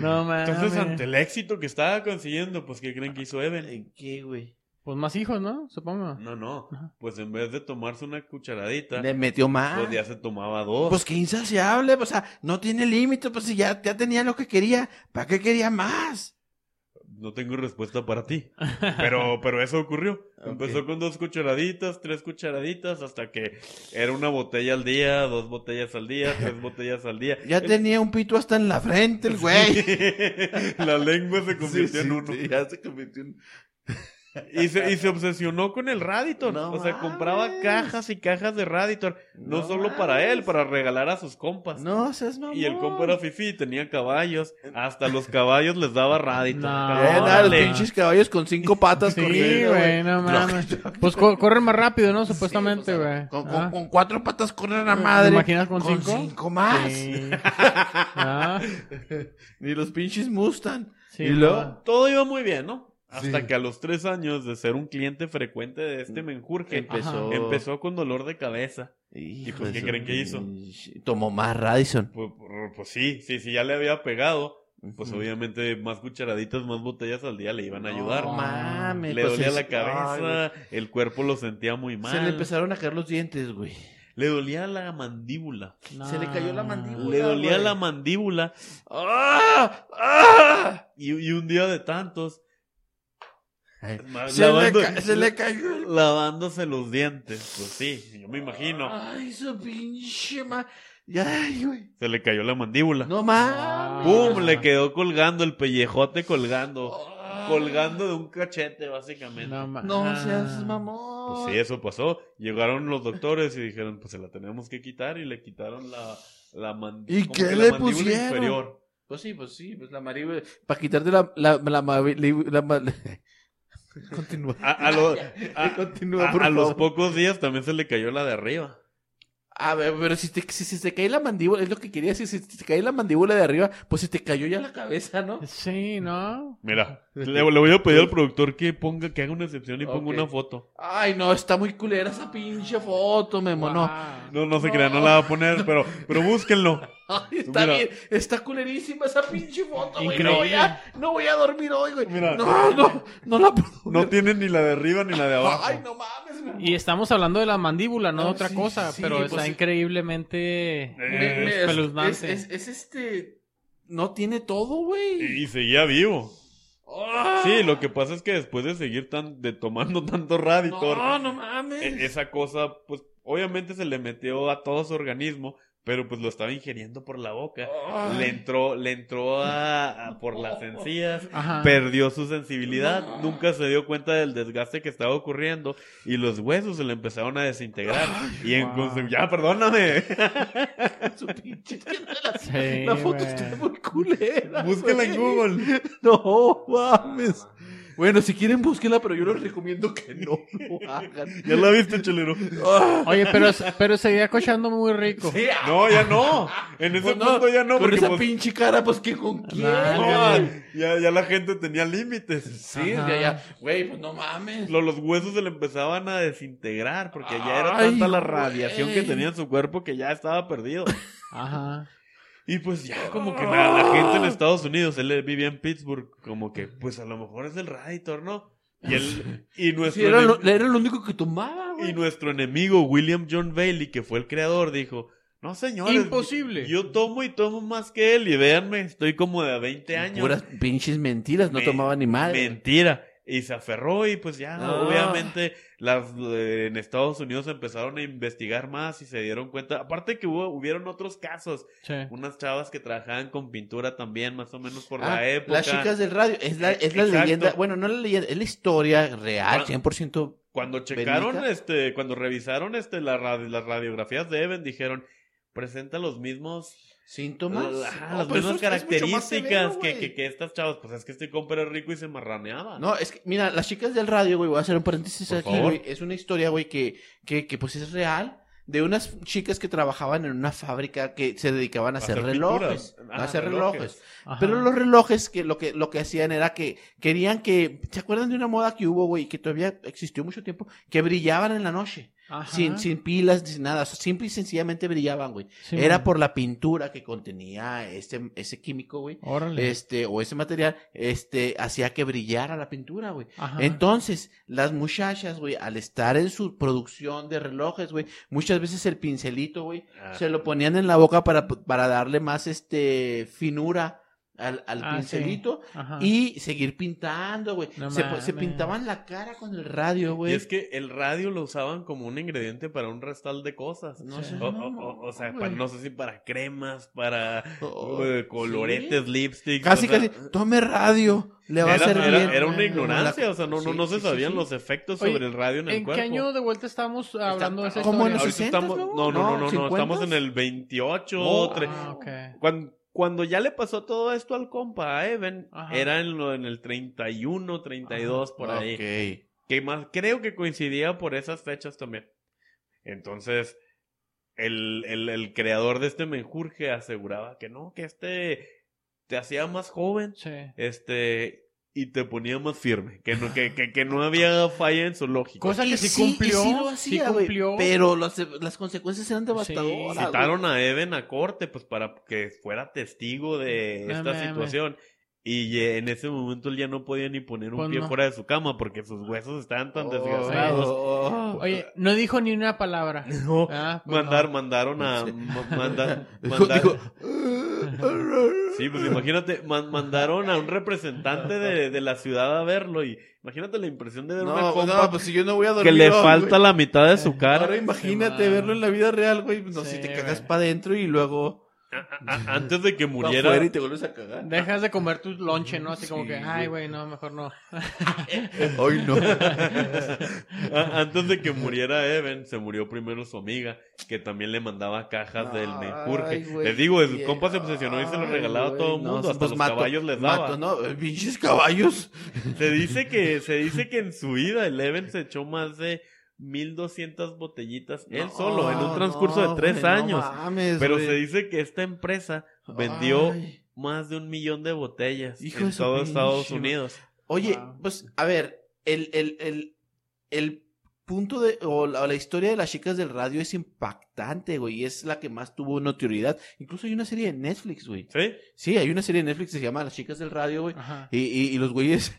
Speaker 1: No mames.
Speaker 4: Entonces, ante el éxito que estaba consiguiendo, pues, ¿qué creen que hizo Even?
Speaker 5: ¿En ¿Qué, güey?
Speaker 1: Pues más hijos, ¿no? Supongo.
Speaker 4: No, no.
Speaker 1: Ajá.
Speaker 4: Pues en vez de tomarse una cucharadita,
Speaker 5: Le metió más.
Speaker 4: pues ya se tomaba dos.
Speaker 5: Pues que insaciable, o sea, no tiene límite, pues si ya, ya tenía lo que quería, ¿para qué quería más?
Speaker 4: no tengo respuesta para ti. Pero, pero eso ocurrió. Empezó
Speaker 2: Ok.
Speaker 4: con dos cucharaditas, tres cucharaditas, hasta que era una botella al día, dos botellas al día, tres botellas al día.
Speaker 5: Ya tenía un pito hasta en la frente, el güey.
Speaker 4: La lengua se convirtió en uno.
Speaker 5: ya se convirtió en...
Speaker 4: Y se, y se obsesionó con el Raditor.
Speaker 5: No
Speaker 4: o sea, compraba
Speaker 5: mames.
Speaker 4: cajas y cajas de Raditor. No,
Speaker 5: No
Speaker 4: solo para él,
Speaker 5: mames.
Speaker 4: para regalar a sus compas.
Speaker 5: No, seas mamón.
Speaker 4: Y el compa era fifi, tenía caballos. Hasta los caballos les daba Raditor.
Speaker 1: No.
Speaker 5: Bien, a los
Speaker 4: Órale.
Speaker 5: pinches caballos con cinco patas
Speaker 1: Sí,
Speaker 5: corriendo,
Speaker 1: güey, no mames. Pues co- corren más rápido, ¿no? Supuestamente,
Speaker 5: Sí, pues,
Speaker 1: güey.
Speaker 5: Con,
Speaker 1: Ah.
Speaker 5: con- con cuatro patas corren a
Speaker 1: ¿Te
Speaker 5: madre.
Speaker 1: imaginas con cinco?
Speaker 5: más.
Speaker 1: Sí. Ah,
Speaker 5: Y los pinches Mustang.
Speaker 1: sí,
Speaker 5: y luego,
Speaker 1: ma.
Speaker 4: Todo iba muy bien, ¿no? Hasta
Speaker 5: Sí.
Speaker 4: que a los tres años de ser un cliente frecuente de este
Speaker 5: Em,
Speaker 4: menjurje,
Speaker 5: empezó.
Speaker 4: empezó con dolor de cabeza.
Speaker 5: ¿Y
Speaker 4: pues, qué creen que hizo?
Speaker 5: Tomó más Radisson.
Speaker 4: Pues, pues sí, sí, sí, ya le había pegado. Pues
Speaker 5: Ujú.
Speaker 4: obviamente más cucharaditas, más botellas al día le iban a ayudar.
Speaker 5: No mames.
Speaker 4: Le
Speaker 5: pues,
Speaker 4: dolía
Speaker 5: es-
Speaker 4: la
Speaker 5: ay, güey.
Speaker 4: cabeza, el cuerpo lo sentía muy mal.
Speaker 5: se le empezaron a caer los dientes, güey.
Speaker 4: Le dolía la mandíbula.
Speaker 5: Se le cayó la
Speaker 1: No.
Speaker 5: mandíbula.
Speaker 4: Le dolía
Speaker 5: güey.
Speaker 4: la mandíbula. ¡Ah! ¡Ah! Y, y un día de tantos,
Speaker 5: Ay,
Speaker 4: Ma-
Speaker 5: Se, le
Speaker 4: lavando-
Speaker 5: ca- se le cayó el...
Speaker 4: lavándose los dientes. Pues sí, yo me imagino.
Speaker 5: Ay, su pinche ma... Ya, ay, güey.
Speaker 4: Se le cayó la mandíbula.
Speaker 5: No mames.
Speaker 4: ¡Pum! Le quedó colgando el pellejote colgando.
Speaker 5: Ah.
Speaker 4: Colgando de un cachete, básicamente.
Speaker 1: No, ma-
Speaker 5: No seas
Speaker 1: Ah.
Speaker 5: mamón.
Speaker 4: Pues sí, eso pasó. Llegaron los doctores y dijeron, pues se la tenemos que quitar y le quitaron la, la mandíbula.
Speaker 5: ¿Y qué le pusieron?
Speaker 4: Inferior.
Speaker 5: Pues sí, pues sí, pues la mandíbula. Para quitarte la. la, la, mavi- li- la ma- Continúa.
Speaker 4: A, a lo- a-
Speaker 5: Continúa,
Speaker 4: a-
Speaker 5: por
Speaker 4: a los
Speaker 5: favor.
Speaker 4: pocos días también se le cayó la de arriba.
Speaker 5: A ver, pero si, te, si, si te cae la mandíbula, es lo que quería decir, si te cae la mandíbula de arriba, pues se te cayó ya la cabeza, ¿no?
Speaker 1: Sí, ¿no?
Speaker 4: Mira, le, le voy a pedir al productor que ponga, que haga una excepción y ponga
Speaker 5: Ok.
Speaker 4: una foto.
Speaker 5: Ay, no, está muy culera esa pinche foto, Memo, no.
Speaker 1: Wow.
Speaker 4: No, no se crea, no la va a poner, pero, pero búsquenlo.
Speaker 5: Ay, está
Speaker 4: Mira.
Speaker 5: bien, está culerísima esa pinche foto, güey.
Speaker 1: Increíble.
Speaker 5: No voy, a, no voy a dormir hoy, güey.
Speaker 4: Mira.
Speaker 5: No, no, no la puedo.
Speaker 4: No
Speaker 5: ver.
Speaker 4: tiene ni la de arriba ni la de abajo.
Speaker 5: Ay, no mames, Memo.
Speaker 1: Y estamos hablando de la mandíbula, no de
Speaker 5: No,
Speaker 1: otra
Speaker 5: sí,
Speaker 1: cosa,
Speaker 5: sí,
Speaker 1: pero
Speaker 5: pues
Speaker 1: está
Speaker 5: sí.
Speaker 1: increíblemente
Speaker 5: Me- me-
Speaker 4: Eh,
Speaker 5: es- es,
Speaker 1: espeluznante.
Speaker 5: es- es este. No tiene todo, güey.
Speaker 4: y seguía vivo.
Speaker 5: Ah.
Speaker 4: Sí, lo que pasa es que después de seguir tan, de tomando tanto Raditor,
Speaker 5: No, no
Speaker 4: e-
Speaker 5: mames.
Speaker 4: esa cosa, pues obviamente se le metió a todo su organismo, pero pues lo estaba ingiriendo por la boca.
Speaker 5: Ay.
Speaker 4: Le entró, le entró a, a por las encías.
Speaker 1: Ajá.
Speaker 4: Perdió su sensibilidad,
Speaker 5: No.
Speaker 4: nunca se dio cuenta del desgaste que estaba ocurriendo y los huesos se le empezaron a desintegrar. y en
Speaker 1: wow.
Speaker 4: conse- ya, perdóname.
Speaker 5: Su pinche- la,
Speaker 1: Sí,
Speaker 5: la foto
Speaker 1: güey.
Speaker 5: está muy culera.
Speaker 4: Búsquela en
Speaker 5: güey.
Speaker 4: Google.
Speaker 5: No mames. Bueno, si quieren, búsquela, pero yo les recomiendo que no lo hagan.
Speaker 4: Ya la viste, chelero.
Speaker 5: Ah.
Speaker 1: Oye, pero, pero seguía cochando muy rico.
Speaker 5: Sí, ah,
Speaker 4: No, ya no. En ese
Speaker 5: pues no,
Speaker 4: punto ya no,
Speaker 5: Con
Speaker 4: porque
Speaker 5: esa
Speaker 4: pues,
Speaker 5: pinche cara, pues que con quién.
Speaker 1: Nah,
Speaker 5: güey?
Speaker 4: no, ya, ya la gente tenía límites.
Speaker 5: Sí,
Speaker 1: Ajá.
Speaker 5: ya, ya. Güey, pues no mames.
Speaker 4: Lo- los huesos se le empezaban a desintegrar porque ya era
Speaker 5: Ay,
Speaker 4: tanta la
Speaker 5: güey.
Speaker 4: radiación que tenía en su cuerpo que ya estaba perdido.
Speaker 1: Ajá.
Speaker 4: Y pues ya, como que la, la gente en Estados Unidos, él vivía en Pittsburgh, como que pues a lo mejor es el Raditor, ¿no? Y, él, y, nuestro
Speaker 5: Sí, era, lo,
Speaker 4: enem-
Speaker 5: era lo único que tomaba, güey.
Speaker 4: y nuestro enemigo, William John Bailey, que fue el creador, dijo, no señores,
Speaker 1: Imposible.
Speaker 4: yo tomo y tomo más que él y véanme, estoy como de 20 años.
Speaker 5: Puras pinches mentiras, no
Speaker 4: Me-
Speaker 5: tomaba ni madre.
Speaker 4: Mentira. Y se aferró y pues ya,
Speaker 5: Ah.
Speaker 4: obviamente, las, eh, en Estados Unidos empezaron a investigar más y se dieron cuenta. Aparte que hubo, hubieron otros casos,
Speaker 1: Sí.
Speaker 4: unas chavas que trabajaban con pintura también, más o menos por
Speaker 5: Ah,
Speaker 4: la época.
Speaker 5: Las chicas del radio, es la, es la
Speaker 4: Exacto.
Speaker 5: leyenda, bueno, no la leyenda, es la historia real,
Speaker 4: Ah.
Speaker 5: 100%.
Speaker 4: Cuando checaron,
Speaker 5: Benita.
Speaker 4: este, cuando revisaron este, la radi- las radiografías de Evan, dijeron, presenta los mismos
Speaker 5: ¿Síntomas? Ah,
Speaker 4: Ajá,
Speaker 5: No,
Speaker 4: las
Speaker 5: pero eso es-
Speaker 4: mismas
Speaker 5: es mucho
Speaker 4: características
Speaker 5: más severo,
Speaker 4: que,
Speaker 5: güey.
Speaker 4: que- que estas chavas. Pues es que este compa era rico y se marraneaba.
Speaker 5: No, es que, mira, las chicas del radio, güey, voy a hacer un paréntesis
Speaker 4: Por
Speaker 5: aquí,
Speaker 4: favor.
Speaker 5: güey. Es una historia, güey, que, que, que pues es real. De unas chicas que trabajaban en una fábrica que se dedicaban a,
Speaker 4: A
Speaker 5: hacer,
Speaker 4: hacer
Speaker 5: relojes.
Speaker 4: pinturas.
Speaker 5: a
Speaker 4: Ah,
Speaker 5: hacer
Speaker 4: relojes.
Speaker 5: relojes.
Speaker 1: Ajá.
Speaker 5: Pero los relojes que lo que lo que hacían era que querían que. ¿Se acuerdan de una moda que hubo, güey? Que todavía existió mucho tiempo. Que brillaban en la noche.
Speaker 1: Ajá.
Speaker 5: Sin, sin pilas, sin nada. O sea, simple y sencillamente brillaban, güey.
Speaker 1: Sí,
Speaker 5: Era
Speaker 1: man.
Speaker 5: por la pintura que contenía ese, ese químico, güey.
Speaker 1: Órale.
Speaker 5: Este, o ese material, este, hacía que brillara la pintura, güey.
Speaker 1: Ajá.
Speaker 5: Entonces, las muchachas, güey, al estar en su producción de relojes, güey, muchas veces el pincelito, güey,
Speaker 4: Ah.
Speaker 5: se lo ponían en la boca para, para darle más, este, finura al, al
Speaker 4: Ah, sí.
Speaker 5: pincelito
Speaker 4: Ajá.
Speaker 5: y seguir pintando, güey.
Speaker 4: No
Speaker 5: se, po- se
Speaker 4: mames.
Speaker 5: pintaban la cara con el radio,
Speaker 4: Y
Speaker 5: güey.
Speaker 4: es que el radio lo usaban como un ingrediente para un restal de cosas.
Speaker 5: No sé,
Speaker 4: O, o-
Speaker 5: no,
Speaker 4: o- o sea,
Speaker 5: güey.
Speaker 4: para- no sé si para cremas, para
Speaker 5: Oh,
Speaker 4: eh, coloretes, lipsticks.
Speaker 2: Casi,
Speaker 4: o sea,
Speaker 2: casi.
Speaker 5: Tome radio, le va
Speaker 4: era,
Speaker 5: a hacer
Speaker 4: era-
Speaker 5: bien.
Speaker 4: era una
Speaker 5: La-
Speaker 4: ignorancia, o sea, no, no, no se
Speaker 5: sí, sí,
Speaker 4: sabían
Speaker 5: sí.
Speaker 4: los efectos
Speaker 1: Oye,
Speaker 4: sobre el radio en el
Speaker 1: ¿En qué
Speaker 4: cuerpo.
Speaker 1: año de vuelta estamos hablando de esa
Speaker 5: ¿Cómo en
Speaker 1: historia?
Speaker 5: los
Speaker 4: Ahorita
Speaker 5: 60s,
Speaker 4: estamos,
Speaker 5: luego?
Speaker 4: no, no, no, no, no,
Speaker 5: ¿cincuentas?
Speaker 4: estamos en el 28,
Speaker 5: Oh,
Speaker 4: tre-
Speaker 1: Ah, ok.
Speaker 4: Cuando, cuando ya le pasó todo esto al compa a Evan,
Speaker 1: Ajá.
Speaker 4: era en, lo, en el 31, 32, por ahí.
Speaker 5: Ok.
Speaker 4: Que más, creo que coincidía por esas fechas también. Entonces, el, el, el creador de este menjurje aseguraba que no, que este te hacía más joven,
Speaker 1: Sí.
Speaker 4: este, y te ponía más firme, que no, que, que, que no había falla en su lógica.
Speaker 1: Cosa
Speaker 5: Y
Speaker 1: que sí,
Speaker 5: sí,
Speaker 1: cumplió.
Speaker 5: y sí lo
Speaker 1: sí
Speaker 5: hacía, güey,
Speaker 1: cumplió.
Speaker 5: Pero las, e, las consecuencias eran devastadoras. güey.
Speaker 4: Citaron a Eben a corte, pues para que fuera testigo de
Speaker 1: No
Speaker 4: esta
Speaker 1: mames.
Speaker 4: situación. Y eh, en ese momento él ya no podía ni poner un
Speaker 1: Pues
Speaker 4: pie
Speaker 1: no.
Speaker 4: fuera de su cama porque sus huesos estaban tan
Speaker 5: Oh,
Speaker 4: desgastados.
Speaker 5: oh, oh.
Speaker 1: Oye, no dijo ni una palabra.
Speaker 4: No,
Speaker 1: Ah, pues
Speaker 4: mandar,
Speaker 1: no.
Speaker 4: mandaron a. ma- manda-
Speaker 5: Dijo-
Speaker 4: mandar-
Speaker 5: dijo,
Speaker 4: sí, pues imagínate, man- mandaron a un representante de, de la ciudad a verlo. Y imagínate la impresión de ver una
Speaker 5: No,
Speaker 4: compa
Speaker 5: no, pues si yo no voy a dormir.
Speaker 4: que le
Speaker 5: hoy,
Speaker 4: falta
Speaker 5: güey.
Speaker 4: la mitad de su
Speaker 5: Ahora
Speaker 4: cara.
Speaker 5: imagínate
Speaker 1: Sí,
Speaker 5: verlo
Speaker 1: man.
Speaker 5: en la vida real, güey. pues, No,
Speaker 1: Sí,
Speaker 5: si te cagas
Speaker 1: güey.
Speaker 5: para adentro y luego
Speaker 4: A- a- antes de que
Speaker 5: pa'
Speaker 4: muriera.
Speaker 5: afuera y te vuelves a cagar.
Speaker 1: Dejas de comer tu lonche, ¿no? Así como
Speaker 5: Sí,
Speaker 1: que, ay, güey, no, mejor no.
Speaker 5: Hoy no.
Speaker 4: A- Antes de que muriera Evan, se murió primero su amiga, que también le mandaba cajas del menjurje.
Speaker 5: Ay, güey,
Speaker 4: Les digo, el
Speaker 5: bien.
Speaker 4: compa se obsesionó y se lo
Speaker 5: Ay,
Speaker 4: regalaba a
Speaker 5: güey,
Speaker 4: todo el
Speaker 5: no,
Speaker 4: mundo, hasta
Speaker 5: pues
Speaker 4: los
Speaker 5: mato,
Speaker 4: caballos les daba.
Speaker 5: mato, no, eh, pinches caballos.
Speaker 4: Se dice que se dice que en su vida el Evan se echó más de 1200 botellitas él
Speaker 5: No,
Speaker 4: solo en un transcurso
Speaker 5: no,
Speaker 4: de tres
Speaker 5: güey, no
Speaker 4: años.
Speaker 5: mames,
Speaker 4: Pero
Speaker 5: güey.
Speaker 4: se dice que esta empresa vendió
Speaker 5: Ay.
Speaker 4: más de un millón de botellas
Speaker 5: Hijo
Speaker 4: en
Speaker 5: de su
Speaker 4: todo Estados
Speaker 5: pinche
Speaker 4: Unidos.
Speaker 5: Oye,
Speaker 4: Ah.
Speaker 1: Wow.
Speaker 5: pues, a ver, el, el, el, el punto de, o la, o la historia de las chicas del radio es impactante, güey, y es la que más tuvo notoriedad. Incluso hay una serie de Netflix, güey.
Speaker 4: ¿Sí?
Speaker 5: Sí, hay una serie de Netflix que se llama Las chicas del radio, güey.
Speaker 1: Ajá.
Speaker 5: Y, y, y los güeyes,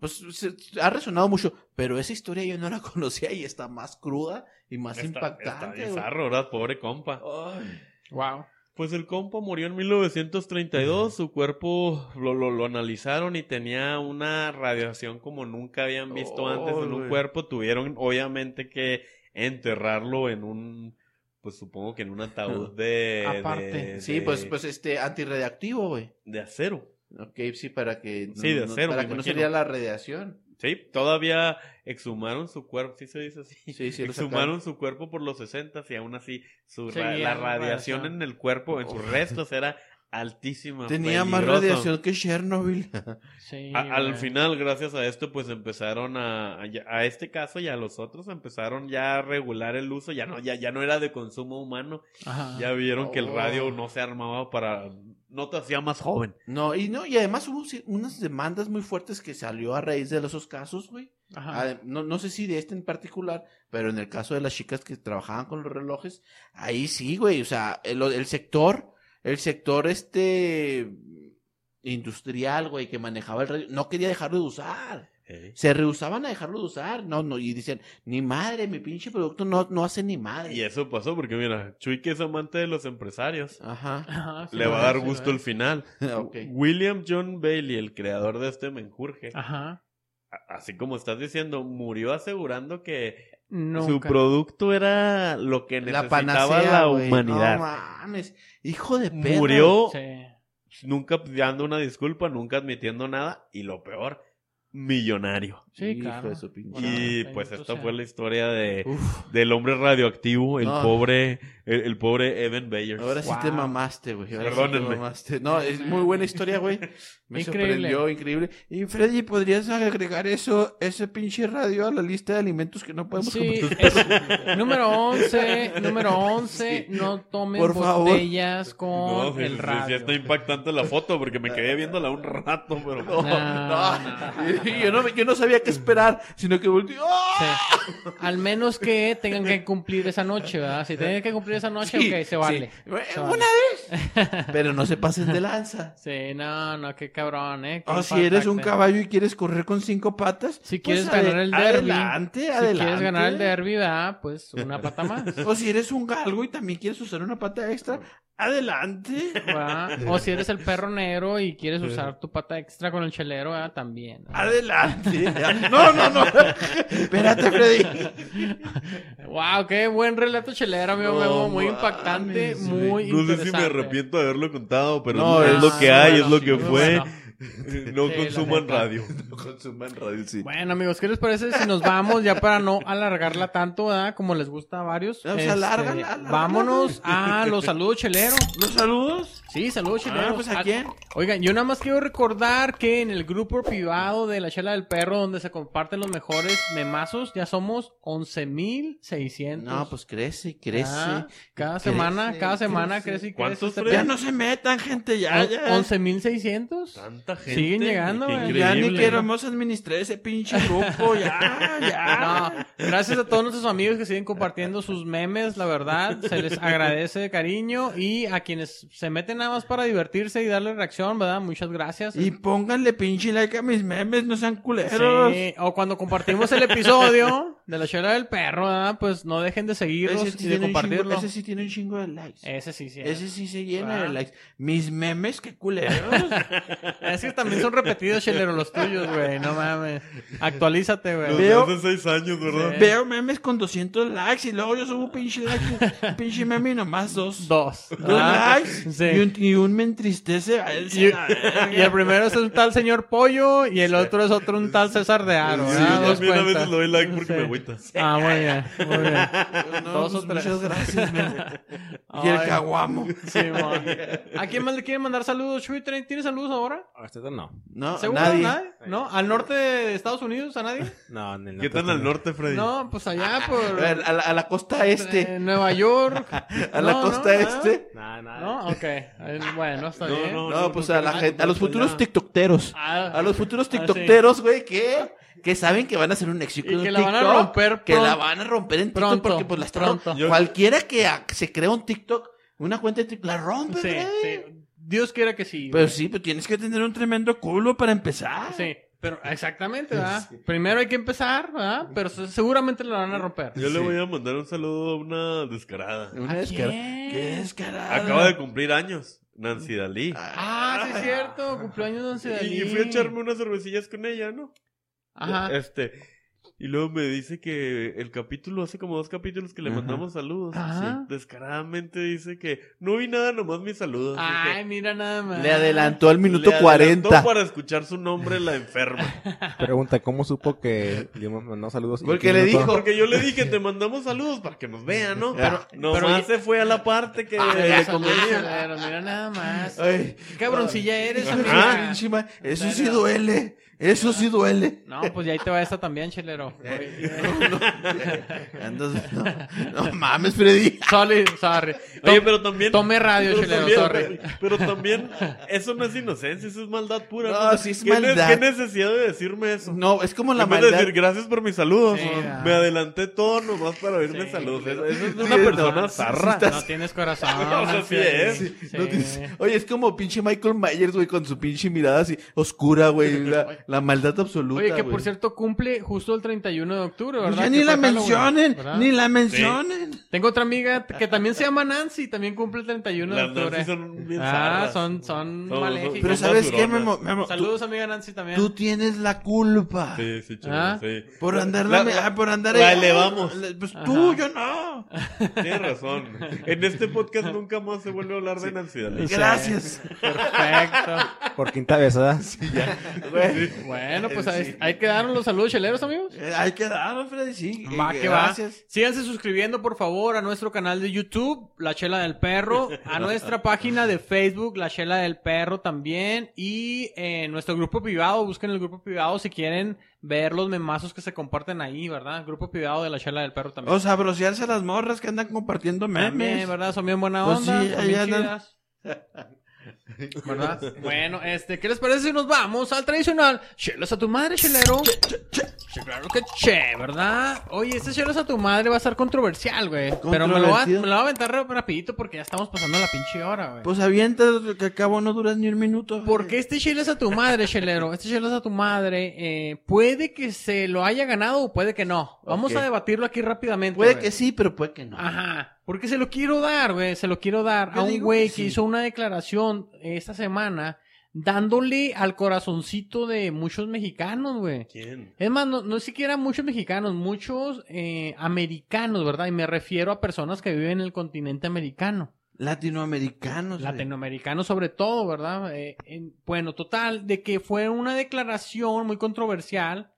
Speaker 5: pues, se- ha resonado mucho, pero esa historia yo no la conocía y está más cruda y más
Speaker 4: Está- Está
Speaker 5: impactante, güey.
Speaker 4: bizarro, ¿verdad? Pobre compa.
Speaker 5: Ay.
Speaker 1: Wow.
Speaker 4: Pues el compa murió en 1932, su cuerpo lo, lo, lo analizaron y tenía una radiación como nunca habían visto
Speaker 5: Oh,
Speaker 4: antes en un
Speaker 5: güey.
Speaker 4: cuerpo, tuvieron obviamente que enterrarlo en un, pues supongo que en un ataúd de...
Speaker 1: Aparte.
Speaker 4: de-
Speaker 5: Sí,
Speaker 4: de-
Speaker 5: pues, pues, este, antirradiactivo, güey.
Speaker 4: De acero.
Speaker 5: Ok, sí, para que no,
Speaker 4: Sí, de
Speaker 5: no-
Speaker 4: acero,
Speaker 5: para que
Speaker 4: me
Speaker 5: no
Speaker 4: imagino.
Speaker 5: sería la radiación.
Speaker 4: Sí, todavía exhumaron su cuerpo, sí se dice así.
Speaker 5: Sí, sí, lo
Speaker 4: exhumaron su cuerpo por los 60 y aún así su ra-
Speaker 1: Seguía
Speaker 4: la
Speaker 1: la
Speaker 4: radiación
Speaker 1: radiación.
Speaker 4: en el cuerpo, en sus restos era altísima.
Speaker 5: Tenía más
Speaker 4: peligroso.
Speaker 5: radiación que Chernobyl.
Speaker 1: Sí.
Speaker 4: A- al
Speaker 1: güey.
Speaker 4: final, gracias a esto, pues empezaron a, a, ya- a este caso y a los otros empezaron ya a regular el uso, ya no, ya, ya no era de consumo humano,
Speaker 1: Ajá.
Speaker 4: ya vieron que el
Speaker 5: Oh.
Speaker 4: radio no se armaba para, no te hacía más joven.
Speaker 5: No, y no, y además hubo ci- unas demandas muy fuertes que salió a raíz de esos casos, güey.
Speaker 1: Ajá.
Speaker 5: Adem- No, no sé si Ah, de este en particular, pero en el caso de las chicas que trabajaban con los relojes, ahí sí, güey. O sea, el, el sector, el sector este industrial, güey, que manejaba el radio, no quería dejarlo de usar. Se rehusaban a dejarlo de usar. No, no, y dicen, ni madre, mi pinche producto no, no hace ni madre.
Speaker 4: Y eso pasó porque mira, Chuy que es amante de los empresarios,
Speaker 5: Ajá.
Speaker 1: Ajá, sí
Speaker 4: le
Speaker 1: lo
Speaker 4: va a
Speaker 1: es,
Speaker 4: dar
Speaker 1: sí lo
Speaker 4: gusto el
Speaker 1: es.
Speaker 4: final.
Speaker 5: ok.
Speaker 4: William John Bailey, el creador de este menjurje,
Speaker 5: Ah.
Speaker 1: Ajá.
Speaker 4: a- así como estás diciendo, murió asegurando que su
Speaker 1: Nunca.
Speaker 4: producto era lo que necesitaba
Speaker 5: La
Speaker 4: la,
Speaker 5: panacea, güey.
Speaker 4: humanidad.
Speaker 5: No mames. Hijo de perra.
Speaker 4: murió
Speaker 1: Sí.
Speaker 4: nunca dando una disculpa, nunca admitiendo nada y lo peor, millonario.
Speaker 1: Sí,
Speaker 5: Hijo
Speaker 1: claro.
Speaker 5: de su pinche-
Speaker 1: Bueno,
Speaker 4: y
Speaker 1: bendito
Speaker 4: pues esta
Speaker 1: sea.
Speaker 4: fue la historia de
Speaker 5: Uf,
Speaker 4: del hombre radioactivo, el
Speaker 5: Ah.
Speaker 4: pobre el, el pobre Evan Bayers.
Speaker 5: ahora sí
Speaker 1: Wow.
Speaker 5: te mamaste, güey. Ahora sí te
Speaker 4: Perdónenme.
Speaker 5: mamaste. No, es muy buena historia, güey. Me
Speaker 1: Increíble.
Speaker 5: sorprendió, increíble. Y Freddy, ¿podrías agregar eso, ese pinche radio a la lista de alimentos que no podemos
Speaker 1: Pues Sí,
Speaker 5: comer?
Speaker 1: es- número 11, número 11, no tomen
Speaker 5: Por favor.
Speaker 1: botellas
Speaker 4: No,
Speaker 1: con
Speaker 4: sí, sí,
Speaker 1: el
Speaker 4: sí,
Speaker 1: radio.
Speaker 4: está impactante la foto porque me quedé viéndola un rato, pero
Speaker 1: No,
Speaker 5: No, no. Yo, no, yo no sabía qué esperar, sino que volteé. ¡Ah!
Speaker 1: Sí. Al menos que tengan que cumplir esa noche, ¿verdad? Si tienen que cumplir esa noche,
Speaker 5: Sí,
Speaker 1: ok, se vale.
Speaker 5: sí. Bueno,
Speaker 1: Se vale.
Speaker 5: Una vez. Pero no se pases de lanza.
Speaker 1: Sí, no, no, qué cabrón, ¿eh? Qué
Speaker 5: O Ah, si eres un
Speaker 1: impactante.
Speaker 5: caballo y quieres correr con cinco patas.
Speaker 1: Si
Speaker 5: pues,
Speaker 1: quieres ganar el derby.
Speaker 5: Adelante, adelante.
Speaker 1: Si quieres ganar el derby, ¿verdad? Pues una pata más.
Speaker 5: O si eres un galgo y también quieres usar una pata extra,
Speaker 2: Adelante.
Speaker 1: ¿verdad? O si eres el perro negro y quieres usar tu pata extra con el chelero, ¿verdad? también.
Speaker 2: Adelante. No, no, no. Espérate, Freddy.
Speaker 1: Wow, qué buen relato chelero, amigo
Speaker 2: No
Speaker 1: Memo. Muy
Speaker 2: mames,
Speaker 1: impactante, muy
Speaker 2: güey.
Speaker 4: No sé si me
Speaker 1: interesante.
Speaker 4: arrepiento de haberlo contado, pero
Speaker 2: No,
Speaker 4: es,
Speaker 2: es-
Speaker 4: lo que
Speaker 1: Ah,
Speaker 4: hay,
Speaker 1: bueno,
Speaker 4: es lo
Speaker 1: sí,
Speaker 4: que
Speaker 1: muy
Speaker 4: fue.
Speaker 1: bueno.
Speaker 4: No
Speaker 1: Sí, la
Speaker 4: consuman
Speaker 1: neta.
Speaker 4: radio. No consuman radio, sí.
Speaker 1: Bueno, amigos, ¿qué les parece si nos vamos ya para no alargarla tanto, ¿verdad? Como les gusta a varios. Este,
Speaker 2: No, pues, alárgala, alárgala.
Speaker 1: Vámonos a los saludos cheleros.
Speaker 2: ¿Los saludos?
Speaker 1: Sí, saludos cheleros.
Speaker 2: Ah, pues, ¿a quién?
Speaker 1: Oigan, yo nada más quiero recordar que en el grupo privado de la Chela del Perro, donde se comparten los mejores memazos, ya somos 11.600.
Speaker 5: No, pues crece, crece.
Speaker 1: Ah, cada
Speaker 5: crece,
Speaker 1: semana, cada semana
Speaker 5: crece.
Speaker 1: crece y crece.
Speaker 4: ¿Cuántos,
Speaker 1: este
Speaker 4: Fred?
Speaker 2: Ya
Speaker 1: pedo.
Speaker 2: no se metan, gente. Ya, ya.
Speaker 1: 11.600.
Speaker 4: Tanta gente.
Speaker 1: Siguen llegando,
Speaker 4: qué
Speaker 1: güey.
Speaker 4: increíble.
Speaker 2: Ya ni queremos administrar ese pinche grupo. Ya,
Speaker 1: No,
Speaker 2: ya.
Speaker 1: gracias a todos nuestros amigos que siguen compartiendo sus memes, la verdad, se les agradece de cariño y a quienes se meten nada más para divertirse y darle reacción, ¿verdad? Muchas gracias.
Speaker 2: Y pónganle pinche like a mis memes, no sean culeros.
Speaker 1: Sí, o cuando compartimos el episodio de la chela del perro, ¿verdad? pues no dejen de seguirnos y de
Speaker 5: tiene un
Speaker 1: compartirlo. Eh,
Speaker 5: chingo- ese sí tiene un chingo de likes.
Speaker 1: Ese sí, sí.
Speaker 5: Ese sí se llena
Speaker 1: Ah.
Speaker 5: de likes. Mis memes, qué culeros.
Speaker 1: Es que también son repetidos, chelero, los tuyos, güey. No mames. Actualízate,
Speaker 4: Los
Speaker 1: güey.
Speaker 4: de
Speaker 2: Veo-
Speaker 4: hace seis años, ¿verdad?
Speaker 2: Veo memes con 200 likes y luego yo subo pinche like, un pinche meme y nomás dos.
Speaker 1: Dos.
Speaker 2: Dos
Speaker 1: Ah,
Speaker 2: likes
Speaker 1: sí.
Speaker 2: y, un, y un me entristece. Ay, sí,
Speaker 1: Y,
Speaker 2: la
Speaker 1: y el
Speaker 2: verga.
Speaker 1: primero es un tal señor Pollo y el otro es otro un tal César de Aro.
Speaker 4: Sí,
Speaker 1: ¿verdad?
Speaker 4: yo
Speaker 1: Dos
Speaker 4: también a
Speaker 1: cuentas.
Speaker 4: veces le doy like porque
Speaker 1: Sí.
Speaker 4: me agüitas.
Speaker 1: Ah, muy bien, muy bien.
Speaker 2: No,
Speaker 1: dos
Speaker 2: pues,
Speaker 1: o tres.
Speaker 2: Muchas gracias, Memo. Y el
Speaker 1: Ay,
Speaker 2: caguamo.
Speaker 1: Simón. ¿A quién más le quieren mandar saludos, Chuy? ¿Tien- ¿Tienes saludos ahora?
Speaker 3: Hasta ahorita este no.
Speaker 5: No,
Speaker 1: ¿Seguro?
Speaker 5: nadie.
Speaker 1: ¿Nadie? ¿No? ¿Al norte de Estados Unidos? ¿A nadie?
Speaker 3: No, en el
Speaker 4: ¿Qué tan
Speaker 3: no.
Speaker 4: al norte, Freddy?
Speaker 1: No, pues allá
Speaker 5: Ah, A,
Speaker 1: por
Speaker 5: ver, a la, a la costa este.
Speaker 1: eh, Nueva York.
Speaker 5: A la
Speaker 1: No,
Speaker 5: costa
Speaker 1: no,
Speaker 5: este.
Speaker 3: Nada, nada.
Speaker 1: ¿No? Ok. Eh, Bueno, está
Speaker 4: No,
Speaker 1: bien.
Speaker 4: no,
Speaker 5: No, pues
Speaker 4: no,
Speaker 5: a la
Speaker 4: no,
Speaker 5: gente,
Speaker 4: no,
Speaker 5: a los
Speaker 4: no,
Speaker 5: futuros
Speaker 4: ya.
Speaker 5: TikTokeros.
Speaker 1: Ah,
Speaker 5: A los futuros
Speaker 1: sí.
Speaker 5: TikTokeros, güey, que que saben que van a hacer un éxito
Speaker 1: Y
Speaker 5: en
Speaker 1: que la
Speaker 5: TikTok,
Speaker 1: van a romper
Speaker 5: que la
Speaker 1: pronto.
Speaker 5: van a romper en TikTok
Speaker 1: Pronto,
Speaker 5: porque pues la está
Speaker 1: pronto.
Speaker 5: rom-
Speaker 4: Yo-
Speaker 5: cualquiera que a- se crea un TikTok, una cuenta de TikTok la rompe,
Speaker 1: Sí,
Speaker 5: güey.
Speaker 1: sí. Dios quiera que sí.
Speaker 2: Pero sí, pues tienes que tener un tremendo culo para empezar.
Speaker 1: Sí, Ah, pero exactamente, ¿verdad? Primero hay que empezar, ¿verdad? Pero se- seguramente lo van a romper.
Speaker 4: Yo le voy a mandar un saludo a una descarada.
Speaker 5: Una descara- Qué descarada.
Speaker 4: Acaba de cumplir años, Nancy Dalí.
Speaker 1: Ah, sí es cierto, cumpleaños de Once
Speaker 4: Y, y fui a echarme unas cervecillas con ella, ¿no?
Speaker 1: Ajá.
Speaker 4: Este. Y luego me dice que el capítulo, hace como dos capítulos que le
Speaker 5: Ajá.
Speaker 4: mandamos saludos.
Speaker 1: Ajá.
Speaker 4: Sí. Descaradamente dice que no vi nada, nomás mis saludos. Dije,
Speaker 1: Ay, mira nada más.
Speaker 5: Le adelantó al minuto
Speaker 4: le adelantó
Speaker 5: 40.
Speaker 4: para escuchar su nombre la enferma.
Speaker 3: Pregunta, ¿cómo supo que le mandó saludos? ¿Y
Speaker 5: Porque
Speaker 3: quién
Speaker 5: le
Speaker 3: notó?
Speaker 5: dijo- Ah.
Speaker 4: Porque yo le dije, te mandamos saludos para que nos vean, ¿no? Pero,
Speaker 1: pero-
Speaker 4: nomás se fue a la parte que
Speaker 1: Ah,
Speaker 4: le
Speaker 1: los
Speaker 4: convenía.
Speaker 1: aceleros, mira nada más.
Speaker 5: Ay,
Speaker 1: Qué cabroncilla eres,
Speaker 5: ah,
Speaker 1: amiga.
Speaker 5: pinche ma- eso sí duele. Eso sí duele.
Speaker 1: No, pues ya ahí te va esta también, chelero.
Speaker 5: Andas- no, no mames, Freddy.
Speaker 1: Sorry, sorry.
Speaker 4: Oye,
Speaker 1: Tom-
Speaker 4: pero también.
Speaker 1: Tomé radio,
Speaker 4: pero
Speaker 1: chelero,
Speaker 4: también-
Speaker 1: sorry.
Speaker 4: Pero, pero también, eso no es inocencia, eso es maldad pura.
Speaker 5: No,
Speaker 4: ¿no?
Speaker 5: sí es
Speaker 4: ¿Qué ne-
Speaker 5: maldad.
Speaker 4: ¿Qué necesidad de decirme eso?
Speaker 5: No, es como la
Speaker 4: en vez de
Speaker 5: maldad.
Speaker 4: decir gracias por mis saludos,
Speaker 1: Sí, ah.
Speaker 4: me adelanté todo nomás para oírme
Speaker 1: Sí.
Speaker 4: saludos. Eso, eso es de
Speaker 5: Sí,
Speaker 4: una
Speaker 5: no,
Speaker 4: persona
Speaker 5: no,
Speaker 4: zarra.
Speaker 5: sí
Speaker 1: No tienes corazón.
Speaker 4: No, eso sí es.
Speaker 1: sí, sí.
Speaker 5: No tienes- Oye, es como pinche Michael Myers, güey, con su pinche mirada así oscura, güey. La, la maldad absoluta.
Speaker 1: Oye, que por
Speaker 5: güey.
Speaker 1: cierto cumple justo el 31 de octubre,
Speaker 2: Pues
Speaker 1: ¿verdad?
Speaker 2: ya
Speaker 1: Que
Speaker 2: ni
Speaker 1: fue
Speaker 2: la
Speaker 1: Halloween,
Speaker 2: mencionen,
Speaker 1: ¿verdad?
Speaker 2: ni la mencionen.
Speaker 1: Tengo otra amiga que también se llama Nancy, también cumple el 31 de
Speaker 4: Las
Speaker 1: octubre.
Speaker 4: Nancy son bien
Speaker 1: ah,
Speaker 4: zarras.
Speaker 1: son, son
Speaker 4: Son-
Speaker 1: maléficas.
Speaker 5: Pero
Speaker 4: Son
Speaker 5: ¿sabes qué,
Speaker 4: basuronas.
Speaker 5: Memo? Memo, tú,
Speaker 1: Saludos, amiga Nancy, también.
Speaker 5: tú tienes la culpa.
Speaker 4: Sí, sí, chévere,
Speaker 1: Ah.
Speaker 4: sí.
Speaker 5: Por andar
Speaker 4: La-
Speaker 5: la, me- ah, por andar
Speaker 4: la
Speaker 5: ahí-
Speaker 4: elevamos.
Speaker 5: la- Pues
Speaker 1: Ajá.
Speaker 5: tú, yo no.
Speaker 4: Tienes razón. En este podcast nunca más se vuelve a hablar de Nancy Dalí.
Speaker 1: Sí.
Speaker 5: Gracias.
Speaker 1: Perfecto.
Speaker 3: Por quinta vez, ¿verdad?
Speaker 5: Güey.
Speaker 1: Bueno, pues ahí, ahí quedaron los saludos cheleros, amigos.
Speaker 5: Eh, Hay que dar, Freddy, sí.
Speaker 1: Va
Speaker 5: Eh,
Speaker 1: que va.
Speaker 5: gracias.
Speaker 1: Síganse suscribiendo, por favor, a nuestro canal de YouTube, La Chela del Perro, a nuestra página de Facebook, La Chela del Perro también, y en nuestro grupo privado, busquen el grupo privado si quieren ver los memazos que se comparten ahí, ¿verdad? Grupo privado de La Chela del Perro también.
Speaker 2: O sabrosearse a las morras que andan compartiendo memes.
Speaker 1: También, ¿verdad? Son bien buena
Speaker 2: Pues
Speaker 1: onda,
Speaker 2: sí,
Speaker 1: son bien
Speaker 2: ahí andan.
Speaker 1: chidas. ¿Verdad? Bueno, este, ¿qué les parece si nos vamos al tradicional? Chelos a tu madre, chelero. Che, Claro que che, ¿verdad? Oye, este chelos a tu madre va a ser controversial, güey. Pero me lo, va, me
Speaker 2: Controvertido.
Speaker 1: lo va a aventar re- rapidito porque ya estamos pasando la pinche hora, güey.
Speaker 2: Pues eh. avienta que al cabo no duras ni un minuto.
Speaker 1: Porque este chelas a tu madre, chelero. Este chelas a tu madre eh, puede que se lo haya ganado o puede que no. Vamos
Speaker 5: Ok.
Speaker 1: a Ah, debatirlo aquí rápidamente.
Speaker 5: Puede
Speaker 1: güey.
Speaker 5: que sí, pero puede que no.
Speaker 1: Ajá. Porque se lo quiero dar, güey, se lo quiero dar
Speaker 2: Yo
Speaker 1: a un
Speaker 2: digo
Speaker 1: güey
Speaker 2: que
Speaker 1: que
Speaker 2: sí.
Speaker 1: hizo una declaración esta semana dándole al corazoncito de muchos mexicanos, güey.
Speaker 4: ¿Quién?
Speaker 1: Es más, no, no siquiera muchos mexicanos, muchos eh, americanos, ¿verdad? Y me refiero a personas que viven en el continente americano.
Speaker 5: Latinoamericanos. eh. güey.
Speaker 1: Latinoamericanos sobre todo, ¿verdad? Eh, en- bueno, total, de que fue una declaración muy controversial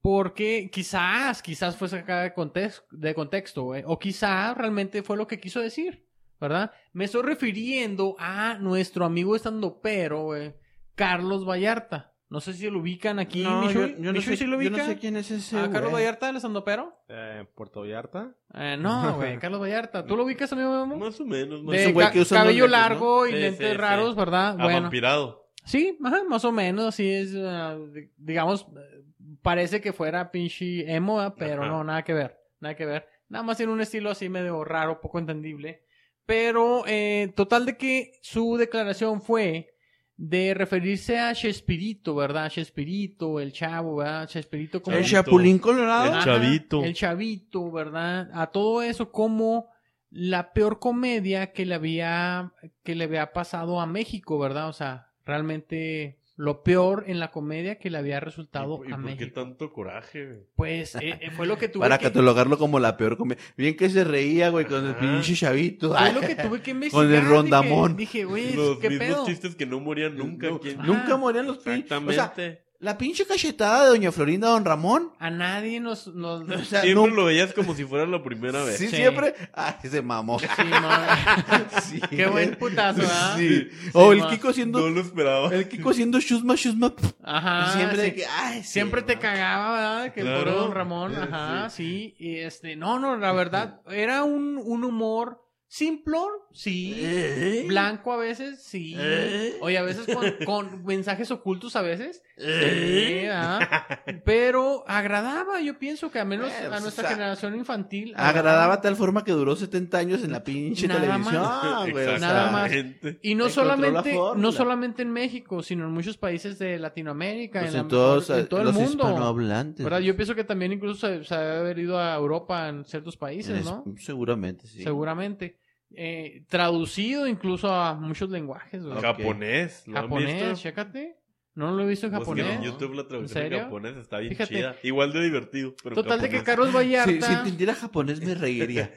Speaker 1: porque quizás, quizás fue sacada de, context- de contexto, güey, o quizás realmente fue lo que quiso decir, ¿verdad? Me estoy refiriendo a nuestro amigo estandopero, güey, Carlos Vallarta. No sé si lo ubican aquí,
Speaker 5: No, yo,
Speaker 1: Michuy.
Speaker 5: yo no
Speaker 1: ¿Michuy sí
Speaker 5: sé,
Speaker 1: lo
Speaker 5: yo
Speaker 1: ubica?
Speaker 5: no sé quién es eh. ese.
Speaker 1: ¿A Carlos
Speaker 5: güey.
Speaker 1: Vallarta, el estandopero?
Speaker 3: Eh, Puerto Vallarta.
Speaker 1: Eh, no, güey, Carlos Vallarta. ¿Tú lo ubicas, amigo Memo?
Speaker 4: Más o menos, más
Speaker 1: De
Speaker 4: o
Speaker 5: un güey
Speaker 1: ca-
Speaker 5: que usa unos
Speaker 1: cabello
Speaker 5: lentes, ¿no?
Speaker 1: largo y
Speaker 4: Sí,
Speaker 1: lentes
Speaker 4: sí, sí.
Speaker 1: raros, ¿verdad? Bueno,
Speaker 4: Avampirado.
Speaker 1: sí, ajá, más o menos, así es, ah, di- digamos, eh, parece que fuera pinche emo, ¿verdad? pero
Speaker 4: Ajá.
Speaker 1: no, nada que ver, nada que ver. Nada más tiene un estilo así medio raro, poco entendible. Pero, eh, total de que su declaración fue de referirse a Chespirito, ¿verdad? Chespirito, el chavo, ¿verdad? Chespirito como...
Speaker 5: ¿El Chapulín Colorado?
Speaker 4: El
Speaker 1: Ah, Ajá,
Speaker 4: chavito.
Speaker 1: El chavito, ¿verdad? A todo eso como la peor comedia que le había que le había pasado a México, ¿verdad? O sea, realmente lo peor en la comedia que le había resultado
Speaker 4: ¿Y, y
Speaker 1: a
Speaker 4: por qué
Speaker 1: México.
Speaker 4: tanto coraje, güey?
Speaker 1: Pues eh, eh, fue lo que tuve
Speaker 5: Para
Speaker 1: que
Speaker 5: catalogarlo como la peor comedia. Bien que se reía, güey, con el
Speaker 4: Ajá.
Speaker 5: pinche chavito.
Speaker 1: fue lo que tuve que investigar.
Speaker 5: Con el
Speaker 1: dije-
Speaker 5: rondamón.
Speaker 1: Dije, güey,
Speaker 4: Los
Speaker 1: ¿qué
Speaker 4: mismos
Speaker 1: pedo?
Speaker 4: chistes que no morían nunca.
Speaker 5: No,
Speaker 4: ¿quién?
Speaker 5: Nunca
Speaker 1: Ah,
Speaker 5: morían los pinches. O sea,
Speaker 4: Exactamente.
Speaker 5: la pinche cachetada de Doña Florinda Don Ramón.
Speaker 1: A nadie nos, nos-
Speaker 5: O sea,
Speaker 4: Siempre
Speaker 5: no-
Speaker 4: lo veías como si fuera la primera vez.
Speaker 5: sí,
Speaker 1: Sí.
Speaker 5: siempre. Ay, se mamó.
Speaker 1: Sí, no,
Speaker 5: Sí.
Speaker 1: qué buen putazo, ¿ah?
Speaker 5: Sí. O el
Speaker 1: ma.
Speaker 5: Kiko haciendo.
Speaker 4: No lo esperaba.
Speaker 5: El Kiko haciendo shusma, shusma. pf,
Speaker 1: Ajá.
Speaker 5: siempre
Speaker 1: Ah, sí.
Speaker 5: de que, ay, sí,
Speaker 1: Siempre te
Speaker 5: ma.
Speaker 1: cagaba, ¿verdad? Que el
Speaker 4: Claro.
Speaker 1: pobre Don Ramón,
Speaker 5: Eh,
Speaker 1: ajá, sí. Y este, no, no, la verdad, era un, un humor simplón, sí.
Speaker 5: Eh,
Speaker 1: Blanco a veces, sí.
Speaker 5: ¿Eh?
Speaker 1: Oye, a veces con, con mensajes ocultos a veces. Sí,
Speaker 5: eh.
Speaker 1: ¿verdad? Pero agradaba, yo pienso que a menos
Speaker 5: Eh,
Speaker 1: a
Speaker 5: pues,
Speaker 1: nuestra
Speaker 5: o sea,
Speaker 1: generación infantil.
Speaker 5: Agradaba tal forma que duró 70 años en la pinche
Speaker 1: Nada
Speaker 5: televisión. ah,
Speaker 1: más.
Speaker 5: güey, o sea,
Speaker 1: Nada más.
Speaker 4: Exactamente.
Speaker 1: Y no
Speaker 5: encontró la
Speaker 1: solamente, no
Speaker 5: fórmula.
Speaker 1: solamente en México, sino en muchos países de Latinoamérica,
Speaker 5: pues
Speaker 1: en, la-
Speaker 5: en, todos,
Speaker 1: en todo el
Speaker 5: los
Speaker 1: mundo.
Speaker 5: hispanohablantes.
Speaker 1: ¿Verdad? Yo pienso que también incluso se, se ha haber ido a Europa en ciertos países,
Speaker 5: Es-
Speaker 1: ¿no?
Speaker 5: Seguramente, sí.
Speaker 1: Seguramente. Eh, traducido incluso a muchos lenguajes, güey.
Speaker 5: Ok.
Speaker 4: Japonés. ¿Lo han
Speaker 1: Japonés,
Speaker 4: visto?
Speaker 1: chécate. No lo he visto en
Speaker 4: Busquen en
Speaker 1: japonés.
Speaker 4: YouTube la traducción
Speaker 1: serio?
Speaker 4: en japonés está bien
Speaker 1: Fíjate.
Speaker 4: chida. Igual de divertido. Pero en
Speaker 1: Total de que
Speaker 4: japonés.
Speaker 1: Carlos Vallarta,
Speaker 5: Si, si entendiera japonés me reiría.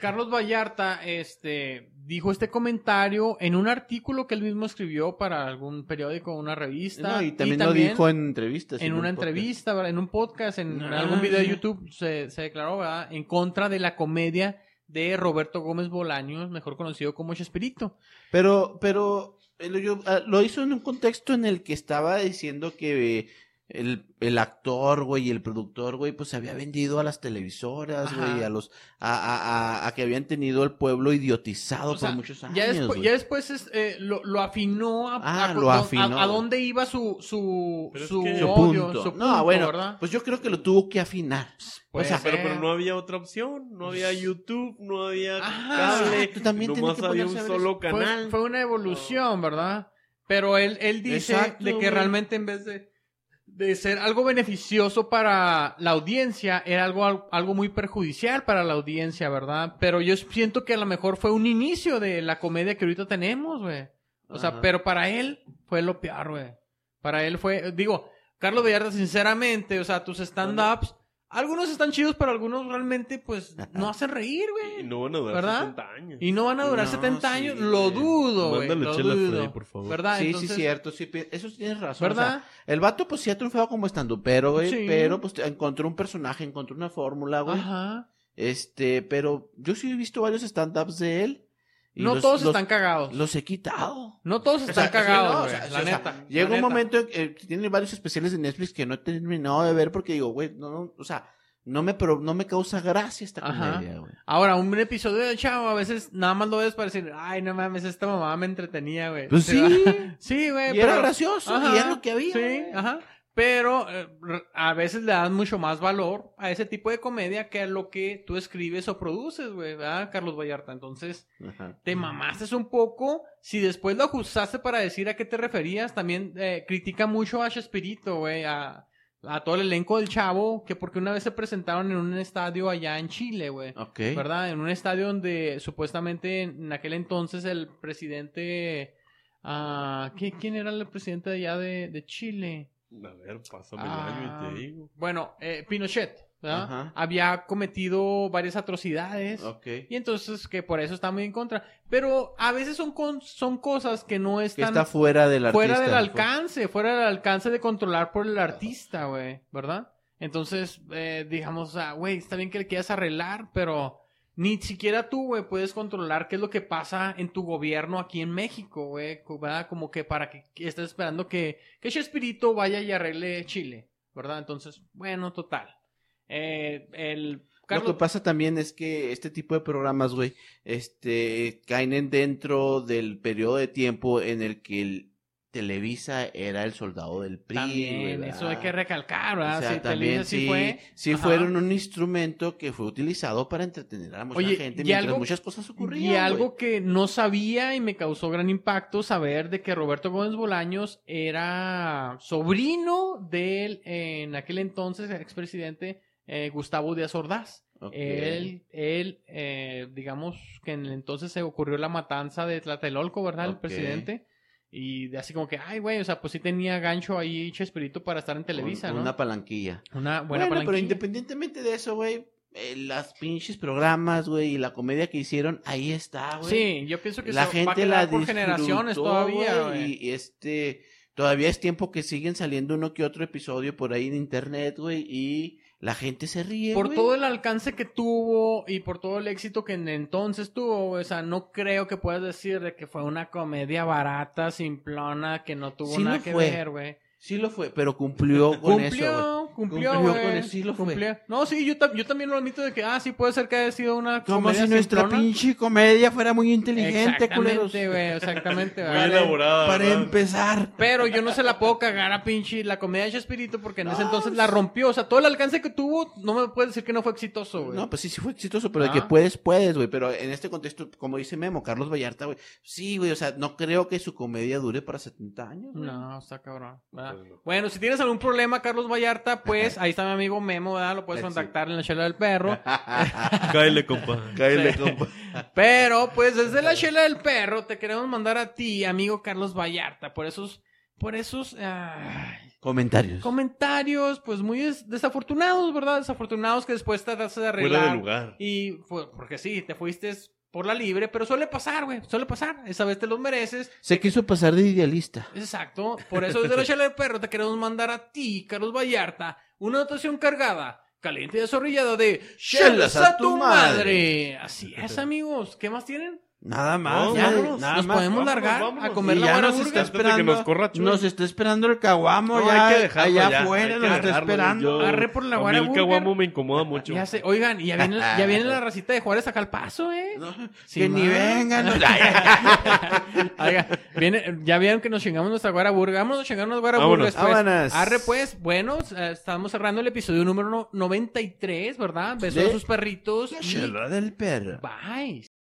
Speaker 1: Carlos Vallarta, este, dijo este comentario en un artículo que él mismo escribió para algún periódico o una revista.
Speaker 5: No, y también lo dijo en entrevistas.
Speaker 1: en una entrevista, ¿verdad? en un podcast, en
Speaker 5: No,
Speaker 1: algún video de
Speaker 5: no.
Speaker 1: YouTube se, se declaró ¿verdad? en contra de la comedia de Roberto Gómez Bolaños, mejor conocido como Chespirito.
Speaker 5: Pero, pero eh, lo, yo- ah, lo hizo en un contexto en el que estaba diciendo que eh, el, el actor, güey, y el productor, güey, pues se había vendido a las televisoras,
Speaker 1: Ajá.
Speaker 5: güey, a los, a, a, a- a que habían tenido el pueblo idiotizado
Speaker 1: O sea,
Speaker 5: por muchos años.
Speaker 1: Ya después,
Speaker 5: güey.
Speaker 1: ya después es, eh, lo, lo afinó a,
Speaker 5: Ah,
Speaker 1: a-
Speaker 5: lo
Speaker 1: a-
Speaker 5: afinó.
Speaker 1: a, dónde iba su su,
Speaker 4: Pero es
Speaker 1: su
Speaker 4: que-
Speaker 5: Su
Speaker 1: odio,
Speaker 5: punto.
Speaker 1: su
Speaker 5: No,
Speaker 1: punto,
Speaker 5: bueno,
Speaker 1: ¿verdad?
Speaker 5: pues yo creo que lo tuvo que afinar.
Speaker 1: Puede
Speaker 5: o sea,
Speaker 1: ser.
Speaker 4: Pero, pero no había otra opción, no
Speaker 1: Pues,
Speaker 4: había YouTube, no había
Speaker 1: Ajá,
Speaker 4: cable,
Speaker 5: exacto, también tenía
Speaker 4: nomás
Speaker 5: que
Speaker 4: había un
Speaker 5: ponerse a ver
Speaker 4: solo
Speaker 1: Fue-
Speaker 4: canal.
Speaker 1: Pues, Fue, una evolución, ¿verdad? Pero él, él dice
Speaker 5: Exacto,
Speaker 1: de que
Speaker 5: güey.
Speaker 1: realmente en vez de, de ser algo beneficioso para la audiencia, era algo, algo muy perjudicial para la audiencia, ¿verdad? Pero yo siento que a lo mejor fue un inicio de la comedia que ahorita tenemos, güey. O sea,
Speaker 5: Ajá.
Speaker 1: pero para él fue lo peor, güey. Para él fue, digo, Carlos Vallarta, sinceramente, o sea, tus stand-ups, algunos están chidos, pero algunos realmente, pues, no hacen reír,
Speaker 4: Y
Speaker 1: güey.
Speaker 4: no van a durar
Speaker 1: ¿Verdad?
Speaker 4: 60 años.
Speaker 1: Y no van a durar
Speaker 5: No,
Speaker 1: 70
Speaker 5: sí,
Speaker 1: años, lo
Speaker 5: güey.
Speaker 1: dudo, güey.
Speaker 4: Mándale
Speaker 1: lo
Speaker 4: chela a
Speaker 1: dudo.
Speaker 4: Freddy, por favor.
Speaker 1: ¿Verdad?
Speaker 5: Sí,
Speaker 1: Ah, Entonces,
Speaker 5: sí, cierto, sí, pi- eso sí tienes razón. o sea,
Speaker 1: ¿Verdad?
Speaker 5: El vato pues sí ha triunfado como estandupero, güey,
Speaker 1: Sí.
Speaker 5: pero pues encontró un personaje, encontró una fórmula, güey.
Speaker 1: Ajá.
Speaker 5: Este, pero yo sí he visto varios stand-ups de él. y
Speaker 1: No
Speaker 5: los-
Speaker 1: todos
Speaker 5: los-
Speaker 1: están cagados.
Speaker 5: Los he quitado.
Speaker 1: No todos
Speaker 5: O
Speaker 1: están
Speaker 5: sea,
Speaker 1: cagados,
Speaker 5: sí, no, o
Speaker 1: güey,
Speaker 5: sea,
Speaker 1: la
Speaker 5: o sea,
Speaker 1: neta. la
Speaker 5: Llega un
Speaker 1: neta.
Speaker 5: momento en que tiene varios especiales de Netflix que no he terminado de ver porque digo, güey, no, no, o sea, no me, pro- no me causa gracia esta
Speaker 1: Ajá.
Speaker 5: comedia, güey.
Speaker 1: Ahora, un episodio de Chavo, a veces nada más lo ves para decir, ay, no mames, esta mamá me entretenía, güey.
Speaker 5: Pues
Speaker 1: Sí, ¿verdad?
Speaker 5: sí, y
Speaker 1: Sí, güey.
Speaker 5: era
Speaker 1: pero-
Speaker 5: gracioso, y
Speaker 1: Ajá,
Speaker 5: era lo que había.
Speaker 1: Sí,
Speaker 5: güey.
Speaker 1: ajá. Pero eh, r- a veces le dan mucho más valor a ese tipo de comedia que a lo que tú escribes o produces, güey, ¿verdad, Carlos Vallarta? Entonces,
Speaker 5: Ajá.
Speaker 1: te mamaste un poco. Si después lo ajustaste para decir a qué te referías, también eh, critica mucho a Chespirito, güey. A, a todo el elenco del chavo, que porque una vez se presentaron en un estadio allá en Chile, güey.
Speaker 5: Ok.
Speaker 1: ¿Verdad? En un estadio donde supuestamente en aquel entonces el presidente... ah, ¿qui- ¿Quién era el presidente de allá de, de Chile?
Speaker 4: A ver, pásame
Speaker 1: Ah,
Speaker 4: el año y te digo.
Speaker 1: Bueno, eh, Pinochet, ¿verdad?
Speaker 5: Ajá.
Speaker 1: Había cometido varias atrocidades.
Speaker 5: Ok.
Speaker 1: Y entonces que por eso está muy en contra. Pero a veces son, con- son cosas que no
Speaker 5: Que
Speaker 1: están
Speaker 5: está fuera del artista.
Speaker 1: fuera del alcance, fuera del alcance de controlar por el artista, güey, ¿verdad? Entonces, eh, digamos, ah, güey, está bien que le quieras arreglar, pero ni siquiera tú, güey, puedes controlar qué es lo que pasa en tu gobierno aquí en México, güey, co- ¿verdad? Como que para que que estés esperando que, que Chespirito vaya y arregle Chile, ¿verdad? Entonces, bueno, total. Eh, el
Speaker 5: Lo que pasa también es que este tipo de programas, güey, este, caen en dentro del periodo de tiempo en el que el Televisa era el soldado del PRI.
Speaker 1: también,
Speaker 5: ¿verdad?
Speaker 1: eso hay que recalcar, ¿verdad?
Speaker 5: O sea,
Speaker 1: Sí,
Speaker 5: también
Speaker 1: Televisa sí fue.
Speaker 5: sí
Speaker 1: Ajá.
Speaker 5: fueron un instrumento que fue utilizado para entretener a mucha
Speaker 1: Oye,
Speaker 5: gente
Speaker 1: y
Speaker 5: mientras
Speaker 1: algo-
Speaker 5: muchas cosas ocurrían.
Speaker 1: Y algo que no sabía y me causó gran impacto saber de que Roberto Gómez Bolaños era sobrino del, eh, en aquel entonces, expresidente eh, Gustavo Díaz Ordaz.
Speaker 5: güey. Ok.
Speaker 1: Él, él eh, digamos que en el entonces se ocurrió la matanza de Tlatelolco, ¿verdad? El
Speaker 5: Ok.
Speaker 1: presidente. Y de así como que, ay, güey, o sea, pues sí tenía gancho ahí Chespirito para estar en Televisa,
Speaker 5: Un-
Speaker 1: ¿no?
Speaker 5: Una palanquilla.
Speaker 1: Una buena
Speaker 5: bueno, pero
Speaker 1: palanquilla.
Speaker 5: independientemente de eso, güey, eh, las pinches programas, güey, y la comedia que hicieron, ahí está, güey.
Speaker 1: Sí, yo pienso que
Speaker 5: la
Speaker 1: se va a
Speaker 5: gente
Speaker 1: quedar
Speaker 5: la
Speaker 1: por generaciones todavía, güey.
Speaker 5: y este todavía es tiempo que siguen saliendo uno que otro episodio por ahí en internet, güey, y la gente se ríe,
Speaker 1: Por
Speaker 5: güey.
Speaker 1: todo el alcance que tuvo y por todo el éxito que en entonces tuvo, güey, o sea, no creo que puedas decir de que fue una comedia barata, simplona, que no tuvo
Speaker 5: Sí
Speaker 1: nada
Speaker 5: lo
Speaker 1: que
Speaker 5: fue.
Speaker 1: ver, güey.
Speaker 5: Sí lo fue, pero cumplió con eso, güey.
Speaker 1: Cumplió, cumplió,
Speaker 5: Cumplió
Speaker 1: güey.
Speaker 5: con eso, sí lo fue.
Speaker 1: Cumplió. No, sí, yo, tam- yo también lo admito de que, ah, sí, puede ser que haya sido una
Speaker 2: Como
Speaker 1: comedia
Speaker 2: si nuestra
Speaker 1: simplona.
Speaker 2: pinche comedia fuera muy inteligente, culeros.
Speaker 1: Exactamente, güey, exactamente,
Speaker 4: Muy
Speaker 1: güey.
Speaker 4: elaborada.
Speaker 2: Para
Speaker 4: ¿verdad?
Speaker 2: empezar.
Speaker 1: Pero yo no se la puedo cagar a pinche la comedia de Chespirito porque en ese entonces la rompió. O sea, todo el alcance que tuvo, no me puedes decir que no fue exitoso, güey.
Speaker 5: No, pues sí, sí fue exitoso, pero de que
Speaker 1: Ah.
Speaker 5: puedes, puedes, güey. Pero en este contexto, como dice Memo, Carlos Vallarta, güey. Sí, güey, o sea, no creo que su comedia dure para 70 años. güey.
Speaker 1: No, está cabrón. ¿verdad?
Speaker 4: Pues no.
Speaker 1: Bueno, si tienes algún problema, Carlos Vallarta, pues ahí está mi amigo Memo, ¿verdad? Lo puedes
Speaker 5: Sí.
Speaker 1: contactar en la chela del perro.
Speaker 4: Cáele, compa.
Speaker 5: Cáele,
Speaker 1: Sí.
Speaker 5: compa.
Speaker 1: Pero, pues desde la chela del perro te queremos mandar a ti, amigo Carlos Vallarta, por esos, por esos ah,
Speaker 5: Comentarios.
Speaker 1: comentarios, pues muy des- desafortunados, ¿verdad? Desafortunados que después trataste de arreglar.
Speaker 4: Fuera de lugar.
Speaker 1: Y pues, porque sí, te fuiste por la libre, pero suele pasar, güey, suele pasar. Esa vez te los mereces.
Speaker 5: Se quiso pasar de idealista.
Speaker 1: Exacto. Por eso desde la chela del perro te queremos mandar a ti, Carlos Vallarta, una notación cargada, caliente y desorrillada de
Speaker 5: Chelas a tu
Speaker 1: Así es, amigos. ¿Qué más tienen?
Speaker 2: Nada más,
Speaker 4: No,
Speaker 2: güey,
Speaker 1: vámonos,
Speaker 2: nada
Speaker 1: nos
Speaker 2: más.
Speaker 1: podemos
Speaker 4: vámonos,
Speaker 1: largar a
Speaker 4: vámonos.
Speaker 1: comer
Speaker 2: Y
Speaker 1: la
Speaker 2: ya
Speaker 1: buena
Speaker 2: nos está
Speaker 1: burger.
Speaker 4: Antes de que
Speaker 2: esperando.
Speaker 4: nos corra, Chuy.
Speaker 2: nos está esperando el caguamo
Speaker 4: No,
Speaker 2: ya,
Speaker 4: hay que dejarlo
Speaker 2: allá
Speaker 4: ya,
Speaker 2: afuera,
Speaker 4: hay que
Speaker 2: nos está
Speaker 4: dejarlo,
Speaker 2: esperando.
Speaker 4: yo-
Speaker 1: Arre por la
Speaker 4: A mí
Speaker 1: buena
Speaker 4: el
Speaker 1: burger.
Speaker 4: caguamo me incomoda mucho.
Speaker 1: Ya sé, oigan, y ya viene, ya viene la racita de Juárez acá al paso, eh. Sí,
Speaker 2: que ni
Speaker 1: ma.
Speaker 2: vengan.
Speaker 1: Oiga, viene- ya vieron que nos chingamos nuestra guaraburga. Vamos a chingar unas guaraburgas.
Speaker 4: Vámonos.
Speaker 1: Pues.
Speaker 5: Vámonos.
Speaker 1: Arre, pues, bueno, eh, estamos cerrando el episodio número no- 93, ¿verdad? Besó a
Speaker 5: De-
Speaker 1: sus perritos. y
Speaker 5: Chela del perro.
Speaker 1: Bye.